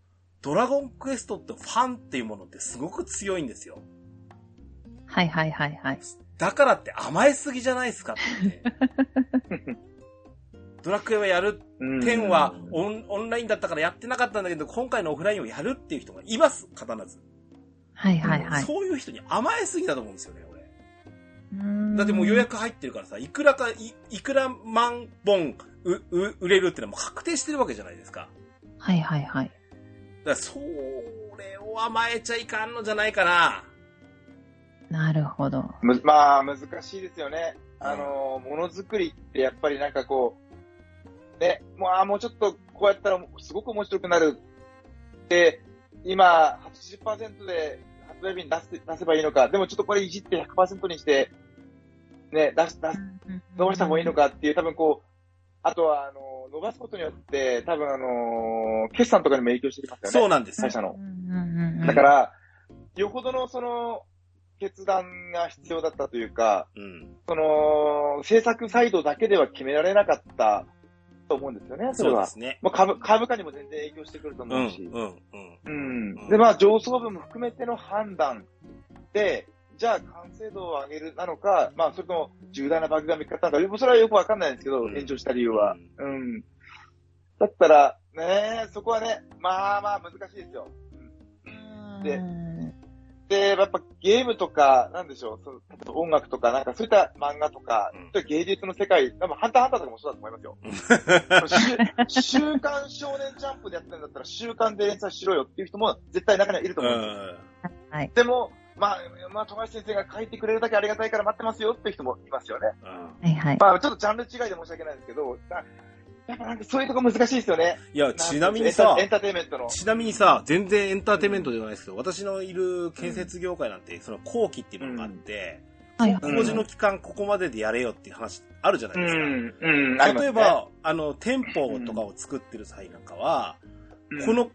ドラゴンクエストってファンっていうものってすごく強いんですよ。
はいはいはいはい。
だからって甘えすぎじゃないですかって。 <laughs> ドラクエはやる、10はオンオンラインだったからやってなかったんだけど、今回のオフラインをやるっていう人がいます、必ず。
はいはいはい。
そういう人に甘えすぎだと思うんですよね、俺。
うん
だってもう予。約入ってるからさ、いくらか、いいくら万本うう売れるってのはもう確定してるわけじゃないですか。
はいはいはい。
だからそれを甘えちゃいかんのじゃないかな。
なるほど。
むまあ、難しいですよね。あのー、ものづくりってやっぱりなんかこう、ね、もう、あーもうちょっとこうやったらすごく面白くなるで今、80%で発売日に出す出せばいいのか、でもちょっとこれいじって100%にして、ね、出す、出す、伸ばした方がいいのかっていう、多分こう、あとは、あのー、伸ばすことによって、多分あのー、決算とかにも影響してきますよね。
そうなんです
会
よ。
社の。
うんうんうん。
だから、よほどのその、決断が必要だったというか、
うん。
その、制作サイドだけでは決められなかったと思うんですよね、そ
そう
れ
で
は。
すね。
まあ、株株価にも全然影響してくると
うん、う
思うし。
ん、うん。
うんで、まあ、上層部も含めての判断で、じゃあ完成度を上げるなのか、まあ、それとも重大なバグが見つかったのか、もうそれはよくわかんないんですけど、
うん
延長した理由は。うん。だったら、ねえそこはね、まあまあ難しいですよ。でで、やっぱゲームとか、なんでしょう、その例えば音楽とか、なんかそういった漫画とか、
うん
そういった芸術の世界、多分ハンターハンターとかもそうだと思いますよ。 <laughs> 週週刊少年ジャンプでやってるんだったら、週刊で連載しろよっていう人も絶対中にはいると
う
思うんですよ
ん。
でも、まあ、まあ、富樫先生が書いてくれるだけありがたいから待ってますよっていう人もいますよね。
うん
はいはい。
まあ、ちょっとジャンル違いで申し訳ないんですけど、だやっぱなんかそういうとこ難しいですよね。
いや、 <laughs> ちなみに
なん
さ
てい、うんですかエンタエンターテインメントの。
ちなみにさ、全然エンターテインメントではないですけど、私のいる建設業界なんて、その後期っていうのがあって、
はいはい。
うん
工事の期間ここまででやれよっていう話あるじゃないうですか。
ん、うん、あります
例え
ね、
ば、あの、店舗とかを作ってる際なんかは、
うん
こ、の、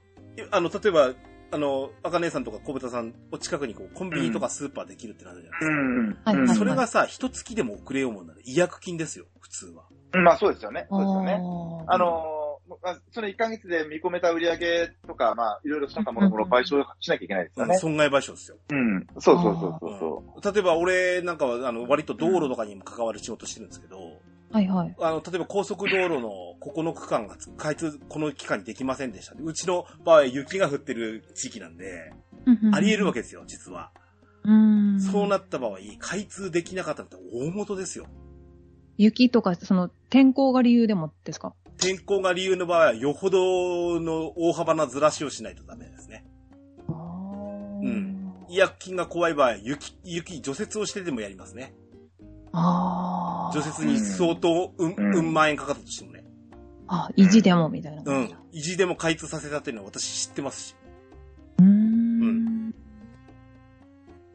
あの、例えば、あの、赤姉さんとか小豚さんを近くにこうコンビニとかスーパーできるってなるじゃないうですか。
ん、
はいはい
それがさ、一月でも遅れようもんなら違約金ですよ、普通は。
うんまあそうですよね。そうですよね。
おー
あのーまあ、その1ヶ月で見込めた売り上げとか、まあ、いろいろなんかもろもろ賠償しなきゃいけないですよね。
損害賠償ですよ。
うん、そうそうそうそうそ
例えば俺なんかは、あの、割と道路とかにも関わる仕事してるんですけど、
はいはい。
あの、例えば高速道路のここの区間が開通、この期間にできませんでした。うちの場合雪が降ってる地域なんで、あり得るわ
け。
けですよ、実は。
うん。
そうなった場合、開通できなかったのって大元ですよ。
雪とか、その、天候が理由でもですか
天候が理由の場合は、よほどの大幅なずらしをしないとダメですね。
うん。
違約金が怖い場合、雪、雪、除雪をしてでもやりますね。
ああ。
除雪に相当、うん、
うん
うん、万円かかったとしてもね。
あ、意地でもみたいな
う
感じ
ん
だ。。
意地でも開通させたっていうのは私知ってますし。
うー
うん
ん。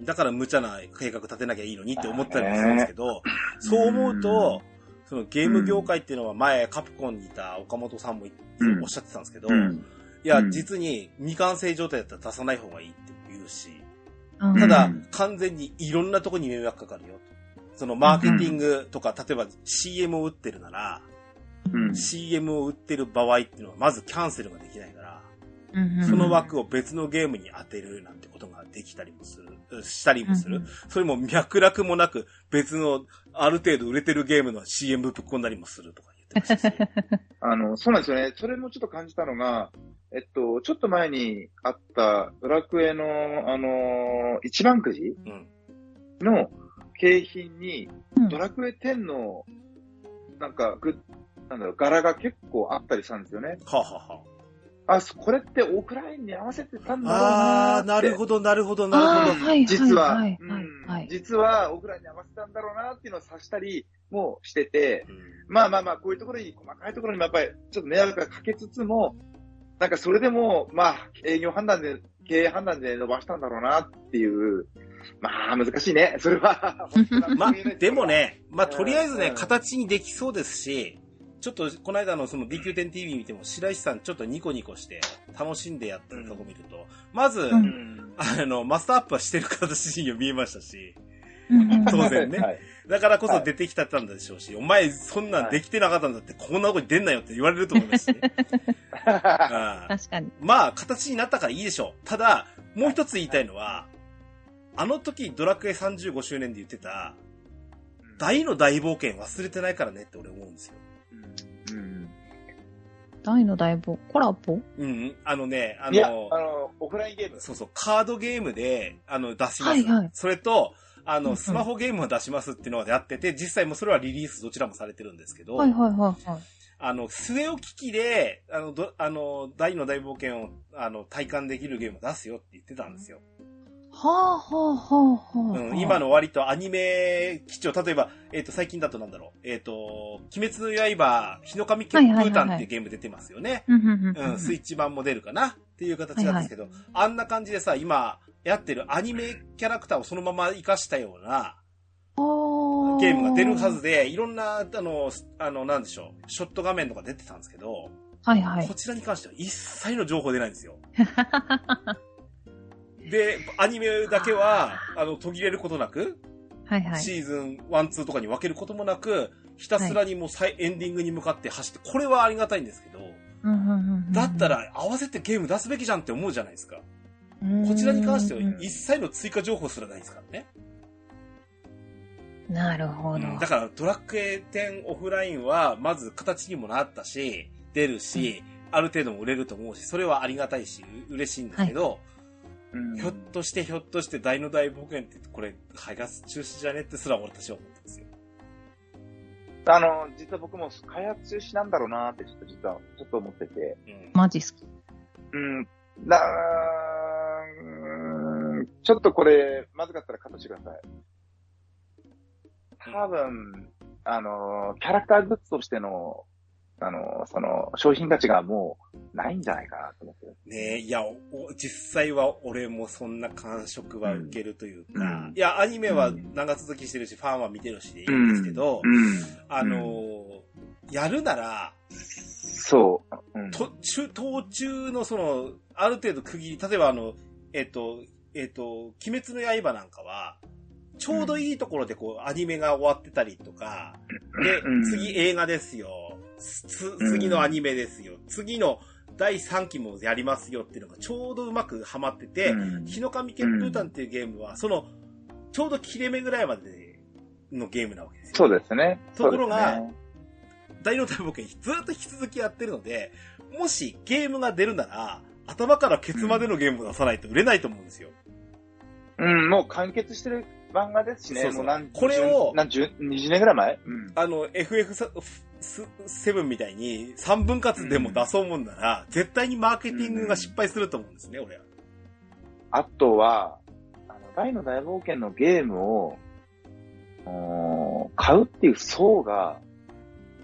だから無茶な計画立てなきゃいいのにって思ったりもするんですけど、そう思うと、そのゲーム業界っていうのは前カプコンにいた岡本さんも
うん
おっしゃってたんですけど、
う。
いや
う、ん
実に未完成状態だったら出さない方がいいって言うし、
うん
た
う
だ
ん、
完全にいろんなとこに迷惑かかるよと。そのマーケティングとか、例えば CM を打ってるなら、
うん。
CM を打ってる場合っていうのはまずキャンセルができないから、
うんうん
その枠を別のゲームに当てるなんてことができたりもする、したりもする。それも脈絡もなく別のある程度売れてるゲームの CM ぶっ込んだりもするとか言ってま <laughs> したし。
あの、そうなんですよね。それもちょっと感じたのが、えっと、ちょっと前にあったドラクエの、あのー一番くじ
うん。
の景品に、
うん
ドラクエ10の、なんか、グッなんだろう、柄が結構あったりしたんですよね。
はあ、はあは
あ、そこれってオフラインに合わせてたんだろう
あ、あー
なーって。
なるほど、なるほど、な
あ
る
あ、
ほど。
はいはいはい。
実は、
はい
うん
はい。
実はオフラインに合わせたんだろうなっていうのを察したりもしてて、
うん
まあまあまあ、こういうところに、細かいところにもやっぱり、ちょっと迷惑がかけつつも、なんかそれでも、まあ、営業判断で、経営判断で伸ばしたんだろうなっていう、まあ、難しいね、それは。
<laughs> まあ、でも、ね、まあ、
うん
とりあえずね、
うん
形にできそうですし、ちょっと、この間のその DQ10TV 見ても、白石さんちょっとニコニコして、楽しんでやってるとこ見ると、まず、
う
うん。
あの、マスターアップはしてる形には見えましたし、
うんうん
当然ね
はい
だからこそ出てきたったんでしょうし、お前そんなんできてなかったんだって、こんなとこに出んなよって言われると思い
<laughs>
ますし、ね、うん
確かに。
まあ、形になったからいいでしょう。ただ、もう一つ言いたいのは、あの時ドラクエ35周年で言ってた、大の大冒険忘れてないからねって俺思うんですよ。
うん
大の大冒、コラボ
うんうん、あのね、あ
いや、あ
の、
の、オフラインゲーム。
そうそう、カードゲームで、あの、出します。
はいはい
それと、あ
うんう
の、
ん
スマホゲームを出しますっていうのをやってて、実際もうそれはリリースどちらもされてるんですけど、
はいはいはいはい。
あの、末置き機で、あの、ど、あの、大の大冒険を、あの、体感できるゲームを出すよって言ってたんですよ。
はあはあはあはあ。
うん、今の割とアニメ基調、例えば、えっ、と、最近だとなんだろう、えっ、と、鬼滅の刃、日の神
はい
剣
はいはいは
空
い
弾っていうゲーム出てますよね。
うんうんうん
うん、スイッチ版も出るかなっていう形なんですけど、あんな感じでさ、今、やってるアニメキャラクターをそのまま活かしたような、
の
ゲームが出るはず。で、いろんな、あの、すあの、なんでしょう、ショット画面とか出てたんですけど、
はいはい
こ。ちらに関しては一切の情報出ないんですよ。で、アニメだけは、あの、途切れることなく、
はいはい。
シーズン1、2とかに分けることもなく、ひたすらにもう最エンディングに向かって走って、これはありがたいんですけど、だった、ら合わせてゲーム出すべきじゃんって思うじゃないですか。こちらに関しては一切の追加情報すらないですからね。
なるほど。
だからドラクエ10オフラインは、まず形にもなったし、出るし、ある程度も売れると思うし、それはありがたいし、う嬉しいんですけど、
うん
ひょっとしてひょっとして大の大冒険ってこれ、開発中止じゃねってすら俺たちは思ってますよ。
あの、実は僕も開発中止なんだろうなって、ちょっと実は、ちょっと思ってて。
うん。
マジっ
<laughs>
すか。
うん。だうーんちょっとこれ、まずかったらカットしてください。多分、あの、キャラクターグッズとしての、あの、その、商品価値がもう、ないんじゃないかなと思ってる。
ねえ、いや、おお実際は俺もそんな感触は受けるというか、
うん
いや、アニメは
うん
長続きしてるし、ファンは見てるしでいいんですけど、
うん。
あのーやるなら、
そう。うん
途中、途中のその、ある程度区切り、例えばあの、えっ、と、えっ、と、鬼滅の刃なんかは、ちょうどいいところでこう、アニメが終わってたりとか、で
う、ん
次映画ですよ、すつ
うん
次のアニメですよ、次の第3期もやりますよっていうのがちょうどうまくハマってて、
うん
日の神血風団っていうゲームは、その、ちょうど切れ目ぐらいまでのゲームなわけですよ。
そうですね。
ところが
そうですね
大の大冒険ずっと引き続きやってるので、もしゲームが出るなら、頭からケツまでのゲームを出さないと売れないと思うんですよ。
うん、もう完結してる漫画ですしね。
そうそう
もう何
これを
何十、20年ぐらい前うん。
あの、FF7 みたいに3分割でも出そうもんなら、絶対にマーケティングが失敗すると思うんですね、俺は。
あとは、あの、大の大冒険のゲームを、うーん買うっていう層が、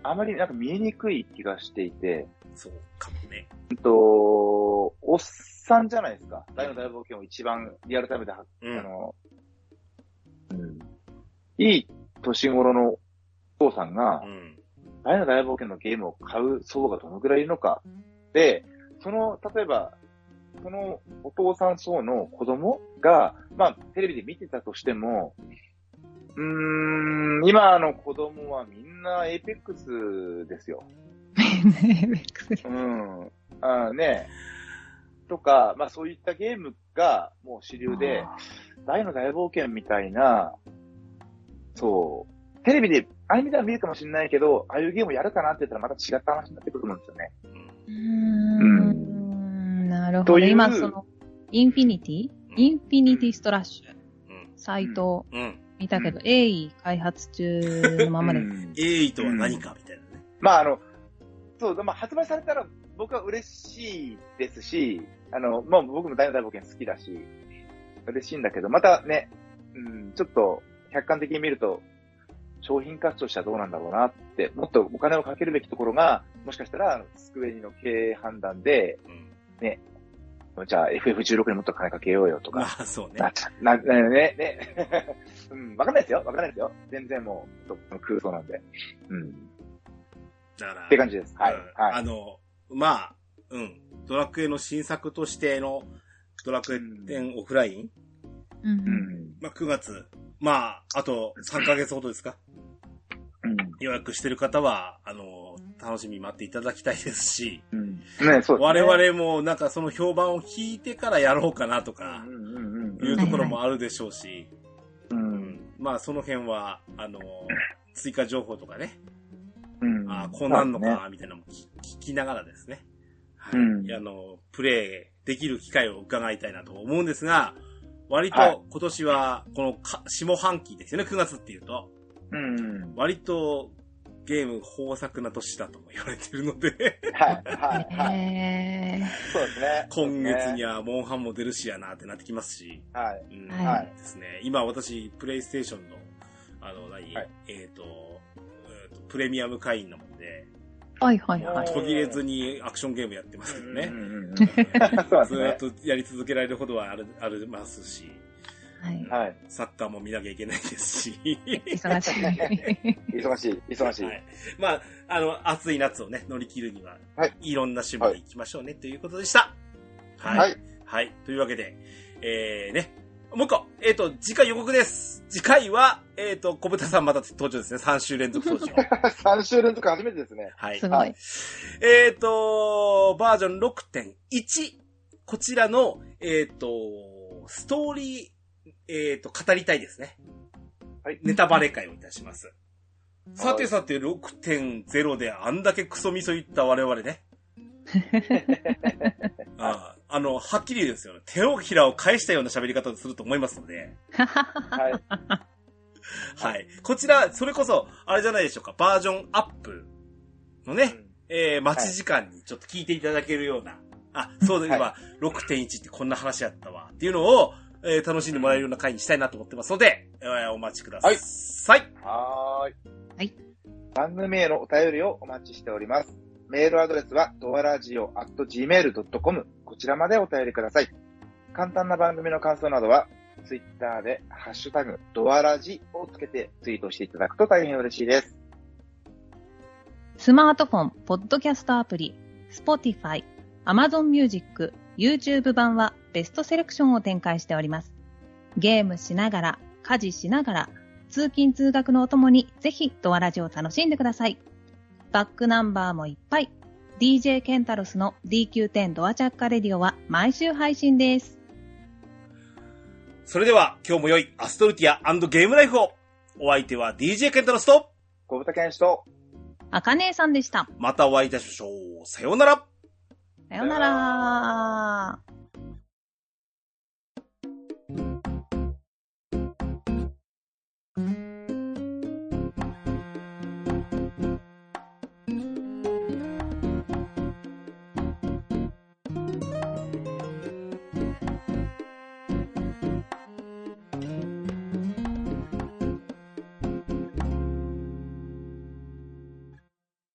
あまりなんか見えにくい気がしていて、
そうかもね。
うんと、おっさんじゃないですか。大の大冒険を一番リアルタイムで発、
うん
あの、うんいい年頃のお父さんが
う、ん。
大の大冒険のゲームを買う層がどのくらいいるのか。で、その、例えば、そのお父さん層の子供が、まあ、テレビで見てたとしても、うーん、今の子供はみんなエイペックスですよ。うん。あーね。とか、まあそういったゲームがもう主流で、大の大冒険みたいな、そう、テレビで、アニメでは見るかもしれないけど、ああいうゲームをやるかなって言ったらまた違った話になってくると思うんですよね。
うん。なるほ
と
ど。
いう
今、その、インフィニティインフィニティストラッシュ。
うん。
サイト
うん。
見たけど
う、
鋭意開発中のままで
う
す。
ん
鋭意とは何かみたいなね。
まああの、そう、まあ発売されたら僕は嬉しいですし、あの、まあ僕も大の大冒険好きだし、嬉しいんだけど、またね、うん、ちょっと客観的に見ると、商品価値としてはどうなんだろうなって、もっとお金をかけるべきところが、もしかしたら、スクエニの経営判断で、
うん。
じゃあ FF16 にもっと金かけようよと
ま
か、
あ、そうね
な。っちゃな、な、ね、ね。 <laughs> うん、わかんないですよ。わかんないですよ。全然もう、ちょっと空想なんで。うん。
だから
って感じです。はい。
うん
はい
あ。の、まあ、うん。ドラクエの新作としての、ドラクエ10オフライン
うん。
まあ、9月。まあ、あと3ヶ月ほどですか。
うん。
予約してる方は、あの、楽しみに待っていただきたいですし、
うんね、そうですね。
我々もなんかその評判を聞いてからやろうかなとか
う、んうんうんうん
いうところもあるでしょうし、
うん
まあその辺は、あの、追加情報とかね、
うん
あーこうなんのかな、みたいなのも聞聞きながらですね、はい
うん
あの、プレイできる機会を伺いたいなと思うんですが、割
はい
と今年は、このか下半期ですよね、9月っていうと。
うんうん。
割とゲーム豊作な年だとも言われてるので、
<laughs> はい、はい、
<laughs>
はい。
え
そうですね。
今月に
は。
はモンハンも出るしやなってなってきますし、
はい。
うん
はい
ですね。今私、プレイステーションの、あの、何、
はい
えっ、と、えーとプレミアム会員なもんで、
はいはいはい。
途切れずにアクションゲームやってますけどね
う。んうんうん
うん
<laughs>
ず
そうで
ーっ
すね。
とやり続けられるほどはあるありますし、
はい。
はい。
サッカーも見なきゃいけないですし、
忙しい。
忙しい、忙しい
は。い。まあ、あの、暑い夏をね、乗り切るには、
はい
い。ろんな趣味で行きましょうね、ということでした。はい。
は
はいい。。というわけで、えー、ね、もう一個、えっ、と、次回予告です。次回は、えっ、と、小豚さんまた登場ですね。3週連続登
<laughs>
場。
3週連続初めてですね。
は
<laughs>
い
す。ごい。
えっ、と、バージョン6.1。こちらの、えっ、と、ストーリー、えっ、と、語りたいですね。
はい。
ネタバレ会をいたします。さてさて6.0であんだけクソみそ言った我々ね。あああの、はっきり言うんですよね。手をひらを返したような喋り方をすると思いますので。
はい。
はい。こちら、それこそ、あれじゃないでしょうか。バージョンアップのね、えー、待ち時間にちょっと聞いていただけるような、あ、そうだ、今、
は
6.1ってこんな話やったわ、っていうのを、えー楽しんでもらえるような回にしたいなと思ってますので、えーお待ちください。はい。
はーい。
はい。
番組へのお便りをお待ちしております。メールアドレスは、ドアラジオ at gmail.com。こちらまでお便りください。簡単な番組の感想などは、ツイッターで、ハッシュタグ、ドアラジをつけてツイートしていただくと大変嬉しいです。
スマートフォン、ポッドキャストアプリ、Spotify、Amazon Music、YouTube 版はベストセレクションを展開しております。ゲームしながら、家事しながら、通勤通学のお供にぜひドアラジを楽しんでください。バックナンバーもいっぱい。DJ ケンタロスの DQ10 ドアチャッカレディオは毎週配信です。
それでは、今日も良いアストルティアゲームライフを。お相手は DJ ケントロスと、
小豚健士と、
あかねえさんでした。
またお会いいたしましょう。さようなら。
さようなら。